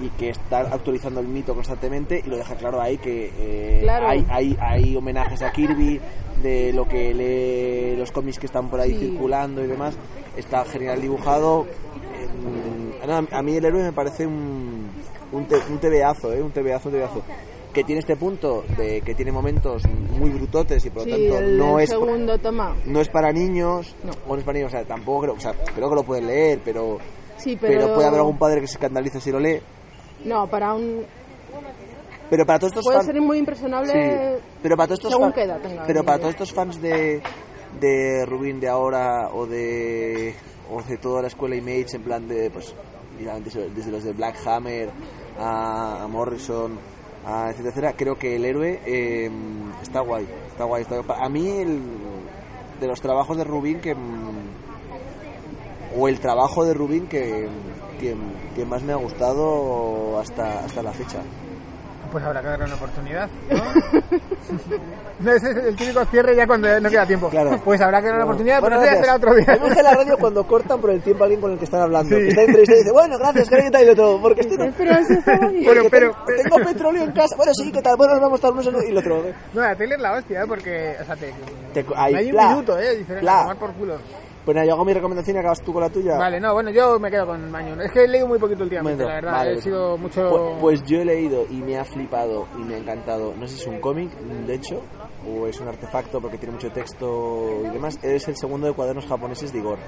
S4: y que están actualizando el mito constantemente, y lo deja claro ahí que eh,
S2: Claro.
S4: hay, hay, hay homenajes a Kirby, de lo que lee los cómics que están por ahí
S2: Sí.
S4: circulando y demás. Está genial dibujado. Eh, nada, a mí el héroe me parece un, un, te- un tebeazo, ¿eh? un tebeazo, un tebeazo. Que tiene este punto de que tiene momentos muy brutotes y por lo
S2: sí,
S4: tanto
S2: el,
S4: no
S2: el
S4: es
S2: segundo toma.
S4: no es para niños,
S2: No.
S4: o no es para niños, o sea, tampoco creo, o sea, creo que lo pueden leer, pero,
S2: Sí,
S4: pero...
S2: pero,
S4: puede haber algún padre que se escandalice si lo lee.
S2: No, para un...
S4: Pero para todos estos
S2: Puede
S4: fan-
S2: ser muy impresionable.
S4: Sí, pero para todos estos
S2: según
S4: fan-
S2: qué edad tenga
S4: pero
S2: el
S4: para
S2: niño.
S4: todos estos fans de de Rubín de ahora o de o de toda la escuela Image en plan de pues mira, desde, desde los de Black Hammer a, a Morrison a etcétera, etcétera, creo que el héroe eh, está guay está guay está guay. a mí el, de los trabajos de Rubín que mm, o el trabajo de Rubín que, que, que más me ha gustado hasta hasta la fecha
S3: Pues habrá que darle una oportunidad. [LAUGHS] No, ese es el típico cierre ya cuando no queda tiempo.
S4: Claro.
S3: Pues habrá que dar una
S4: Bueno,
S3: oportunidad, pero
S4: bueno,
S3: eso ya
S4: gracias.
S3: será otro
S4: A mí Me gusta
S3: día.
S4: la radio cuando cortan por el tiempo a alguien con el que están hablando.
S3: Sí.
S4: Que está en entrevista y dice, bueno, gracias, creo que te ha ido todo. Porque estoy... [LAUGHS]
S2: Pero eso está muy bien.
S3: Bueno,
S4: porque
S3: pero-
S4: tengo, tengo petróleo en casa. Bueno, sí, ¿qué tal? Bueno, nos vamos a estar unos en- y el otro.
S3: [LAUGHS] No, la tele es la hostia, ¿eh? porque, o sea, te,
S4: Te- ahí,
S3: hay un
S4: pla,
S3: minuto, ¿eh? Diferente,
S4: pla.
S3: a tomar por culo.
S4: Pues nada, yo hago mi recomendación y acabas tú con la tuya.
S3: Vale, no, bueno, yo me quedo con Mañón. Es que he leído muy poquito últimamente,
S4: Bueno,
S3: la verdad.
S4: vale.
S3: He sido mucho...
S4: Pues, pues yo he leído y me ha flipado y me ha encantado. No sé si es un cómic, de hecho, o es un artefacto porque tiene mucho texto y demás. Es el segundo de cuadernos japoneses de Igor.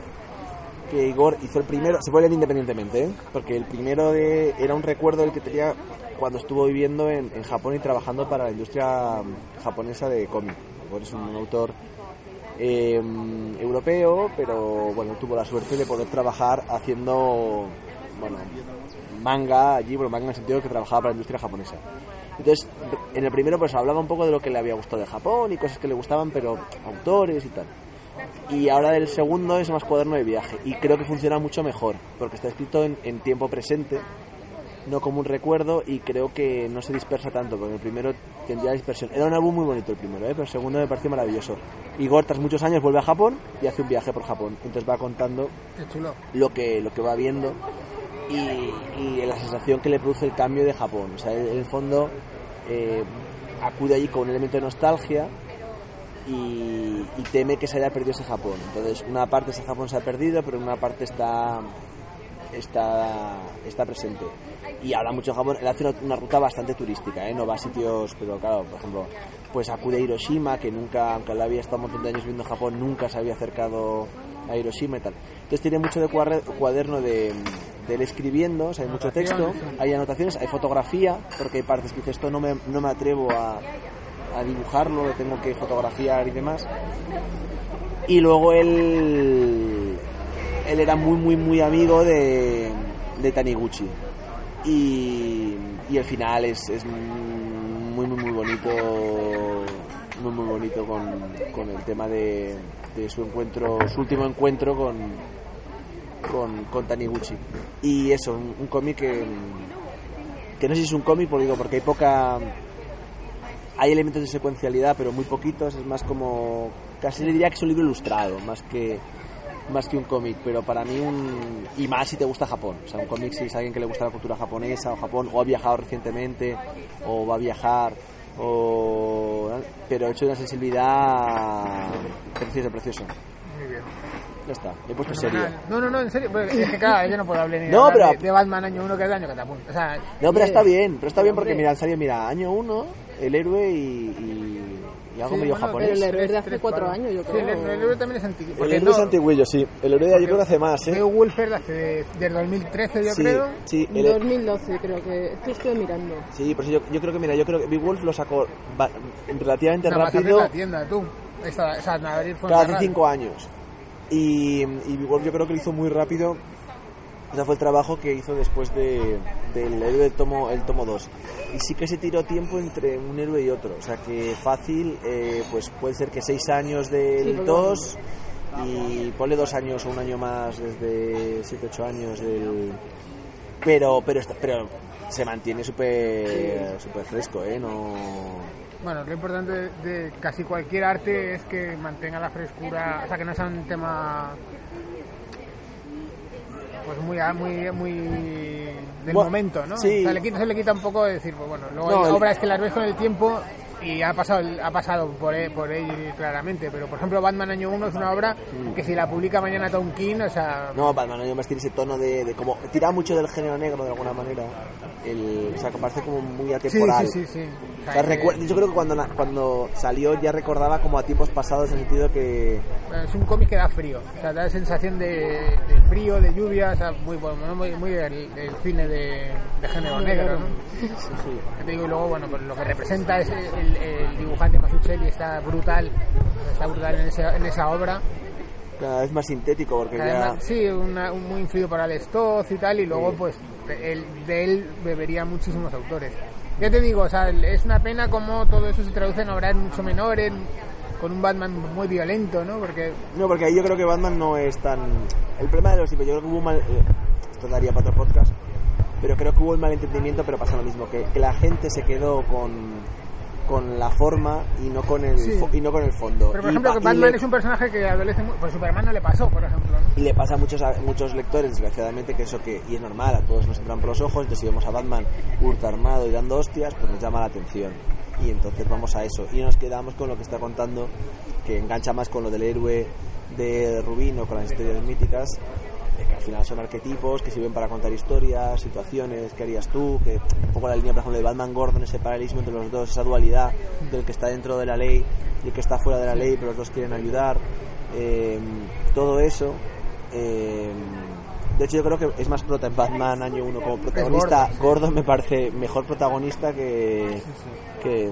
S4: Que Igor hizo el primero, se puede leer independientemente, ¿eh? porque el primero de, era un recuerdo del que tenía cuando estuvo viviendo en, en Japón y trabajando para la industria mm, japonesa de cómic. Igor es un autor eh, europeo, pero bueno, tuvo la suerte de poder trabajar haciendo, bueno, manga allí, bueno, manga en el sentido que trabajaba para la industria japonesa. Entonces, en el primero pues hablaba un poco de lo que le había gustado de Japón y cosas que le gustaban, pero autores y tal. Y ahora del segundo es más cuaderno de viaje y creo que funciona mucho mejor, porque está escrito en, en tiempo presente, no como un recuerdo y creo que no se dispersa tanto, porque el primero tendría dispersión. Era un álbum muy bonito el primero, ¿eh? pero el segundo me pareció maravilloso. Igor tras muchos años vuelve a Japón y hace un viaje por Japón, entonces va contando
S3: Qué chulo.
S4: lo que, lo que va viendo y, y la sensación que le produce el cambio de Japón. O sea, él, en el fondo eh, acude allí con un elemento de nostalgia y, y teme que se haya perdido ese Japón. Entonces, una parte ese Japón se ha perdido, pero en una parte está está, está presente. Y habla mucho de Japón. Él hace una, una ruta bastante turística, ¿eh? no va a sitios, pero claro, por ejemplo, pues acude a Hiroshima, que nunca, aunque él había estado un montón de años viviendo en Japón, nunca se había acercado a Hiroshima y tal. Entonces tiene mucho de cuadre- cuaderno de, de él escribiendo, o sea, hay mucho texto, hay anotaciones, hay fotografía, porque hay partes que dice esto no me, no me atrevo a, a dibujarlo, lo tengo que fotografiar y demás. Y luego él, él era muy, muy, muy amigo de, de Taniguchi. Y, y el final es, es muy, muy, muy bonito, muy, muy bonito con, con el tema de, de su encuentro, su último encuentro con, con, con Taniguchi. Y eso, un, un cómic que, que no sé si es un cómic, porque, digo, porque hay poca, hay elementos de secuencialidad, pero muy poquitos. Es más como. Casi le diría que es un libro ilustrado, más que, más que un cómic. Pero para mí, un. Y más si te gusta Japón. O sea, un cómic si es alguien que le gusta la cultura japonesa o Japón, o ha viajado recientemente, o va a viajar, o. Pero hecho de una sensibilidad. Precioso, precioso.
S3: Muy bien.
S4: Ya está. Le he puesto serio.
S3: No, no, no, en serio. Pues es que claro, yo no puedo hablar ni de,
S4: No,
S3: hablar
S4: pero-
S3: de, de Batman año uno que es año que te apunta. O sea,
S4: No, pero está bien, pero está bien porque
S2: Hombre.
S4: mira, han salido, mira, año 1, el héroe y, y- y algo
S3: sí,
S4: medio
S3: bueno,
S4: japonés.
S2: pero
S3: tres-
S2: el héroe de hace
S3: tres,
S2: cuatro
S3: cuatro.
S2: años, yo
S3: Sí,
S2: creo.
S3: el, el héroe también es antiguo.
S4: El
S3: porque
S4: héroe es
S3: no-
S4: antiguillo, sí. El héroe yo creo que hace más, ¿eh?
S3: Beowulf es de hace, del 2013, yo
S4: sí,
S3: creo.
S4: sí, el-
S2: 2012 creo que esto estoy mirando.
S4: sí, por eso yo, yo creo que, mira, yo creo que Big Wolf lo sacó ba- relativamente
S3: No, vas a abrir
S4: rápido,
S3: la tienda, tú. Esta, o sea, en abril fue
S4: cada
S3: en
S4: hace
S3: Ferrari.
S4: cinco años. Y, y Big Wolf yo creo que lo hizo muy rápido. Ese fue el trabajo que hizo después de, del héroe del tomo, el tomo 2. Y sí que se tiró tiempo entre un héroe y otro. O sea que fácil, eh, pues puede ser que seis años
S2: Sí,
S4: del
S2: porque-
S4: 2 y ponle dos años o un año más desde siete, ocho años del, pero pero está- pero se mantiene súper súper fresco eh no
S3: Bueno, lo importante de, de casi cualquier arte es que mantenga la frescura, o sea, que no sea un tema pues muy a- muy muy del
S4: Bueno,
S3: momento, ¿no?
S4: sí.
S3: O sea, le quita, se le quita un poco de decir, pues bueno, luego
S4: No,
S3: hay
S4: el-
S3: obras que las ves con el tiempo y ha pasado el- ha pasado por él, por él claramente, pero por ejemplo Batman año 1 es una obra que si la publica mañana Tom King, o sea,
S4: no Batman yo más tiene ese tono de, de como tira mucho del género negro de alguna manera el o sea que parece como muy
S3: sí,
S4: atemporal
S3: sí, sí, sí. O
S4: O
S3: sea,
S4: sea,
S3: que-
S4: recuer- yo creo que cuando, la- cuando salió ya recordaba como a tiempos pasados en el sentido que
S3: Bueno, Es un cómic que da frío, o sea, da sensación de, de frío, de lluvia, o sea, muy, bueno, muy, muy del, del cine de, de género negro, ¿no? Ya Te digo, y luego, bueno, pues lo que representa es el, el dibujante Masuchelli, está brutal, está brutal en, esa- en esa obra.
S4: cada vez más sintético porque
S3: Además,
S4: ya
S3: sí, una- un- muy influido por Alex Toth y tal, y luego, pues, de él, de él beberían muchísimos autores. Ya te digo, o sea, el- es una pena como todo eso se traduce en obras mucho menores, con un Batman muy violento, ¿no? Porque
S4: No, porque ahí yo creo que Batman no es tan. El problema de los tipos, yo creo que hubo un mal. eh, Esto daría para otro podcast. Pero creo que hubo el malentendimiento, pero pasa lo mismo, que, que la gente se quedó con, con la forma y no con el,
S3: Sí.
S4: fo- y no con el fondo.
S3: Pero por
S4: Y
S3: ejemplo,
S4: pa-
S3: que
S4: y
S3: Batman
S4: le-
S3: es un personaje que adolece mucho. Pues Superman no le pasó, por ejemplo. ¿no?
S4: y le pasa a muchos, a muchos lectores, desgraciadamente, que eso que, y es normal, a todos nos entran por los ojos, entonces si vemos a Batman hurta armado y dando hostias, pues nos llama la atención. Y entonces vamos a eso. Y nos quedamos con lo que está contando, que engancha más con lo del héroe de Rubino, con las historias míticas, eh, que al final son arquetipos que sirven para contar historias, situaciones, qué harías tú, que un poco la línea, por ejemplo, de Batman Gordon, ese paralelismo entre los dos, esa dualidad del que está dentro de la ley y el que está fuera de la ley, pero los dos quieren ayudar. eh, todo eso. eh, de hecho, yo creo que es más prota en Batman año 1 como protagonista.
S3: Gordon, sí.
S4: Gordon me parece mejor protagonista que, que,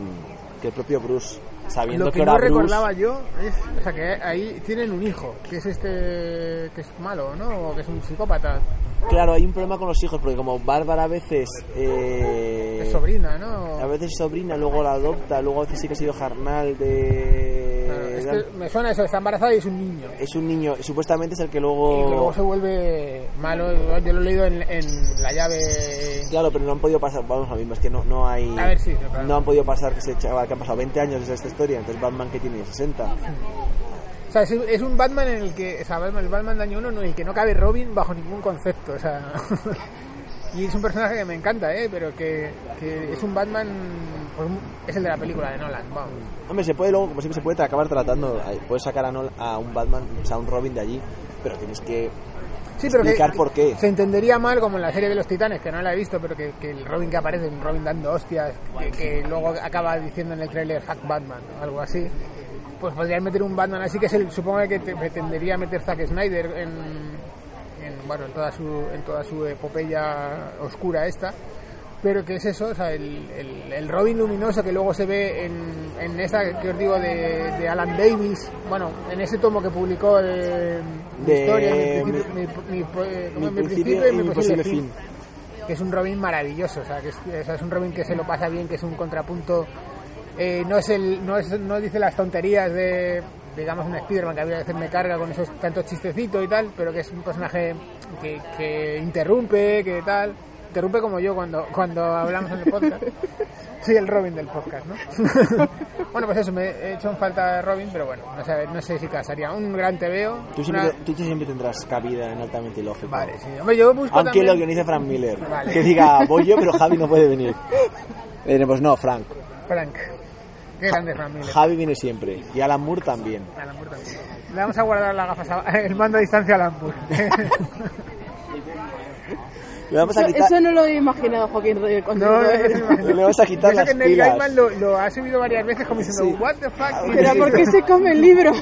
S4: que el propio Bruce. Sabiendo
S3: Lo que,
S4: ahora
S3: no
S4: Bruce-
S3: recordaba yo es. O sea, que ahí tienen un hijo, que es este. que es malo, ¿no? O que es un psicópata.
S4: Claro, hay un problema con los hijos, porque como Bárbara a veces. eh,
S3: Es sobrina, ¿no?
S4: A veces es sobrina, luego la adopta, luego a veces sí que ha sido jarnal de...
S3: Claro, es que me suena eso, está embarazada y es un niño.
S4: Es un niño, supuestamente es el que
S3: Y
S4: luego...
S3: luego se vuelve malo. Yo lo he leído en, en la llave.
S4: Claro, pero no han podido pasar, vamos a mismo, es que no, no hay...
S3: A ver, sí, sí, claro.
S4: No han podido pasar que ese chaval, que han pasado 20 años desde esta historia, entonces Batman que tiene 60.
S3: O sea, es, es un Batman en el que, o sea, Batman- el Batman de año uno en el que no cabe Robin bajo ningún concepto, o sea. [LAUGHS] y es un personaje que me encanta, ¿eh? Pero que, que es un Batman. pues, es el de la película de Nolan, vamos.
S4: Hombre, se puede luego, como siempre, se puede acabar tratando, ay, puedes sacar a, Nol- a un Batman, o sea, a un Robin de allí, pero tienes que
S3: Sí, pero que-
S4: explicar
S3: que
S4: por qué.
S3: Se entendería mal, como en la serie de los titanes, que no la he visto, pero que, que el Robin que aparece, un Robin dando hostias, que, que luego acaba diciendo en el trailer Hack Batman o algo así. Pues podrían meter un Batman así, que es el, supongo que te- pretendería meter Zack Snyder en, en, bueno, en, toda su, en toda su epopeya oscura esta. Pero que es eso, o sea, el, el- el Robin luminoso que luego se ve en, en esta que os digo de, de Alan Davis, bueno, en ese tomo que publicó eh, de, mi
S4: De-
S3: historia, mi principio- mi, mi- eh,
S4: Mi
S3: mi
S4: principio
S3: principio y
S4: y
S3: mi
S4: mi
S3: posible
S4: posible
S3: fin. Que es un Robin maravilloso, o sea, que es, o sea, es un Robin que se lo pasa bien, que es un contrapunto. eh, no es el, no es, no dice las tonterías de, digamos, un Spiderman que a veces me carga con esos tantos chistecitos y tal, pero que es un personaje que, que interrumpe, que tal, interrumpe como yo cuando cuando hablamos en el podcast. [LAUGHS] Soy el Robin del podcast, ¿no? [LAUGHS] bueno, pues eso, me he hecho en falta de Robin, pero bueno, no sé, no sé si casaría. Un gran te veo.
S4: Tú siempre, tú siempre tendrás cabida en altamente ilógico.
S3: Vale, sí. Hombre, yo busco
S4: Aunque
S3: también-
S4: lo guionice Frank Miller.
S3: Vale.
S4: Que diga, voy yo, pero Javi no puede venir. Le diremos, no, Frank.
S3: Frank. Qué grande familia.
S4: Javi viene siempre. Y Alan Moore también.
S3: Alan Moore también. Le vamos a guardar las gafas, a- [LAUGHS] el mando a distancia a Alan
S4: [LAUGHS]
S3: Moore.
S4: Le vamos a
S2: Eso,
S4: quitar,
S2: eso no lo he imaginado, Joaquín Reyes. cuando
S3: no,
S2: lo-
S4: le vamos a quitar
S3: Eso
S4: las
S3: que Neil
S4: pilas.
S3: Gaiman lo, lo ha subido varias veces como diciendo,
S4: Sí.
S3: what the fuck.
S4: Pero
S2: Pero ¿por qué se come el libro?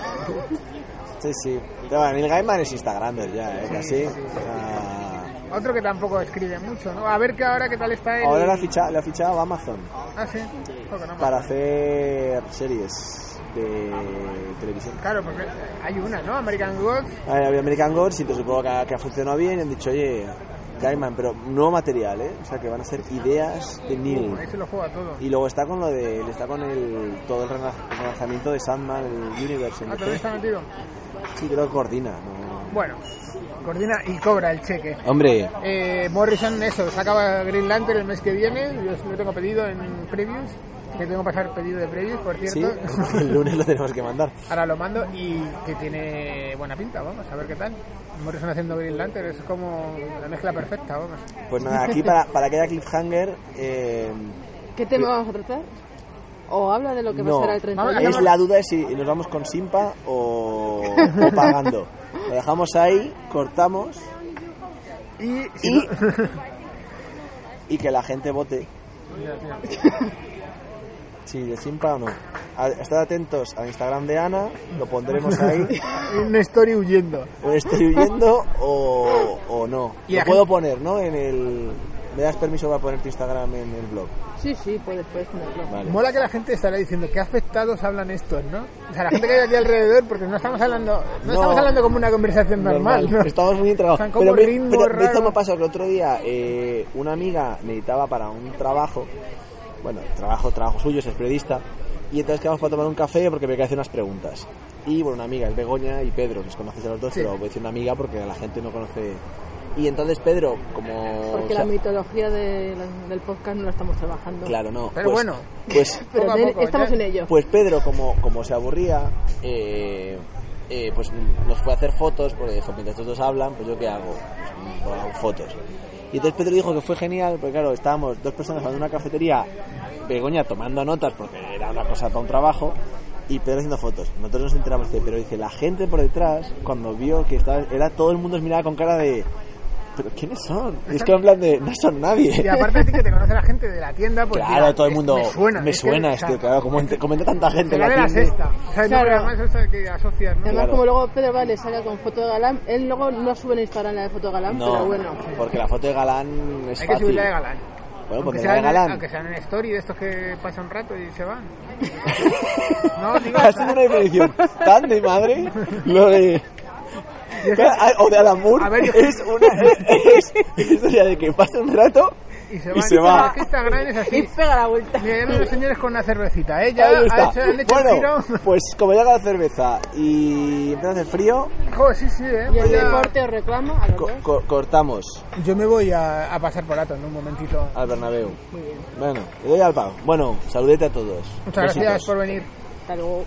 S4: Sí, sí. Pero bueno, Neil Gaiman es Instagramer ya, ¿eh? Casi. Ah,
S3: Otro que tampoco escribe mucho, ¿no? A ver que ahora qué tal está el...
S4: Ahora le ha fichado, le ha fichado a Amazon
S3: Ah, sí. Joder, no,
S4: para hacer series de televisión.
S3: Claro, porque hay una, ¿no? American Gods.
S4: Ah, había American Gods y te supongo que ha, que ha funcionado bien y han dicho, oye, Gaiman, pero nuevo material, ¿eh? O sea, que van a ser ideas de Neil.
S3: Ahí se lo juega todo.
S4: Y luego está con lo de, está con el, todo el rena- el relanzamiento de Sandman, el Universe.
S3: Ah,
S4: En
S3: todavía está metido.
S4: Sí, creo que coordina. ¿no?
S3: Bueno, coordina y cobra el cheque.
S4: Hombre,
S3: Eh, Morrison, eso, sacaba Green Lantern el mes que viene. Yo lo tengo pedido en previews. Que tengo que pasar pedido de previews, por
S4: sí, [LAUGHS]
S3: cierto. [LAUGHS]
S4: el lunes lo tenemos que mandar.
S3: Ahora lo mando y que tiene buena pinta, vamos, a ver qué tal. Morrison haciendo Green Lantern es como la mezcla perfecta, vamos.
S4: Pues nada, aquí para, para que haya cliffhanger, eh,
S2: ¿Qué tema vamos a tratar? ¿O habla de lo que
S4: no.
S2: pasará el 30
S3: Vamos,
S4: Es la duda es si nos vamos con Simpa o, o pagando. Lo dejamos ahí, cortamos
S3: Y, si
S4: y, y que la gente vote
S3: no- Dios mío.
S4: si de Simpa o no. A- Estad atentos al Instagram de Ana, lo
S3: pues
S4: pondremos ahí.
S3: [LAUGHS] una historia huyendo.
S4: o estoy huyendo o, o no.
S3: Y
S4: Lo
S3: la
S4: puedo poner, ¿no? En el... ¿Me das permiso para poner tu Instagram en el blog?
S2: Sí, sí, puedes, puedes ponerlo.
S4: Vale.
S3: Mola que la gente estará diciendo qué afectados hablan estos, ¿no? O sea, la gente que hay aquí alrededor, porque no estamos hablando, no,
S4: No.
S3: estamos hablando como una conversación normal, ¿no?
S4: Estamos muy entregados.
S3: Están como
S4: Pero, me,
S3: ritmos
S4: pero de esto
S3: raros.
S4: me pasó que el otro día eh, una amiga necesitaba para un trabajo, bueno, trabajo, trabajo suyo, es periodista, y entonces quedamos para tomar un café porque me quería hacer unas preguntas. Y bueno, una amiga es Begoña y Pedro, los conocéis a los dos,
S3: Sí.
S4: pero voy a decir una amiga porque la gente no conoce. Y entonces Pedro, como. o
S2: Porque la
S4: sea,
S2: mitología de la- del podcast no la estamos trabajando.
S4: Claro, no.
S3: Pero
S4: pues-
S3: bueno.
S4: Pues
S2: Pero
S3: Poco a
S2: de-
S3: poco, ¿eh?
S2: estamos
S3: ya.
S2: en ello.
S4: Pues Pedro, como, como se aburría, eh, eh, pues mm, nos fue a hacer fotos, porque dijo, mientras estos dos hablan, pues yo qué hago, pues mm, pues, hago fotos. Y entonces Pedro dijo que fue genial, porque claro, estábamos dos personas en una cafetería, Begoña tomando notas, porque era una cosa para un trabajo, y Pedro haciendo fotos. Nosotros nos enteramos de, pero dice, la gente por detrás, cuando vio que estaba, era todo el mundo nos miraba con cara de, ¿pero quiénes son? Y es que en plan de, no son nadie.
S3: Y aparte a ti que te conoce la gente de la tienda, pues
S4: Claro,
S3: mira,
S4: todo el
S3: es-
S4: mundo.
S3: me suena, es que, o sea,
S4: esto, claro. Como ent- como entra tanta gente. en
S3: Será de la
S4: tienda.
S3: sexta. O sea, no,
S2: Claro.
S3: pero además esa que asocias, ¿no?
S2: Además,
S4: Claro.
S2: como luego Pedro Vale salga con foto de Galán, él luego no sube en Instagram la de foto de Galán, pero
S4: No,
S2: bueno.
S4: porque la foto de galán es
S3: Hay que
S4: fácil.
S3: subirla de galán.
S4: Bueno,
S3: aunque,
S4: pues
S3: sea
S4: de
S3: en,
S4: galán. [LAUGHS]
S3: aunque sea en story de estos que pasan un rato y se van. no, digo,
S4: Has tenido una definición tan de madre. Lo de. Ah, O de Alan Moore.
S3: A ver, yo-
S4: es una.
S3: [LAUGHS]
S4: Es es historia de que pasa un rato.
S3: y se
S4: y
S3: van.
S4: se va.
S3: Es que Instagram es
S2: Y
S4: [LAUGHS]
S3: así.
S2: pega la vuelta.
S3: Mira, ya no los señores con una cervecita, ¿eh? Ya
S4: Ahí
S3: ha
S4: está.
S3: hecho, han hecho
S4: Bueno,
S3: el giro.
S4: pues como llega la cerveza y empieza a hacer frío,
S3: [LAUGHS] Joder, sí, sí, ¿eh?
S2: Y el
S3: Pues ya-
S2: deporte os reclama a los
S4: co-
S2: dos.
S4: co- cortamos
S3: Yo me voy a, a pasar por Atos en un momentito.
S4: al Bernabéu. Bueno, le doy al pago. Bueno, saludete a todos.
S3: Muchas
S4: Besitos.
S3: gracias por venir.
S2: Hasta luego.